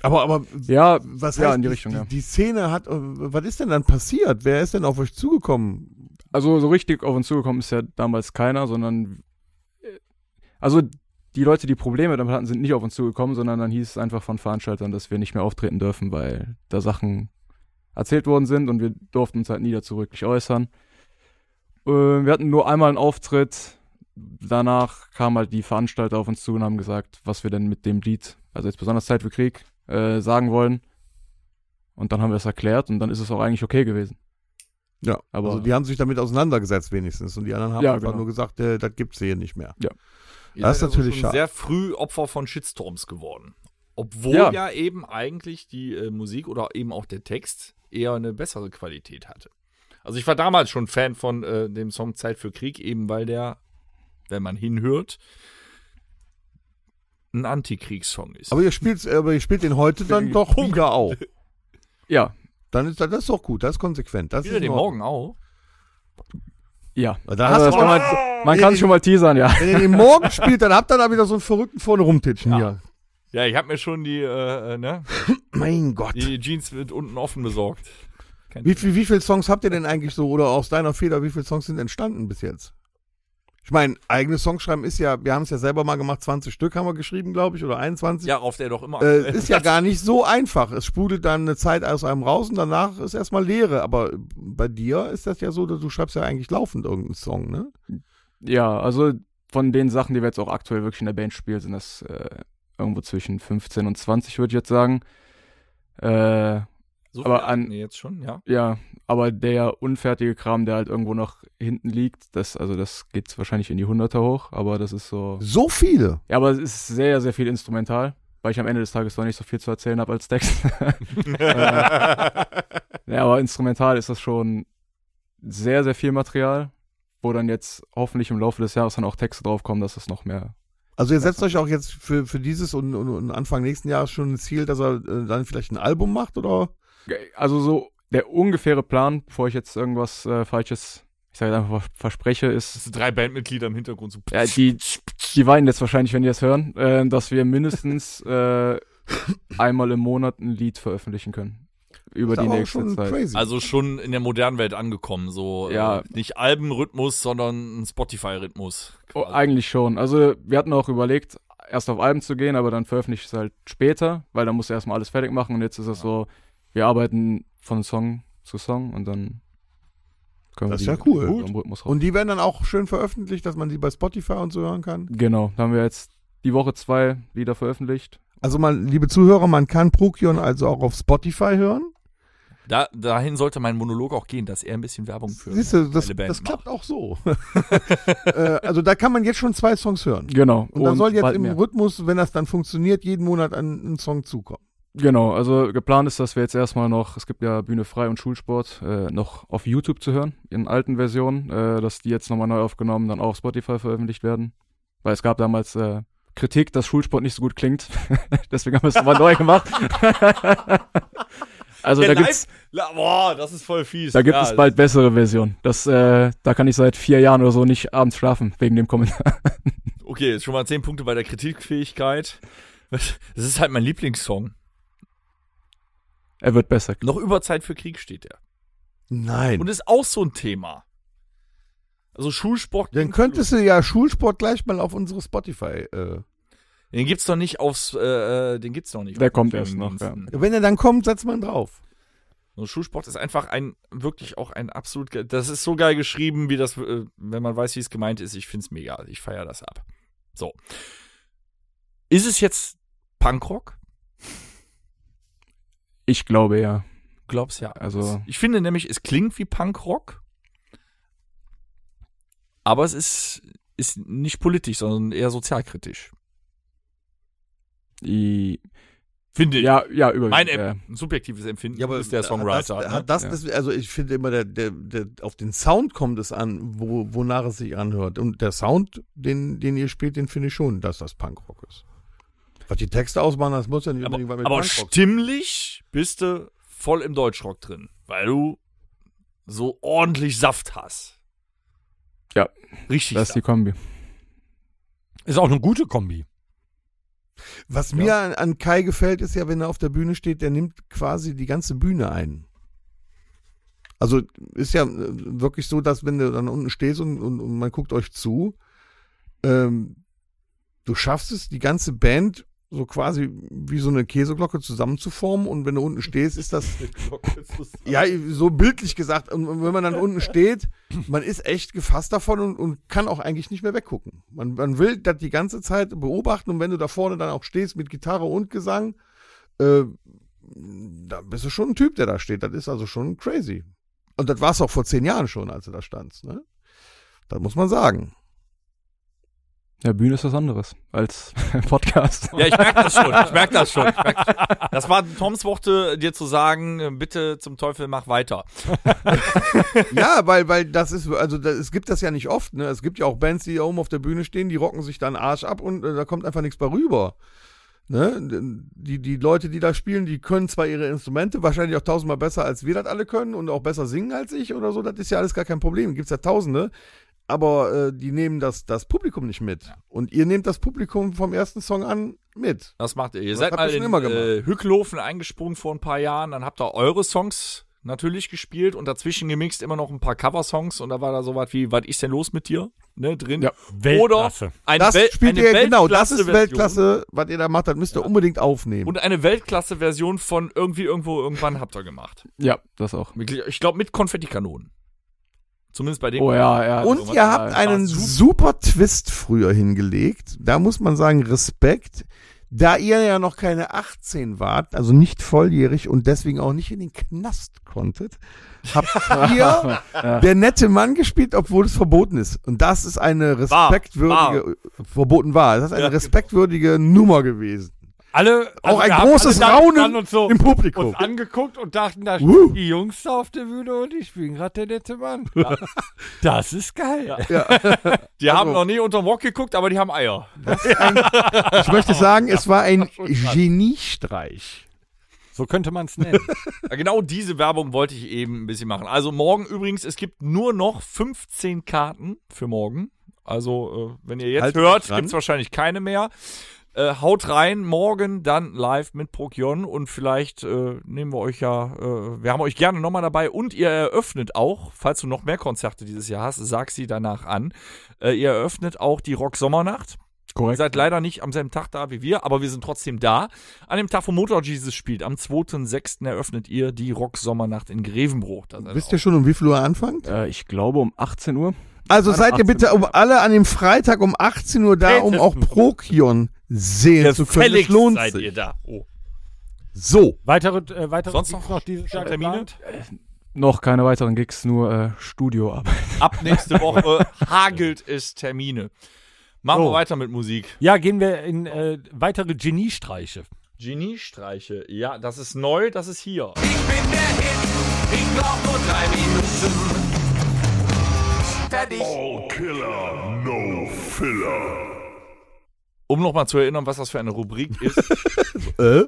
S4: Aber, aber
S5: ja,
S4: was
S5: ja,
S4: heißt
S5: in die
S4: die,
S5: Richtung,
S4: die,
S5: ja.
S4: die Szene hat, äh, was ist denn dann passiert? Wer ist denn auf euch zugekommen?
S5: also so richtig auf uns zugekommen ist ja damals keiner, sondern äh, also die Leute, die Probleme damit hatten, sind nicht auf uns zugekommen, sondern dann hieß es einfach von Veranstaltern, dass wir nicht mehr auftreten dürfen, weil da Sachen erzählt worden sind und wir durften uns halt nie dazu wirklich äußern. Äh, wir hatten nur einmal einen Auftritt. Danach kamen halt die Veranstalter auf uns zu und haben gesagt, was wir denn mit dem Lied, also jetzt besonders Zeit für Krieg, äh, sagen wollen. Und dann haben wir es erklärt und dann ist es auch eigentlich okay gewesen.
S4: Ja,
S5: Aber-
S4: also die haben sich damit auseinandergesetzt wenigstens und die anderen haben
S5: Ja,
S4: einfach
S5: genau.
S4: nur gesagt, äh, das gibt's hier nicht mehr.
S5: Ja.
S3: Ihr
S4: Das
S3: seid
S4: ist natürlich
S3: also schon
S4: schade.
S3: sehr früh Opfer von Shitstorms geworden. Obwohl ja,
S5: Ja.
S3: eben eigentlich die äh, Musik oder eben auch der Text eher eine bessere Qualität hatte. Also ich war damals schon Fan von äh, dem Song Zeit für Krieg, eben weil der, wenn man hinhört, ein Antikriegssong ist.
S4: Aber ihr spielt, aber ihr spielt den heute dann doch wieder auch.
S5: Ja,
S4: Dann ist das, das ist doch gut, das ist konsequent. Das
S3: Wieder
S4: ist in
S3: den
S4: Ordnung.
S3: Morgen auch.
S5: ja.
S4: Da hast
S5: das
S4: du
S5: kann
S4: auch-
S5: man man kann es schon mal teasern, ja.
S4: Wenn ihr den morgen spielt, dann habt ihr da wieder so einen Verrückten vorne rumtitschen hier.
S3: Ja, ich habe mir schon die, äh, äh, ne,
S4: Mein Gott.
S3: die Jeans mit unten offen besorgt. Kein
S4: Wie, viel, wie viele Songs habt ihr denn eigentlich so oder aus deiner Feder, wie viele Songs sind entstanden bis jetzt? Ich meine, eigene Songs schreiben ist ja, wir haben es ja selber mal gemacht, 20 Stück haben wir geschrieben, glaube ich, oder 21.
S3: ja, auf der doch immer.
S4: Äh, ist ja gar nicht so einfach. Es sprudelt dann eine Zeit aus einem raus und danach ist erstmal Leere. Aber bei dir ist das ja so, dass du schreibst ja eigentlich laufend irgendeinen Song, ne?
S5: Ja, also von den Sachen, die wir jetzt auch aktuell wirklich in der Band spielen, sind das äh, irgendwo zwischen 15 und 20, würde ich jetzt sagen. Äh,
S3: so
S5: aber
S3: viel
S5: an-
S3: hatten wir jetzt schon, ja.
S5: ja, aber der unfertige Kram, der halt irgendwo noch hinten liegt, das, also das geht wahrscheinlich in die Hunderter hoch, aber das ist so.
S4: So viele.
S5: Ja, aber es ist sehr, sehr viel instrumental, weil ich am Ende des Tages doch nicht so viel zu erzählen habe als Text.
S4: Äh.
S5: ja, aber instrumental ist das schon sehr, sehr viel Material, wo dann jetzt hoffentlich im Laufe des Jahres dann auch Texte draufkommen, dass es noch mehr.
S4: Also ihr setzt euch auch jetzt für, für dieses und, und, und Anfang nächsten Jahres schon ein Ziel, dass er äh, dann vielleicht ein Album macht oder?
S5: Also so der ungefähre Plan, bevor ich jetzt irgendwas äh, Falsches, ich sage einfach vers- verspreche, ist,
S3: Das sind drei Bandmitglieder im Hintergrund so.
S5: ja, die, die weinen jetzt wahrscheinlich, wenn die das hören, äh, dass wir mindestens äh, einmal im Monat ein Lied veröffentlichen können. Über
S4: Ist
S5: die
S4: aber auch
S5: nächste Zeit.
S4: crazy.
S3: Also schon in der modernen Welt angekommen, so
S5: Ja.
S3: äh, nicht Albenrhythmus, sondern ein Spotify-Rhythmus.
S5: Oh,
S3: quasi.
S5: eigentlich schon. Also wir hatten auch überlegt, erst auf Alben zu gehen, aber dann veröffentliche ich es halt später, weil dann musst du erstmal alles fertig machen und jetzt ist das so, wir arbeiten von Song zu Song und dann können
S4: Das ist
S5: wir
S4: ja cool.
S5: in unserem Rhythmus raus.
S4: und die werden dann auch schön veröffentlicht, dass man die bei Spotify und so hören kann.
S5: genau, da haben wir jetzt die Woche zwei Lieder veröffentlicht.
S4: Also man, liebe Zuhörer, man kann Prokion also auch auf Spotify hören.
S3: Da, dahin sollte mein Monolog auch gehen, dass er ein bisschen Werbung für.
S4: Siehst du, das,
S3: eine Band
S4: das klappt auch so. äh, also da kann man jetzt schon zwei Songs hören.
S5: Genau.
S4: Und, dann soll jetzt
S5: bald
S4: im
S5: mehr.
S4: Rhythmus, wenn das dann funktioniert, jeden Monat ein, ein Song zukommen.
S5: Genau, also geplant ist, dass wir jetzt erstmal noch, es gibt ja Bühne frei und Schulsport, äh, noch auf YouTube zu hören, in alten Versionen, äh, dass die jetzt nochmal neu aufgenommen, dann auch auf Spotify veröffentlicht werden. Weil es gab damals äh, Kritik, dass Schulsport nicht so gut klingt. Deswegen haben wir es nochmal neu gemacht. also da
S3: Der
S5: gibt's,
S3: Live- La- Boah, das ist voll fies.
S5: da gibt
S3: Ja,
S5: es bald bessere Versionen. Das, äh, da kann ich seit vier Jahren oder so nicht abends schlafen, wegen dem Kommentar.
S3: Okay, jetzt schon mal zehn Punkte bei der Kritikfähigkeit. Das ist halt mein Lieblingssong.
S5: Er wird besser.
S3: Noch über Zeit für Krieg steht er.
S4: Nein.
S3: Und ist auch so ein Thema. Also Schulsport.
S4: dann könntest du ja Schulsport gleich mal auf unsere Spotify. Äh.
S3: Den gibt's doch nicht aufs. Äh, äh, den gibt's noch nicht.
S5: Der
S3: auf den
S5: kommt erst noch,
S3: Streamingdiensten.
S4: Wenn er dann kommt, setzt man drauf.
S3: So, Schulsport ist einfach ein, wirklich auch ein absolut, ge- das ist so geil geschrieben, wie das, äh, wenn man weiß, wie es gemeint ist. Ich find's mega. Ich feier das ab. So. Ist es jetzt Punkrock?
S5: Ich glaube ja.
S3: Glaub's ja.
S5: Also-
S3: Ich finde nämlich, es klingt wie Punkrock. Aber es ist, ist nicht politisch, sondern eher sozialkritisch.
S5: I,
S3: Finde ich.
S5: ja, ja, über.
S3: mein
S5: äh,
S3: Em- subjektives Empfinden ist der Songwriter.
S4: Hat das,
S3: ne?
S4: hat das,
S5: Ja.
S4: das, also ich finde immer, der, der, der, auf den Sound kommt es an, wo, wonach es sich anhört. Und der Sound, den, den ihr spielt, den finde ich schon, dass das Punkrock ist. Was die Texte ausmachen, das muss ja nicht
S3: aber
S4: unbedingt was mit
S3: aber
S4: Punkrock
S3: stimmlich bist du voll im Deutschrock drin, weil du so ordentlich Saft hast.
S5: Ja.
S3: Richtig.
S5: das ist die
S3: Saft.
S5: Kombi.
S2: Ist auch eine gute Kombi.
S4: Was mir an, an Kai gefällt, ist ja, wenn er auf der Bühne steht, der nimmt quasi die ganze Bühne ein. Also ist ja äh, wirklich so, dass wenn du dann unten stehst und, und, und man guckt euch zu, ähm, du schaffst es, die ganze Band so quasi wie so eine Käseglocke zusammenzuformen und wenn du unten stehst, ist das ja so bildlich gesagt und wenn man dann unten steht, man ist echt gefasst davon und, und kann auch eigentlich nicht mehr weggucken. Man, man will das die ganze Zeit beobachten und wenn du da vorne dann auch stehst mit Gitarre und Gesang, äh, da bist du schon ein Typ, der da steht. Das ist also schon crazy. Und das war es auch vor zehn Jahren schon, als du da standst. Ne? Das muss man sagen.
S5: Ja, Bühne ist was anderes als Podcast.
S3: Ja, ich merke das schon. Ich merke das schon. Ich merk das, schon. das war Toms Worte, dir zu sagen, äh, bitte zum Teufel mach weiter.
S4: Ja, weil, weil das ist, also das, es gibt das ja nicht oft, ne? Es gibt ja auch Bands, die oben auf der Bühne stehen, die rocken sich dann Arsch ab und äh, da kommt einfach nichts bei rüber. Ne? Die, die Leute, die da spielen, die können zwar ihre Instrumente, wahrscheinlich auch tausendmal besser, als wir das alle können und auch besser singen als ich oder so, das ist ja alles gar kein Problem. Gibt's ja tausende. Aber äh, die nehmen das, das Publikum nicht mit. Und ihr nehmt das Publikum vom ersten Song an mit.
S3: Das macht ihr. Ihr
S4: Das
S3: seid
S4: habt
S3: mal
S4: ihr schon
S3: in
S4: immer gemacht.
S3: äh, Hücklofen eingesprungen vor ein paar Jahren, dann habt ihr eure Songs natürlich gespielt und dazwischen gemixt immer noch ein paar Coversongs und da war da sowas wie, was ist denn los mit dir? Ne, drin.
S5: Ja.
S3: Oder
S2: Weltklasse.
S3: eine
S4: Das
S3: Wel-
S4: spielt
S3: eine
S4: ihr, genau, das ist
S3: Weltklasse-Version.
S4: Weltklasse, was ihr da macht, das müsst ihr unbedingt aufnehmen.
S3: Und eine Weltklasse-Version von irgendwie, irgendwo, irgendwann habt ihr gemacht.
S5: ja, das auch.
S3: Wirklich, Ich glaube, mit Konfettikanonen. Zumindest bei dem.
S5: Oh ja, ja.
S4: Und
S5: das
S4: ihr
S5: war-
S4: habt
S5: das war
S4: einen
S5: super.
S4: super Twist früher hingelegt. Da muss man sagen, Respekt. Da ihr ja noch keine 18 wart, also nicht volljährig und deswegen auch nicht in den Knast konntet, habt ihr
S5: Ja.
S4: der nette Mann gespielt, obwohl es verboten ist. Und das ist eine
S3: War,
S4: respektwürdige, verboten war, das ist eine
S3: Ja, genau.
S4: respektwürdige Nummer gewesen.
S2: Alle,
S4: Auch
S2: also
S4: ein
S2: wir haben
S4: großes
S2: alle da
S4: Raunen
S2: gestanden und so
S4: im Publikum.
S2: uns angeguckt und dachten, da
S4: Uh.
S2: stehen die Jungs da auf der Bühne und ich bin gerade der nette Mann. Das ist geil.
S3: Die haben noch nie unterm Rock geguckt, aber die haben Eier.
S4: Ich möchte sagen, es war ein Geniestreich.
S2: So könnte man es nennen.
S3: Ja, Genau diese Werbung wollte ich eben ein bisschen machen. Also morgen übrigens, es gibt nur noch 15 Karten für morgen. Also, äh, wenn ihr jetzt
S4: Haltet
S3: hört,
S4: euch dran.
S3: gibt es wahrscheinlich keine mehr. Äh, haut rein, morgen dann live mit Prokyon und vielleicht äh, nehmen wir euch ja, äh, wir haben euch gerne nochmal dabei und ihr eröffnet auch, falls du noch mehr Konzerte dieses Jahr hast, sag sie danach an, äh, ihr eröffnet auch die Rock-Sommernacht. Ihr
S5: Korrekt.
S3: seid leider nicht am selben Tag da wie wir, aber wir sind trotzdem da. An dem Tag, wo Motor Jesus spielt, am 2.6. eröffnet ihr die Rock-Sommernacht in Grevenbruch. Da seid
S4: Wisst
S3: ihr
S4: ihr schon, um wie viel Uhr anfangt?
S5: Äh, ich glaube um 18 Uhr.
S4: Also seid ihr
S5: 18
S4: bitte um alle an dem Freitag um 18 Uhr da, um auch Prokion sehen
S3: auch-
S4: zu können. Es
S3: Gefälligst
S4: lohnt
S3: seid ihr
S4: sich.
S3: da. Oh.
S4: So.
S2: Weitere, äh, weitere
S3: Sonst
S2: gibt's
S3: noch
S2: dieses Jahr
S3: Termine?
S2: geplant?
S5: Noch keine weiteren Gigs, nur äh, Studioarbeit.
S3: Ab nächste Woche hagelt es Termine. Machen
S4: Oh.
S3: wir
S2: So.
S3: weiter mit Musik.
S2: Ja, gehen wir in äh, weitere Geniestreiche.
S3: Geniestreiche. Ja, das ist neu, das ist hier.
S6: Ich bin der Hit, ich brauch nur drei Minuten. Fertig.
S1: All killer, no filler.
S3: Um nochmal zu erinnern, was das für eine Rubrik ist.
S4: Äh?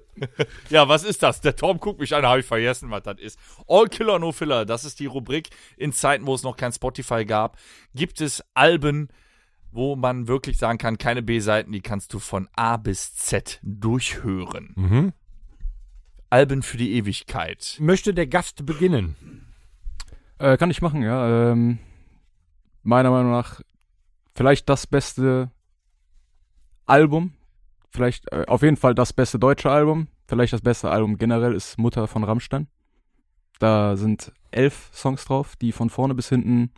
S3: Ja, was ist das? Der Tom guckt mich an, habe ich vergessen, was das ist. All Killer No Filler, das ist die Rubrik. In Zeiten, wo es noch kein Spotify gab, gibt es Alben, wo man wirklich sagen kann, keine B-Seiten, die kannst du von A bis Z durchhören. Alben für die Ewigkeit.
S2: Möchte der Gast beginnen?
S5: Äh, kann ich machen, ja. Ähm, meiner Meinung nach vielleicht das beste Album. Vielleicht, äh, auf jeden Fall das beste deutsche Album. Vielleicht das beste Album generell ist Mutter von Rammstein. Da sind elf Songs drauf, die von vorne bis hinten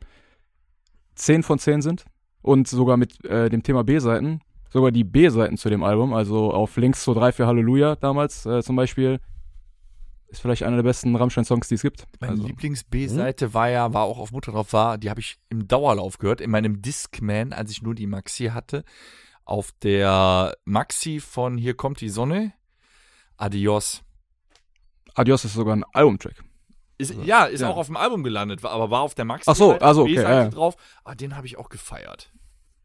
S5: zehn von zehn sind. Und sogar mit äh, dem Thema B-Seiten, sogar die B-Seiten zu dem Album, also auf links so drei für Halleluja damals äh, zum Beispiel, ist vielleicht einer der besten Rammstein-Songs, die es gibt.
S3: Meine
S5: also,
S3: Lieblings-B-Seite war ja, war auch auf Mutter drauf, war, die habe ich im Dauerlauf gehört, in meinem Discman, als ich nur die Maxi hatte. Auf der Maxi von Hier kommt die Sonne. Adios.
S5: Adios ist sogar ein Albumtrack.
S3: Ist, ja, ist
S5: Ja.
S3: auch auf dem Album gelandet, war- aber war auf der Max.
S5: Ach so, also, okay,
S3: B-Seite
S5: ja, ja.
S3: drauf. Ah, den habe ich auch gefeiert.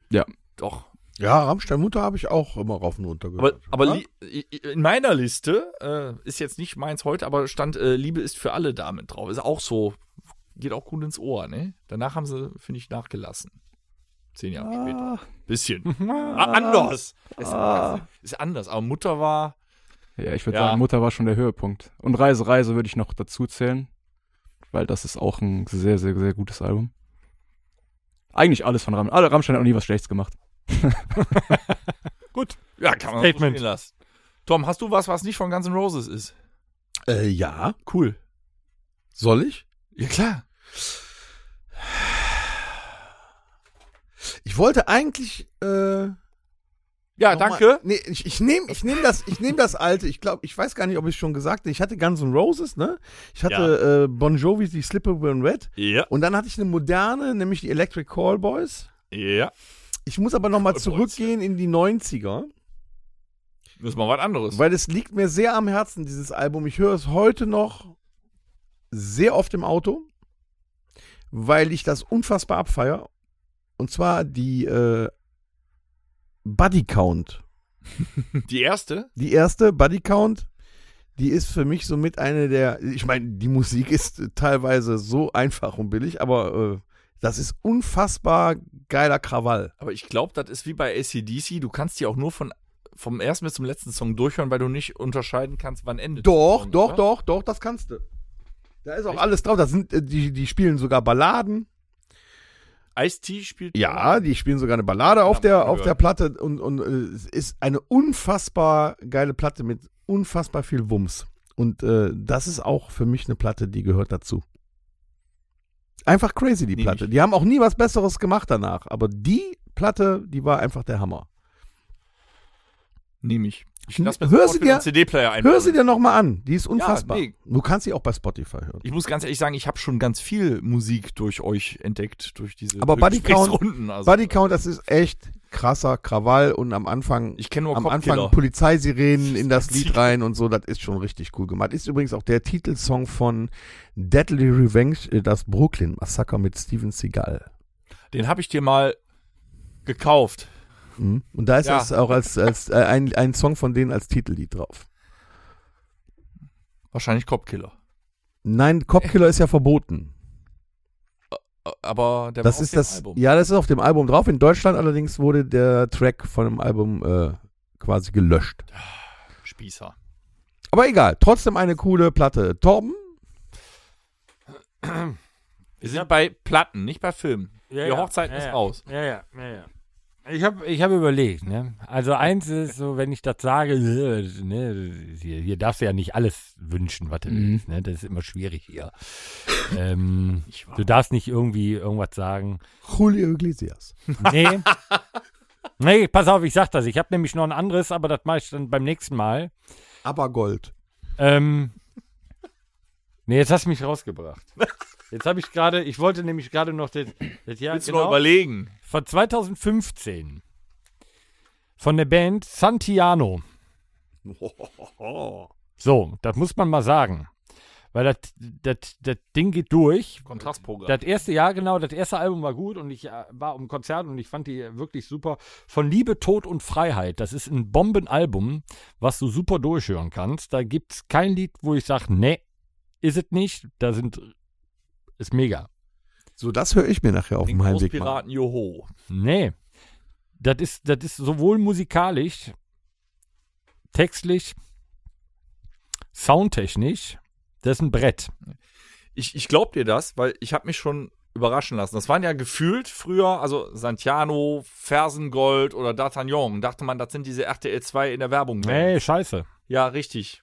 S5: Ja.
S3: Doch.
S4: Ja, Rammstein Mutter habe ich auch immer rauf und runter
S3: Aber,
S4: gehört.
S3: aber
S4: ja?
S3: li- i- i- in meiner Liste äh, ist jetzt nicht meins heute, aber stand äh, Liebe ist für alle damit drauf. Ist auch so, geht auch gut ins Ohr, ne? Danach haben sie, finde ich, nachgelassen. Zehn Jahre
S4: Ah.
S3: später. Bisschen. Ah, anders. Ist,
S4: Ah.
S3: ist anders. Aber Mutter war.
S5: Ja, ich würde
S3: Ja.
S5: sagen, Mutter war schon der Höhepunkt. Und Reise, Reise würde ich noch dazu zählen, weil das ist auch ein sehr, sehr, sehr gutes Album. Eigentlich alles von Rammstein. Alle Rammstein hat noch nie was Schlechtes gemacht.
S3: Ja, kann man so
S2: Statement.
S3: stehen lassen. Tom, hast du was, was nicht von Guns N' Roses ist?
S4: äh, ja,
S3: Cool.
S4: soll ich?
S3: Ja, klar.
S4: Ich wollte eigentlich. Äh,
S3: Ja,
S4: nochmal-
S3: danke.
S4: Nee, ich, ich nehme ich nehm das, ich nehm das alte. Ich glaube, ich weiß gar nicht, ob ich schon gesagt habe. Ich hatte Guns N' Roses, ne? Ich hatte äh, Bon Jovi, die Slippery When Red.
S3: Ja,
S4: Und dann hatte ich eine moderne, nämlich die Electric Callboys.
S3: ja.
S4: Ich muss aber nochmal zurückgehen in die 90er,
S3: Das ist mal was anderes.
S4: weil es liegt mir sehr am Herzen, dieses Album. Ich höre es heute noch sehr oft im Auto, weil ich das unfassbar abfeier. Und zwar die äh, Buddy Count.
S3: Die erste?
S4: Die erste, Buddy Count, die ist für mich somit eine der. Ich meine, die Musik ist teilweise so einfach und billig, aber äh, das ist unfassbar geiler Krawall.
S3: Aber ich glaube, das ist wie bei ACDC. Du kannst die auch nur von, vom ersten bis zum letzten Song durchhören, weil du nicht unterscheiden kannst, wann endet. der
S4: Doch,
S3: Song,
S4: doch,
S3: oder?
S4: doch, doch, das kannst du. Da ist auch alles drauf. Das sind, äh, die, die spielen sogar Balladen.
S3: Ice-T spielt.
S4: Ja, die spielen sogar eine Ballade auf
S3: Ja,
S4: der,
S3: hab ich
S4: auf der Platte und, und äh, es ist eine unfassbar geile Platte mit unfassbar viel Wumms. Und äh, das ist auch für mich eine Platte, die gehört dazu. Einfach crazy, die
S3: Nehm
S4: Platte.
S3: ich.
S4: Die haben auch nie was Besseres gemacht danach, aber die Platte, die war einfach der Hammer.
S3: Nehme ich. Ich
S4: N-
S3: lass mir
S4: hör
S3: sofort
S4: sie
S3: wieder
S4: dir-
S3: einen CD-Player ein. also.
S4: Hör sie dir nochmal an, die ist unfassbar.
S3: nee.
S4: Du kannst sie auch bei Spotify hören.
S3: Ich muss ganz ehrlich sagen, ich habe schon ganz viel Musik durch euch entdeckt, durch diese
S4: Aber Buddy Count-
S3: Gesprächsrunden. Also,
S4: Buddy Count, das ist echt krasser Krawall und am Anfang
S3: ich kenne nur
S4: am
S3: Copkiller.
S4: Anfang Polizeisirenen in das
S3: Witzig.
S4: Lied rein und so, das ist schon richtig cool gemacht. Ist übrigens auch der Titelsong von Deadly Revenge, äh, das Brooklyn Massaker mit Steven Seagal.
S3: Den habe ich dir mal gekauft.
S4: Mhm. Und da ist
S3: Ja.
S4: das auch als, als äh, ein, ein Song von denen als Titellied drauf.
S3: Wahrscheinlich Copkiller.
S4: Nein, Copkiller ist ja verboten.
S3: Aber der
S4: Das
S3: war auf
S4: ist
S3: dem
S4: das.
S3: Album.
S4: Ja, das ist auf dem Album drauf. In Deutschland allerdings wurde der Track von dem Album äh, quasi gelöscht.
S3: Spießer.
S4: Aber egal, trotzdem eine coole Platte. Torben,
S3: Wir sind bei Platten, nicht bei Filmen.
S2: Ja,
S3: Die
S2: ja.
S3: Hochzeit
S2: ja,
S3: ist
S2: ja.
S3: raus.
S2: Ja, ja, ja, ja. Ich habe ich hab überlegt, ne? Also eins ist so, wenn ich das sage, äh, ne, hier, hier darfst du ja nicht alles wünschen, was du
S5: Mhm.
S2: willst, ne? Das ist immer schwierig hier. ähm, du darfst nicht irgendwie irgendwas sagen.
S4: Julio Iglesias.
S2: Nee. nee, pass auf, ich sag das. Ich habe nämlich noch ein anderes, aber das mache ich dann beim nächsten Mal.
S4: Aber Gold.
S2: Ähm, nee, jetzt hast du mich rausgebracht. Jetzt habe ich gerade, ich wollte nämlich gerade noch das, das Jahr
S3: Willst du noch überlegen?
S2: von 2015 von der Band Santiano. So, das muss man mal sagen. Weil das, das, das Ding geht durch.
S3: Kontrastprogramm.
S2: Das erste Jahr, genau, das erste Album war gut und ich äh, war im Konzert und ich fand die wirklich super. Von Liebe, Tod und Freiheit. Das ist ein Bombenalbum, was du super durchhören kannst. Da gibt es kein Lied, wo ich sage, nee, ist es nicht. Da sind, ist mega.
S4: So, das höre ich mir nachher auf
S3: Den
S4: dem Heimweg mal.
S3: Großpiraten Joho.
S2: Nee. Das ist, das ist sowohl musikalisch, textlich, soundtechnisch, das ist ein Brett.
S3: Ich, ich glaube dir das, weil ich habe mich schon überraschen lassen. Das waren ja gefühlt früher, also Santiano, Fersengold oder D'Artagnan. Dachte man, das sind diese RTL 2 in der Werbung.
S2: Nee, scheiße.
S3: Ja, richtig.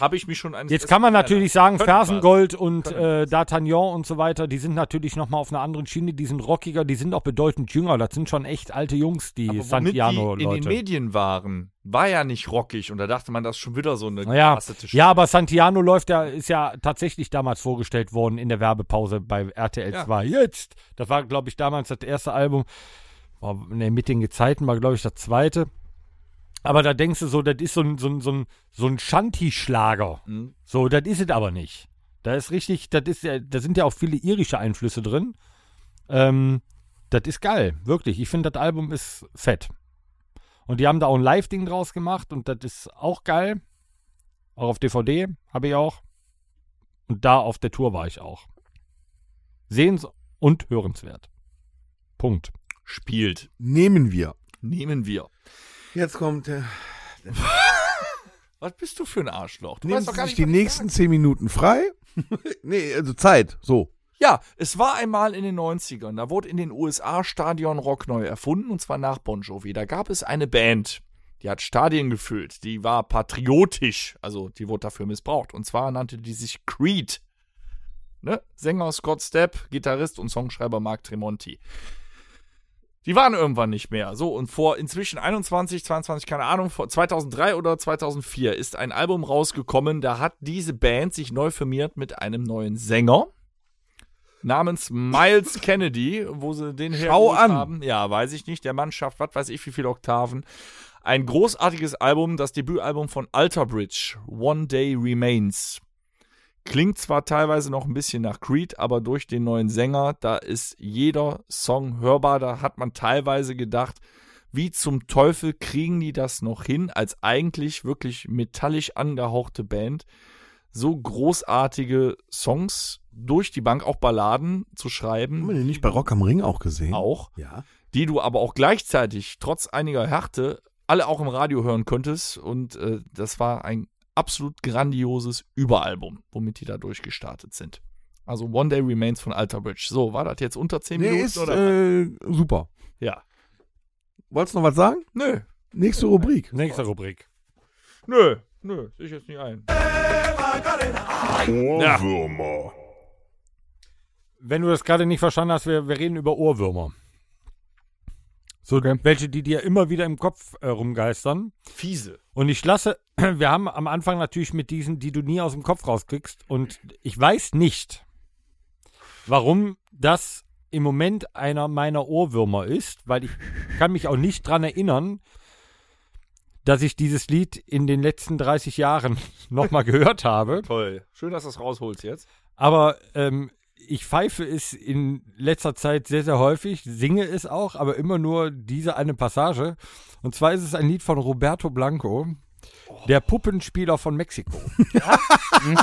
S3: Habe ich mich schon eines
S2: Jetzt kann man
S3: Besseren
S2: natürlich sagen,
S3: Können was.
S2: Fersengold und äh,
S3: Können
S2: D'Artagnan und so weiter, die sind natürlich nochmal auf einer anderen Schiene, die sind rockiger, die sind auch bedeutend jünger. Das sind schon echt alte Jungs, die
S3: erinnert. Aber womit die in den
S2: Santiano-Leute.
S3: Medien waren, war ja nicht rockig und da dachte man, das ist schon wieder so eine
S2: Ja,
S3: gekastelte Sch-
S2: ja, aber Santiano läuft ja, ist ja tatsächlich damals vorgestellt worden in der Werbepause bei RTL
S3: Ja.
S2: 2. Jetzt! Das war, glaube ich, damals das erste Album. Boah, nee, mit den Gezeiten war, glaube ich, das zweite. Aber da denkst du so, das ist so ein, so ein, so ein, so ein Shanty-Schlager.
S3: Mhm.
S2: So, das ist es aber nicht. Da ist richtig, das ist ja, da sind ja auch viele irische Einflüsse drin. Ähm, das ist geil, wirklich. Ich finde, das Album ist fett. Und die haben da auch ein Live-Ding draus gemacht und das ist auch geil. Auch auf DVD habe ich auch. Und da auf der Tour war ich auch. Sehens- und hörenswert. Punkt.
S3: Spielt.
S4: Nehmen wir.
S3: Nehmen wir.
S4: Jetzt kommt der.
S3: Was bist du für ein Arschloch? Du
S4: Nehmen
S3: weißt
S4: Sie
S3: doch gar
S4: sich
S3: nicht,
S4: die
S3: was ich
S4: nächsten zehn Minuten frei. nee, also Zeit. So.
S3: Ja, es war einmal in den 90ern, da wurde in den USA Stadion Rock neu erfunden und zwar nach Bon Jovi. Da gab es eine Band, die hat Stadien gefüllt, die war patriotisch, also die wurde dafür missbraucht. Und zwar nannte die sich Creed. Ne? Sänger Scott Stapp, Gitarrist und Songschreiber Mark Tremonti. Die waren irgendwann nicht mehr. So, und vor inzwischen 21, 22, keine Ahnung, vor 2003 oder 2004 ist ein Album rausgekommen, da hat diese Band sich neu firmiert mit einem neuen Sänger namens Miles Kennedy, wo sie den
S4: Schau
S3: hergeholt
S4: an.
S3: haben. Ja, weiß ich nicht. Der Mann schafft, was weiß ich, wie viele Oktaven. Ein großartiges Album, das Debütalbum von Alter Bridge, One Day Remains. Klingt zwar teilweise noch ein bisschen nach Creed, aber durch den neuen Sänger, da ist jeder Song hörbar. Da hat man teilweise gedacht, wie zum Teufel kriegen die das noch hin, als eigentlich wirklich metallisch angehauchte Band so großartige Songs durch die Bank, auch Balladen
S4: Haben
S3: zu
S4: wir
S3: schreiben,
S4: den nicht bei Rock am Ring auch gesehen?
S3: auch,
S4: Ja.
S3: die du aber auch gleichzeitig trotz einiger Härte alle auch im Radio hören konntest. Und äh, das war ein absolut grandioses Überalbum, womit die da durchgestartet sind. Also One Day Remains von Alter Bridge. So, war das jetzt unter 10
S4: Nee,
S3: Minuten
S4: ist
S3: oder?
S4: äh, super.
S3: ja.
S4: Wolltest du noch was sagen?
S3: Nö,
S4: Nächste Rubrik.
S2: Nächste Rubrik.
S3: nö, nö, sehe ich jetzt nicht ein.
S1: Ohrwürmer.
S2: Wenn du das gerade nicht verstanden hast, wir, wir reden über Ohrwürmer. So, welche, die dir immer wieder im Kopf äh, rumgeistern.
S3: Fiese.
S2: Und ich lasse, wir haben am Anfang natürlich mit diesen, die du nie aus dem Kopf rauskriegst. Und ich weiß nicht, warum das im Moment einer meiner Ohrwürmer ist, weil ich kann mich auch nicht dran erinnern, dass ich dieses Lied in den letzten 30 Jahren nochmal gehört habe.
S3: Toll. Schön, dass du das rausholst jetzt.
S2: Aber ähm, ich pfeife es in letzter Zeit sehr, sehr häufig, singe es auch, aber immer nur diese eine Passage. Und zwar ist es ein Lied von Roberto Blanco, der Puppenspieler von Mexiko.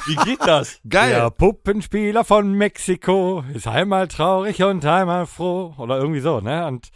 S3: Wie geht das?
S4: Geil.
S2: Der Puppenspieler von Mexiko ist einmal traurig und einmal froh. Oder irgendwie so, ne? Und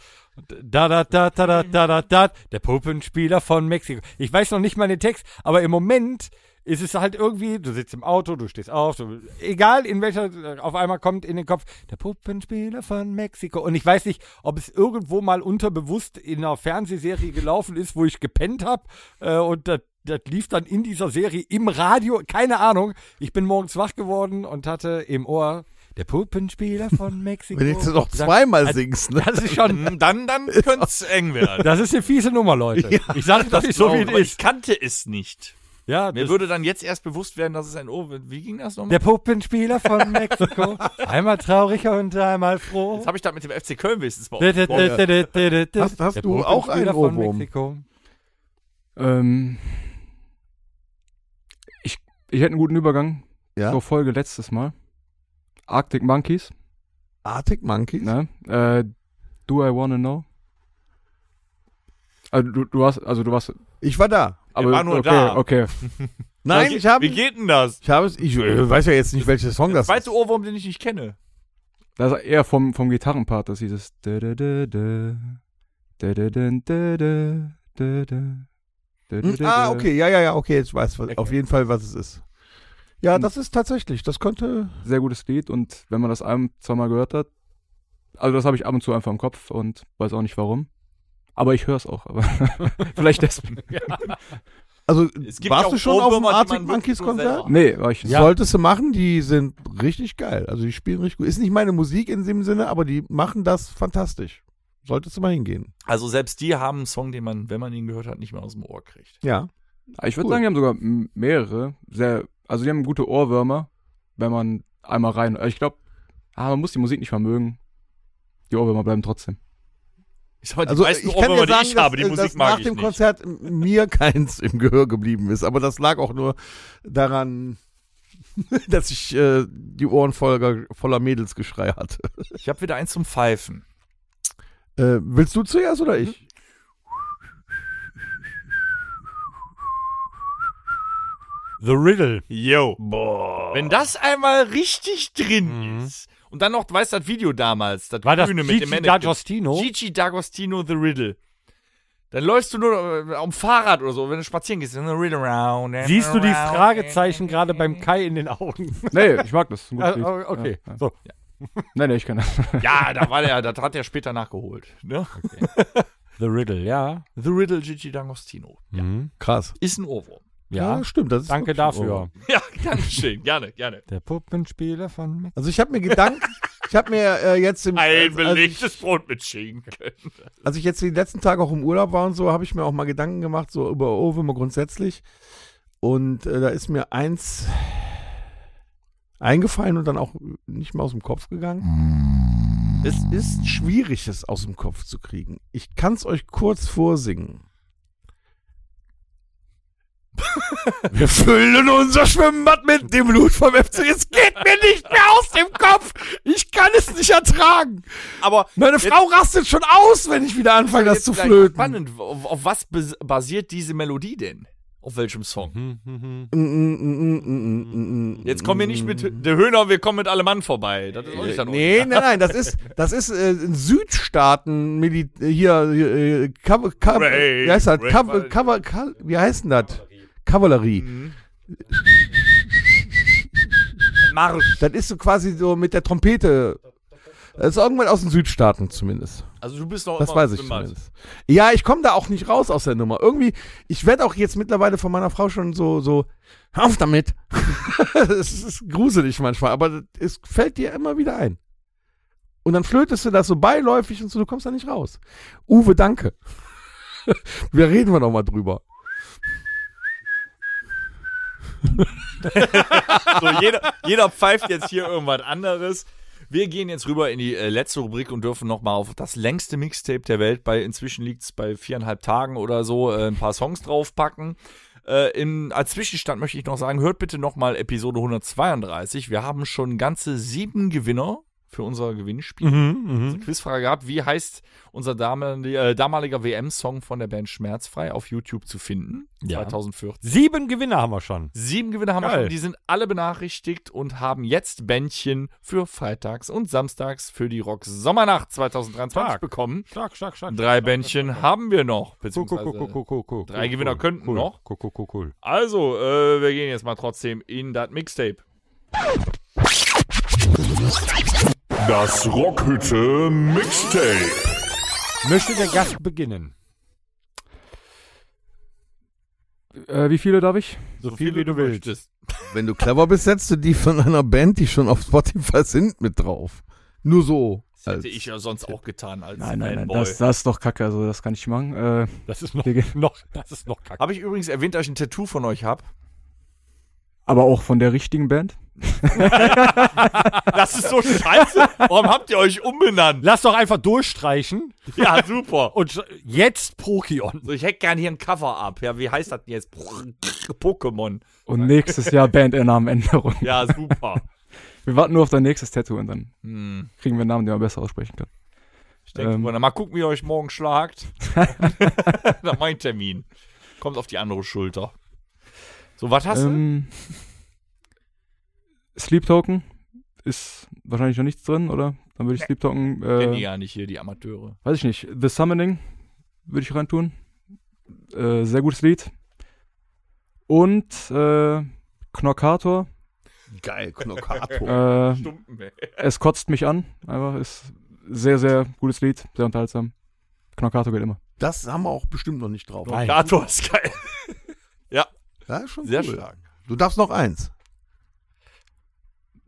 S2: da, da, da, da, da, da, da, da, der Puppenspieler von Mexiko. Ich weiß noch nicht mal den Text, aber im Moment ist es halt irgendwie, du sitzt im Auto, du stehst auf, du, egal in welcher, auf einmal kommt in den Kopf, der Puppenspieler von Mexiko. Und ich weiß nicht, ob es irgendwo mal unterbewusst in einer Fernsehserie gelaufen ist, wo ich gepennt habe äh, und das das lief dann in dieser Serie im Radio, keine Ahnung. Ich bin morgens wach geworden und hatte im Ohr der Puppenspieler von Mexiko.
S4: Wenn du jetzt noch
S2: Sag-
S4: zweimal singst, ne?
S2: Das ist schon,
S3: Dann, dann könnte es eng werden.
S2: das ist eine fiese Nummer, Leute. ich sage das nicht so, wie
S3: Aber
S2: es
S3: ich
S2: ist.
S3: kannte es nicht.
S2: Ja,
S3: Mir
S2: das-
S3: würde dann jetzt erst bewusst werden, dass es ein Ohr wird. Wie ging das nochmal?
S2: der Puppenspieler von Mexiko. einmal traurig und einmal froh.
S3: Jetzt habe ich das mit dem FC Köln wenigstens bei
S2: Dä, dä, dä, dä, dä, dä, dä, dä.
S4: Hast- hast
S2: Der
S4: du auch einen
S2: Puppenspieler von
S4: Ohrwurm?
S2: Mexiko.
S5: Ähm, ich, ich hätte einen guten Übergang
S4: Ja.
S5: zur Folge letztes Mal. Arctic Monkeys,
S4: Arctic Monkeys?
S5: ne? Äh, Do I Wanna Know? Also du, du warst, also du warst,
S4: Ich war da.
S5: aber
S3: war nur
S5: okay,
S3: da.
S5: okay.
S4: Nein, ich habe
S3: Wie geht denn das?
S4: ich habe es ich äh, weiß ja jetzt nicht, welcher Song das ist.
S3: Weißt du oh, Ohrwurm, den ich nicht kenne?
S5: Das ist eher vom, vom Gitarrenpart, das dieses da, da, da, da, da, da, da, da, da, da, da, da, da,
S4: Hm?
S5: da,
S4: Ah,
S5: da.
S4: okay, ja, ja, ja, okay, jetzt weiß ich auf jeden Fall, was es ist.
S3: Hm.
S4: Ja, das ist tatsächlich, das könnte
S5: Sehr gutes Lied und wenn man das ein, zweimal gehört hat, also das habe ich ab und zu einfach im Kopf und weiß auch nicht warum. Aber ich höre es auch, aber vielleicht deswegen.
S4: also
S3: Es gibt ja
S4: warst
S3: auch
S4: du schon auf dem
S3: Ohrwürmer, die
S4: Arctic
S3: man
S4: Monkeys
S3: wirklich nur
S4: Konzert?
S3: selber-
S5: Nee, war ich nicht.
S4: Solltest du machen, die sind richtig geil. Also die spielen richtig gut. Ist nicht meine Musik in dem Sinne, aber die machen das fantastisch. Solltest du mal hingehen.
S3: Also selbst die haben einen Song, den man, wenn man ihn gehört hat, nicht mehr aus dem Ohr kriegt.
S4: Ja.
S5: Ah, Ich würde
S4: Cool.
S5: sagen, die haben sogar m- mehrere. Sehr, also die haben gute Ohrwürmer, wenn man einmal rein. also Ich glaube, ah, man muss die Musik nicht mal mögen. Die Ohrwürmer bleiben trotzdem.
S3: Ich sag mal, die
S4: Also
S3: meisten
S4: ich kann
S3: Ohrwürmer,
S4: dir sagen,
S3: die ich habe, die
S4: dass, äh,
S3: Musik
S4: dass
S3: mag
S4: nach
S3: ich
S4: dem
S3: nicht.
S4: Konzert mir keins im Gehör geblieben ist. Aber das lag auch nur daran, dass ich äh, die Ohren voller, voller Mädelsgeschrei hatte.
S3: Ich habe wieder eins zum Pfeifen.
S4: Äh, willst du zuerst oder ich?
S2: The Riddle.
S3: Yo. Wenn das einmal richtig drin
S2: Mhm.
S3: ist und dann noch, weißt du, das Video damals, das
S2: War das
S3: Grüne mit dem
S2: Gigi
S3: Mannequin.
S2: D'Agostino?
S3: Gigi D'Agostino The Riddle. Dann läufst du nur äh, am Fahrrad oder so, wenn du spazieren gehst. Dann Riddle round, and
S2: Siehst du die
S3: around.
S2: Fragezeichen gerade beim Kai in den Augen?
S5: Nee, ich mag das. Ein gutes
S2: Ah,
S5: Lied.
S2: okay,
S5: Ja, ja.
S2: so.
S5: Nee, nee, ich kann das.
S3: Ja, da war der, das hat er später nachgeholt. Ne?
S2: The Riddle, ja.
S3: The Riddle Gigi D'Agostino.
S2: Mhm.
S4: Krass.
S3: Ist ein Ohrwurm.
S2: Ja, Oh.
S4: stimmt. Das ist Oh.
S2: danke
S4: wirklich ein
S2: dafür.
S4: Ohrwurm.
S3: Ja, ganz schön. Gerne, gerne.
S2: Der Puppenspieler von Mexiko.
S4: Also ich habe mir Gedanken, ich habe mir äh, jetzt im,
S3: Ein
S4: als, als, ich,
S3: belegtes Brot mit Schinken.
S4: als ich jetzt die letzten Tage auch im Urlaub war und so, habe ich mir auch mal Gedanken gemacht so über Ohrwürmer grundsätzlich. Und äh, da ist mir eins eingefallen und dann auch nicht mehr aus dem Kopf gegangen. Es ist schwierig, es aus dem Kopf zu kriegen. Ich kann es euch kurz vorsingen. Wir füllen unser Schwimmbad mit dem Blut vom FC. Es geht mir nicht mehr aus dem Kopf. Ich kann es nicht ertragen.
S3: Aber
S4: Meine
S3: jetzt-
S4: Frau rastet schon aus, wenn ich wieder anfange, das
S3: jetzt
S4: zu
S3: gleich
S4: flöten.
S3: Spannend. Auf, auf was bas- basiert diese Melodie denn? Auf welchem Song?
S2: Mhm,
S4: Mm,
S3: Jetzt
S4: Jetzt
S3: kommen wir nicht mit der Höhner, wir kommen mit Alemann vorbei. Das ist auch nicht dann
S4: Mm. Äh, Nee, nein, nein, das ist, das ist äh, in Südstaaten Mili hier, äh, Kav Kav
S1: Ray,
S4: wie heißt das?
S1: Ray-
S4: Kav Kav Kav wie heißt denn das? Kavallerie.
S3: Mhm. Marsch.
S4: Das ist so quasi so mit der Trompete. Das ist irgendwann aus den Südstaaten zumindest.
S3: Also du bist noch
S4: Das
S3: immer
S4: weiß ich
S3: im Schwimmbad.
S4: zumindest. Ja, ich komme da auch nicht raus aus der Nummer. Irgendwie, ich werde auch jetzt mittlerweile von meiner Frau schon so, so, hör auf damit. Es ist gruselig manchmal, aber es fällt dir immer wieder ein. Und dann flötest du das so beiläufig und so, du kommst da nicht raus. Uwe, danke. Wir reden wir noch mal drüber.
S3: So, jeder, jeder pfeift jetzt hier irgendwas anderes. Wir gehen jetzt rüber in die äh, letzte Rubrik und dürfen nochmal auf das längste Mixtape der Welt, bei inzwischen liegt es bei viereinhalb Tagen oder so, äh, ein paar Songs draufpacken. Äh, in, als Zwischenstand möchte ich noch sagen, hört bitte nochmal Episode 132. Wir haben schon ganze sieben Gewinner für unser
S2: mhm.
S3: Gewinnspiel. Eine Quizfrage gehabt, wie heißt unser damal- äh, damaliger WM-Song von der Band Schmerzfrei auf YouTube zu finden?
S2: Ja.
S3: 2014.
S2: Sieben Gewinner haben wir schon.
S3: Sieben Gewinner haben wir
S2: Geil.
S3: schon. Die sind alle benachrichtigt und haben jetzt Bändchen für Freitags und Samstags für die Rock Sommernacht 2023
S2: Stark.
S3: bekommen.
S2: Stark, stark, stark.
S3: Drei Bändchen haben wir
S2: Cool,
S3: noch.
S2: cool,
S3: Beziehungsweise
S2: cool, cool, cool, cool.
S3: drei
S2: cool,
S3: Gewinner
S2: cool,
S3: könnten
S2: cool,
S3: noch.
S2: Cool, cool, cool, cool.
S3: Also, äh, wir gehen jetzt mal trotzdem in das Mixtape.
S1: Das Rockhütte Mixtape.
S2: Möchte der Gast beginnen?
S5: Äh, wie viele darf ich?
S2: So viel wie du willst.
S4: Wenn du clever bist, setzt du die von einer Band, die schon auf Spotify sind, mit drauf. Nur so.
S3: Das hätte
S4: als-
S3: ich ja sonst auch getan als Fanboy.
S5: Das, das ist doch kacke, also das kann ich machen. Äh,
S2: Das ist noch,
S5: Wir gehen-
S2: noch, das ist noch kacke.
S3: Habe ich übrigens erwähnt, dass ich ein Tattoo von euch habe?
S5: aber auch von der richtigen Band.
S3: Das ist so scheiße. Warum habt ihr euch umbenannt?
S2: Lass doch einfach durchstreichen
S3: Ja, super.
S2: und sch- jetzt Pokion.
S3: So, ich hätte gern hier ein Cover ab. Ja, wie heißt das denn jetzt? Pokémon.
S5: Und nächstes Jahr Bandnamenänderung.
S3: Ja, super.
S5: Wir warten nur auf dein nächstes Tattoo und dann
S3: Hm.
S5: kriegen wir einen Namen, den man besser aussprechen kann.
S3: Ich denke,
S5: Ähm.
S3: mal gucken, wie ihr euch morgen schlagt. Nach meinem Termin. Kommt auf die andere Schulter. So, was hast
S5: Ähm, Sleep Token ist wahrscheinlich noch nichts drin, oder? Dann würde ich Sleep Token.
S3: du? Kennen die
S5: Äh,
S3: gar nicht hier, die Amateure.
S5: weiß ich nicht. The Summoning würde ich reintun. Äh, sehr gutes Lied. Und äh, Knockator.
S4: Geil, Knockato.
S5: Äh,
S3: Stumpen, ey.
S5: es kotzt mich an. Einfach ist sehr, sehr gutes Lied. Sehr unterhaltsam. Knockator geht immer.
S4: Das haben wir auch bestimmt noch nicht drauf.
S2: Nein.
S3: Ja, du hast geil.
S4: Ja, ist schon
S3: Sehr
S4: cool.
S3: stark.
S4: Du darfst noch eins.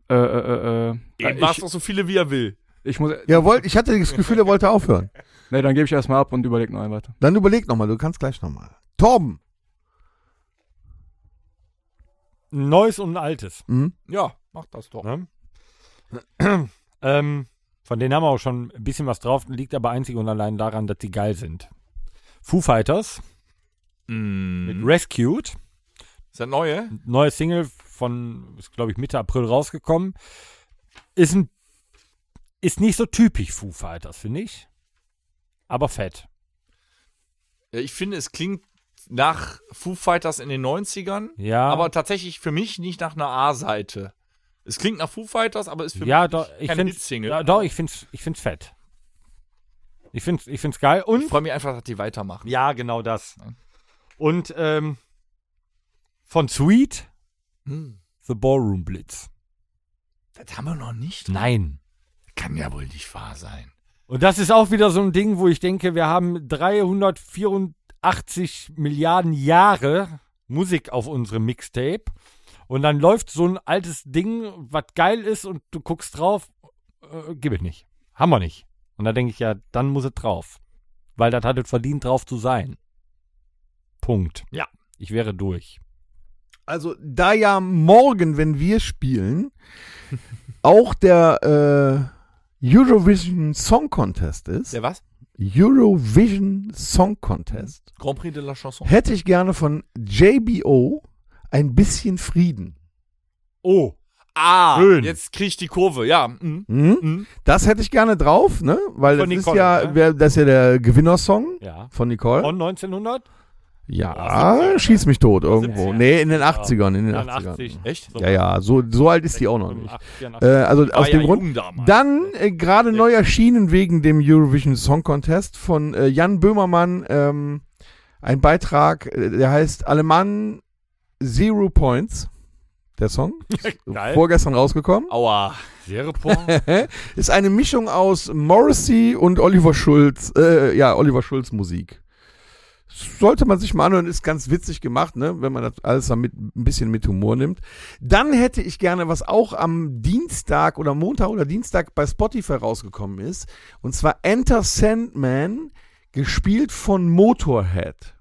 S5: Äh, äh, äh, äh,
S3: Eben
S5: äh,
S3: war es
S5: ich,
S3: doch so viele, wie er will.
S5: ich muss.
S4: Ja, wollt, ich hatte das Gefühl, er wollte aufhören.
S5: Ne, dann gebe ich erstmal ab und überlege noch einen weiter.
S4: Dann überleg nochmal, du kannst gleich nochmal. Torben!
S2: Ein neues und ein altes.
S4: Mhm.
S3: Ja, mach das doch.
S5: Hm.
S2: Ne? ähm, von denen haben wir auch schon ein bisschen was drauf, liegt aber einzig und allein daran, dass die geil sind. Foo Fighters
S5: Mhm.
S2: mit
S3: Mm.
S2: Rescued.
S3: Ist das neue?
S2: neue Single von, ist glaube ich Mitte April rausgekommen. Ist ein, ist nicht so typisch Foo Fighters, finde ich. Aber fett.
S3: Ja, Ich finde, es klingt nach Foo Fighters in den 90ern,
S2: Ja.
S3: aber tatsächlich für mich nicht nach einer A-Seite. Es klingt nach Foo Fighters, aber ist für
S2: ja,
S3: mich
S2: doch, ich
S3: keine
S2: finde
S3: Hitsingle.
S2: doch, ich find's, ich find's fett. Ich find's, ich find's geil
S3: Ich
S2: und
S3: freue mich einfach, dass die weitermachen.
S2: ja, genau das. Und ähm, von Sweet
S3: Hm.
S2: The Ballroom Blitz.
S3: Das haben wir noch nicht.
S2: Nein.
S3: Kann ja wohl nicht wahr sein.
S2: Und das ist auch wieder so ein Ding, wo ich denke, wir haben 384 Milliarden Jahre Musik auf unserem Mixtape. Und dann läuft so ein altes Ding, was geil ist, und du guckst drauf, äh, gib es nicht. Haben wir nicht. Und da denke ich ja, dann muss es drauf. Weil das hat es verdient, drauf zu sein. Punkt.
S3: Ja.
S2: Ich wäre durch.
S4: Also da ja morgen, wenn wir spielen, auch der äh, Eurovision Song Contest ist,
S3: Der was?
S4: Eurovision Song Contest,
S3: Grand Prix de la Chanson.
S4: hätte ich gerne von JBO ein bisschen Frieden.
S2: Oh,
S3: Ah,
S2: Schön.
S3: jetzt krieg ich die Kurve, ja. Mhm.
S4: Hm?
S3: Mhm.
S4: Das hätte ich gerne drauf, ne? Weil
S2: Von
S4: das ist
S2: Nicole,
S4: ja,
S2: ne?
S4: wer- das ist ja der Gewinnersong
S2: ja.
S4: von Nicole.
S2: Von 1900?
S4: ja, schieß mich tot irgendwo.
S2: 70er.
S4: Nee, in den 80ern, in den
S2: 81.
S4: 80ern.
S3: Echt?
S4: Ja, ja, so, so alt ist die auch noch nicht.
S2: 85, 84.
S4: Äh, also aus
S3: War ja
S4: dem Grund.
S3: jung damals.
S4: Dann äh, gerade neu erschienen wegen dem Eurovision Song Contest von äh, Jan Böhmermann ähm, ein Beitrag, äh, der heißt Alemann Zero Points. Der Song. Ist
S2: Geil.
S4: vorgestern rausgekommen.
S3: Aua.
S2: Zero Point.
S4: Ist eine Mischung aus Morrissey und Oliver Schulz, äh, ja, Oliver Schulz Musik. Sollte man sich mal anhören, ist ganz witzig gemacht, ne, wenn man das alles dann mit, ein bisschen mit Humor nimmt. Dann hätte ich gerne, was auch am Dienstag oder Montag oder Dienstag bei Spotify rausgekommen ist, und zwar Enter Sandman, gespielt von Motorhead.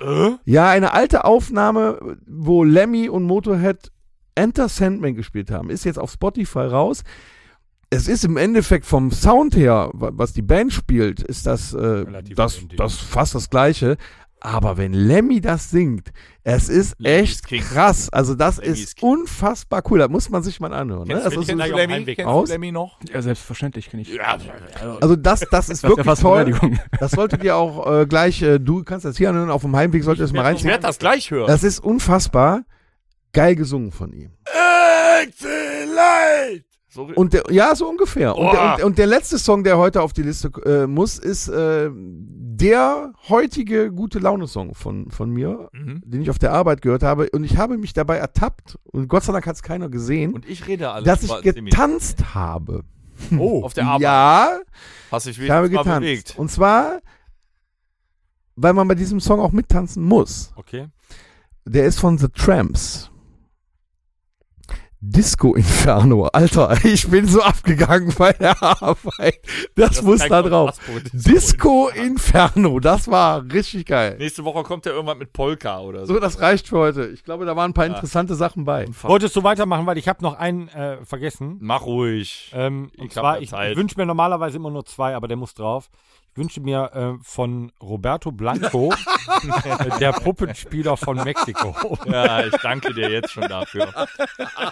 S2: Äh?
S4: Ja, eine alte Aufnahme, wo Lemmy und Motorhead Enter Sandman gespielt haben, ist jetzt auf Spotify raus. Es ist im Endeffekt vom Sound her, wa- was die Band spielt, ist das, äh,
S2: Relativ
S4: das,
S2: identisch.
S4: das fast das gleiche. Aber wenn Lemmy das singt, es ist
S3: Lemmy ist
S4: echt
S3: King.
S4: krass. Also das
S3: Lemmy
S4: ist
S3: ist King.
S4: unfassbar cool. Das muss man sich mal anhören. Ne?
S3: Kennst
S4: Das
S3: du
S4: ist,
S3: kennst
S2: so-
S3: du
S2: Lemmy?
S3: Lemmy? Kennst
S4: Aus?
S3: du Lemmy noch?
S5: Ja, selbstverständlich kenne ich.
S3: Ja.
S4: also das, das ist wirklich
S5: fast
S4: toll.
S5: Beleidigung.
S4: Das solltet ihr auch äh, gleich, äh, du kannst das hier anhören, auf dem Heimweg solltet ihr das mal
S3: Ich
S4: reinschauen.
S3: werde das gleich hören.
S4: Das ist unfassbar geil gesungen von ihm.
S3: Excellent! So,
S4: Und der, ja, so ungefähr. Und der, und, und der letzte Song, der heute auf die Liste äh, muss, ist äh, der heutige gute Laune-Song von, von mir,
S3: mhm.
S4: den ich auf der Arbeit gehört habe. Und ich habe mich dabei ertappt, und Gott sei Dank hat es keiner gesehen,
S3: und ich rede alles.
S4: dass ich
S3: War- Timmy,
S4: getanzt habe.
S2: Oh,
S3: Auf der Arbeit.
S4: Ja,
S3: Hast dich
S4: ich habe
S3: wenigstens mal
S4: getanzt.
S3: bewegt.
S4: Und zwar, weil man bei diesem Song auch mittanzen muss.
S2: okay.
S4: Der ist von The Tramps. Disco Inferno. Alter, ich bin so abgegangen bei der Arbeit. Das, muss
S3: zeigt
S4: da
S3: doch
S4: drauf.
S3: Straßburg.
S4: Disco Inferno. Das war richtig geil.
S3: Nächste Woche kommt ja irgendwann mit Polka oder so.
S4: So, das reicht für heute. Ich glaube, da waren ein paar interessante Sachen bei.
S2: Wolltest du weitermachen, weil ich habe noch einen äh, vergessen.
S3: Mach ruhig.
S2: Ähm, und
S3: Ich hab
S2: zwar,
S3: ja
S2: ich,
S3: Zeit.
S2: ich wünsche mir normalerweise immer nur zwei, aber der muss drauf. Ich wünsche mir äh, von Roberto Blanco, äh, der Puppenspieler von Mexiko.
S3: Ja, ich danke dir jetzt schon dafür.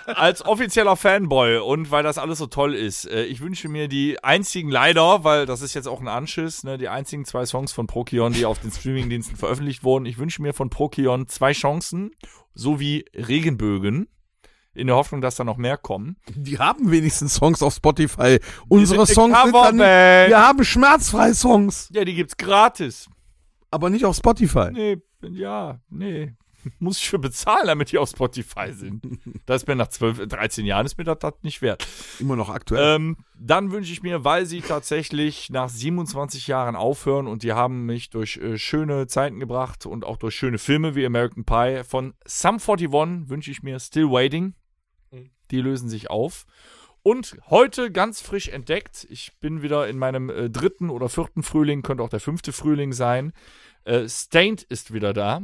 S3: Als offizieller Fanboy und weil das alles so toll ist, äh, ich wünsche mir die einzigen leider, weil das ist jetzt auch ein Anschiss, ne, die einzigen zwei Songs von Prokion, die auf den Streamingdiensten veröffentlicht wurden. Ich wünsche mir von Prokion zwei Chancen sowie Regenbögen. In der Hoffnung, dass da noch mehr kommen.
S4: Die haben wenigstens Songs auf Spotify. Unsere
S3: sind
S4: Songs
S3: eine
S4: sind dann,
S3: Coverband.
S4: Wir haben schmerzfreie Songs,
S3: Ja, die gibt's gratis.
S4: aber nicht auf Spotify.
S3: Nee, ja, nee. Muss ich für bezahlen, damit die auf Spotify sind. Das ist mir nach 12, 13 Jahren ist mir das, das nicht wert.
S4: Immer noch aktuell.
S3: Ähm, dann wünsche ich mir, weil sie tatsächlich nach 27 Jahren aufhören und die haben mich durch äh, schöne Zeiten gebracht und auch durch schöne Filme wie American Pie. Von Sum 41 wünsche ich mir Still Waiting. Die lösen sich auf. Und heute ganz frisch entdeckt, ich bin wieder in meinem äh, dritten oder vierten Frühling, könnte auch der fünfte Frühling sein. Äh, Stained ist wieder da.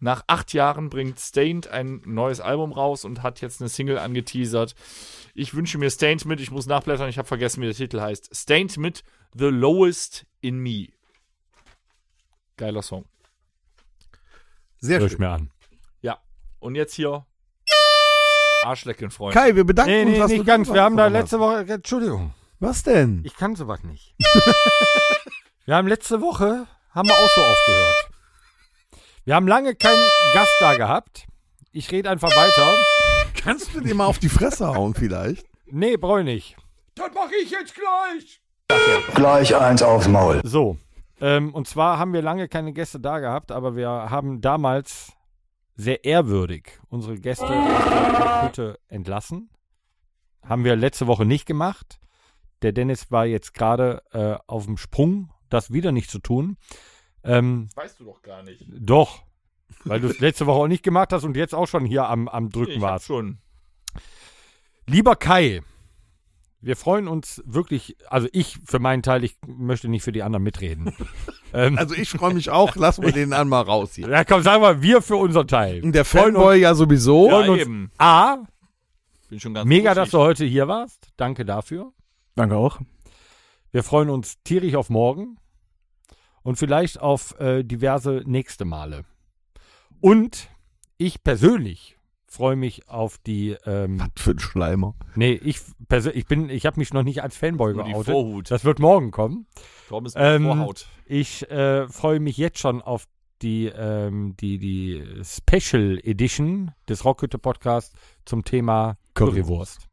S3: Nach acht Jahren bringt Stained ein neues Album raus und hat jetzt eine Single angeteasert. Ich wünsche mir Stained mit, ich muss nachblättern, ich habe vergessen, wie der Titel heißt. Stained mit The Lowest in Me. Geiler Song.
S4: Sehr
S2: Hör
S4: schön.
S2: ich mir an.
S3: Ja. Und jetzt hier Arschlecken, Freunde.
S4: Kai, wir bedanken
S2: Nee,
S4: uns.
S2: nee,
S4: dass du
S2: nicht ganz. Wir haben da
S4: mitgemacht hast.
S2: letzte Woche. äh, Entschuldigung,
S4: Was denn?
S2: ich kann sowas nicht. wir haben letzte Woche, haben wir auch so aufgehört. Wir haben lange keinen Gast da gehabt. Ich rede einfach weiter.
S4: Kannst du dir mal auf die Fresse hauen vielleicht?
S2: Nee, brauche ich nicht.
S8: Gleich eins aufs Maul.
S2: So. Ähm, und zwar haben wir lange keine Gäste da gehabt, aber wir haben damals sehr ehrwürdig unsere Gäste aus der Hütte entlassen. Haben wir letzte Woche nicht gemacht. Der Dennis war jetzt gerade äh, auf dem Sprung, das wieder nicht zu tun. Ähm,
S3: Weißt du doch gar nicht.
S2: doch, weil du es letzte Woche auch nicht gemacht hast und jetzt auch schon hier am, am Drücken
S3: Ich hab
S2: warst.
S3: schon.
S2: Lieber Kai, Wir freuen uns wirklich, also ich für meinen Teil, ich möchte nicht für die anderen mitreden. ähm,
S4: Also ich freue mich auch, lassen wir den einmal raus hier.
S2: ja, komm, sagen wir, wir für unseren Teil.
S4: Und Der Fanboy ja sowieso.
S3: Ja,
S2: uns-
S3: eben.
S2: A,
S3: Bin schon ganz
S2: mega, dass
S3: rutschig.
S2: du heute hier warst. Danke dafür.
S5: Danke auch.
S2: Wir freuen uns tierisch auf morgen und vielleicht auf äh, diverse nächste Male. Und ich persönlich freue mich auf die. Ähm,
S4: Was für ein Schleimer.
S2: nee, ich persönlich, ich bin, ich habe mich noch nicht als Fanboy
S3: Nur die
S2: geoutet.
S3: Vorhut.
S2: Das wird morgen kommen.
S3: Torben ist
S2: Ähm,
S3: ähm, Vorhaut.
S2: Ich äh, freue mich jetzt schon auf die, ähm, die, die Special Edition des Rockhütte Podcasts zum Thema Currywurst.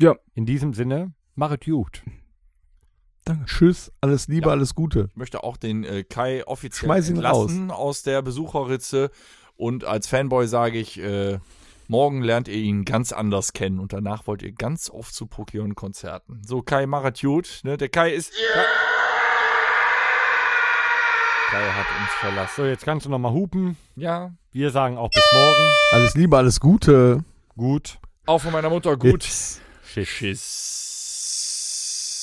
S5: Ja.
S2: In diesem Sinne, machet gut.
S4: Tschüss, alles Liebe,
S3: Ja.
S4: alles Gute.
S3: Ich möchte auch den äh, Kai offiziell
S4: Schmeiß ihn
S3: entlassen aus der Besucherritze. Und als Fanboy sage ich, äh, morgen lernt ihr ihn ganz anders kennen. Und danach wollt ihr ganz oft zu Pokémon-Konzerten. So, Kai Maratjut, ne? Der Kai ist... Kai, Kai hat uns verlassen.
S2: So, jetzt kannst du nochmal hupen.
S3: Ja,
S2: Wir sagen auch bis morgen.
S4: Alles Liebe, alles Gute.
S2: Gut.
S3: auch von meiner Mutter gut.
S2: Schiss.
S3: Schiss.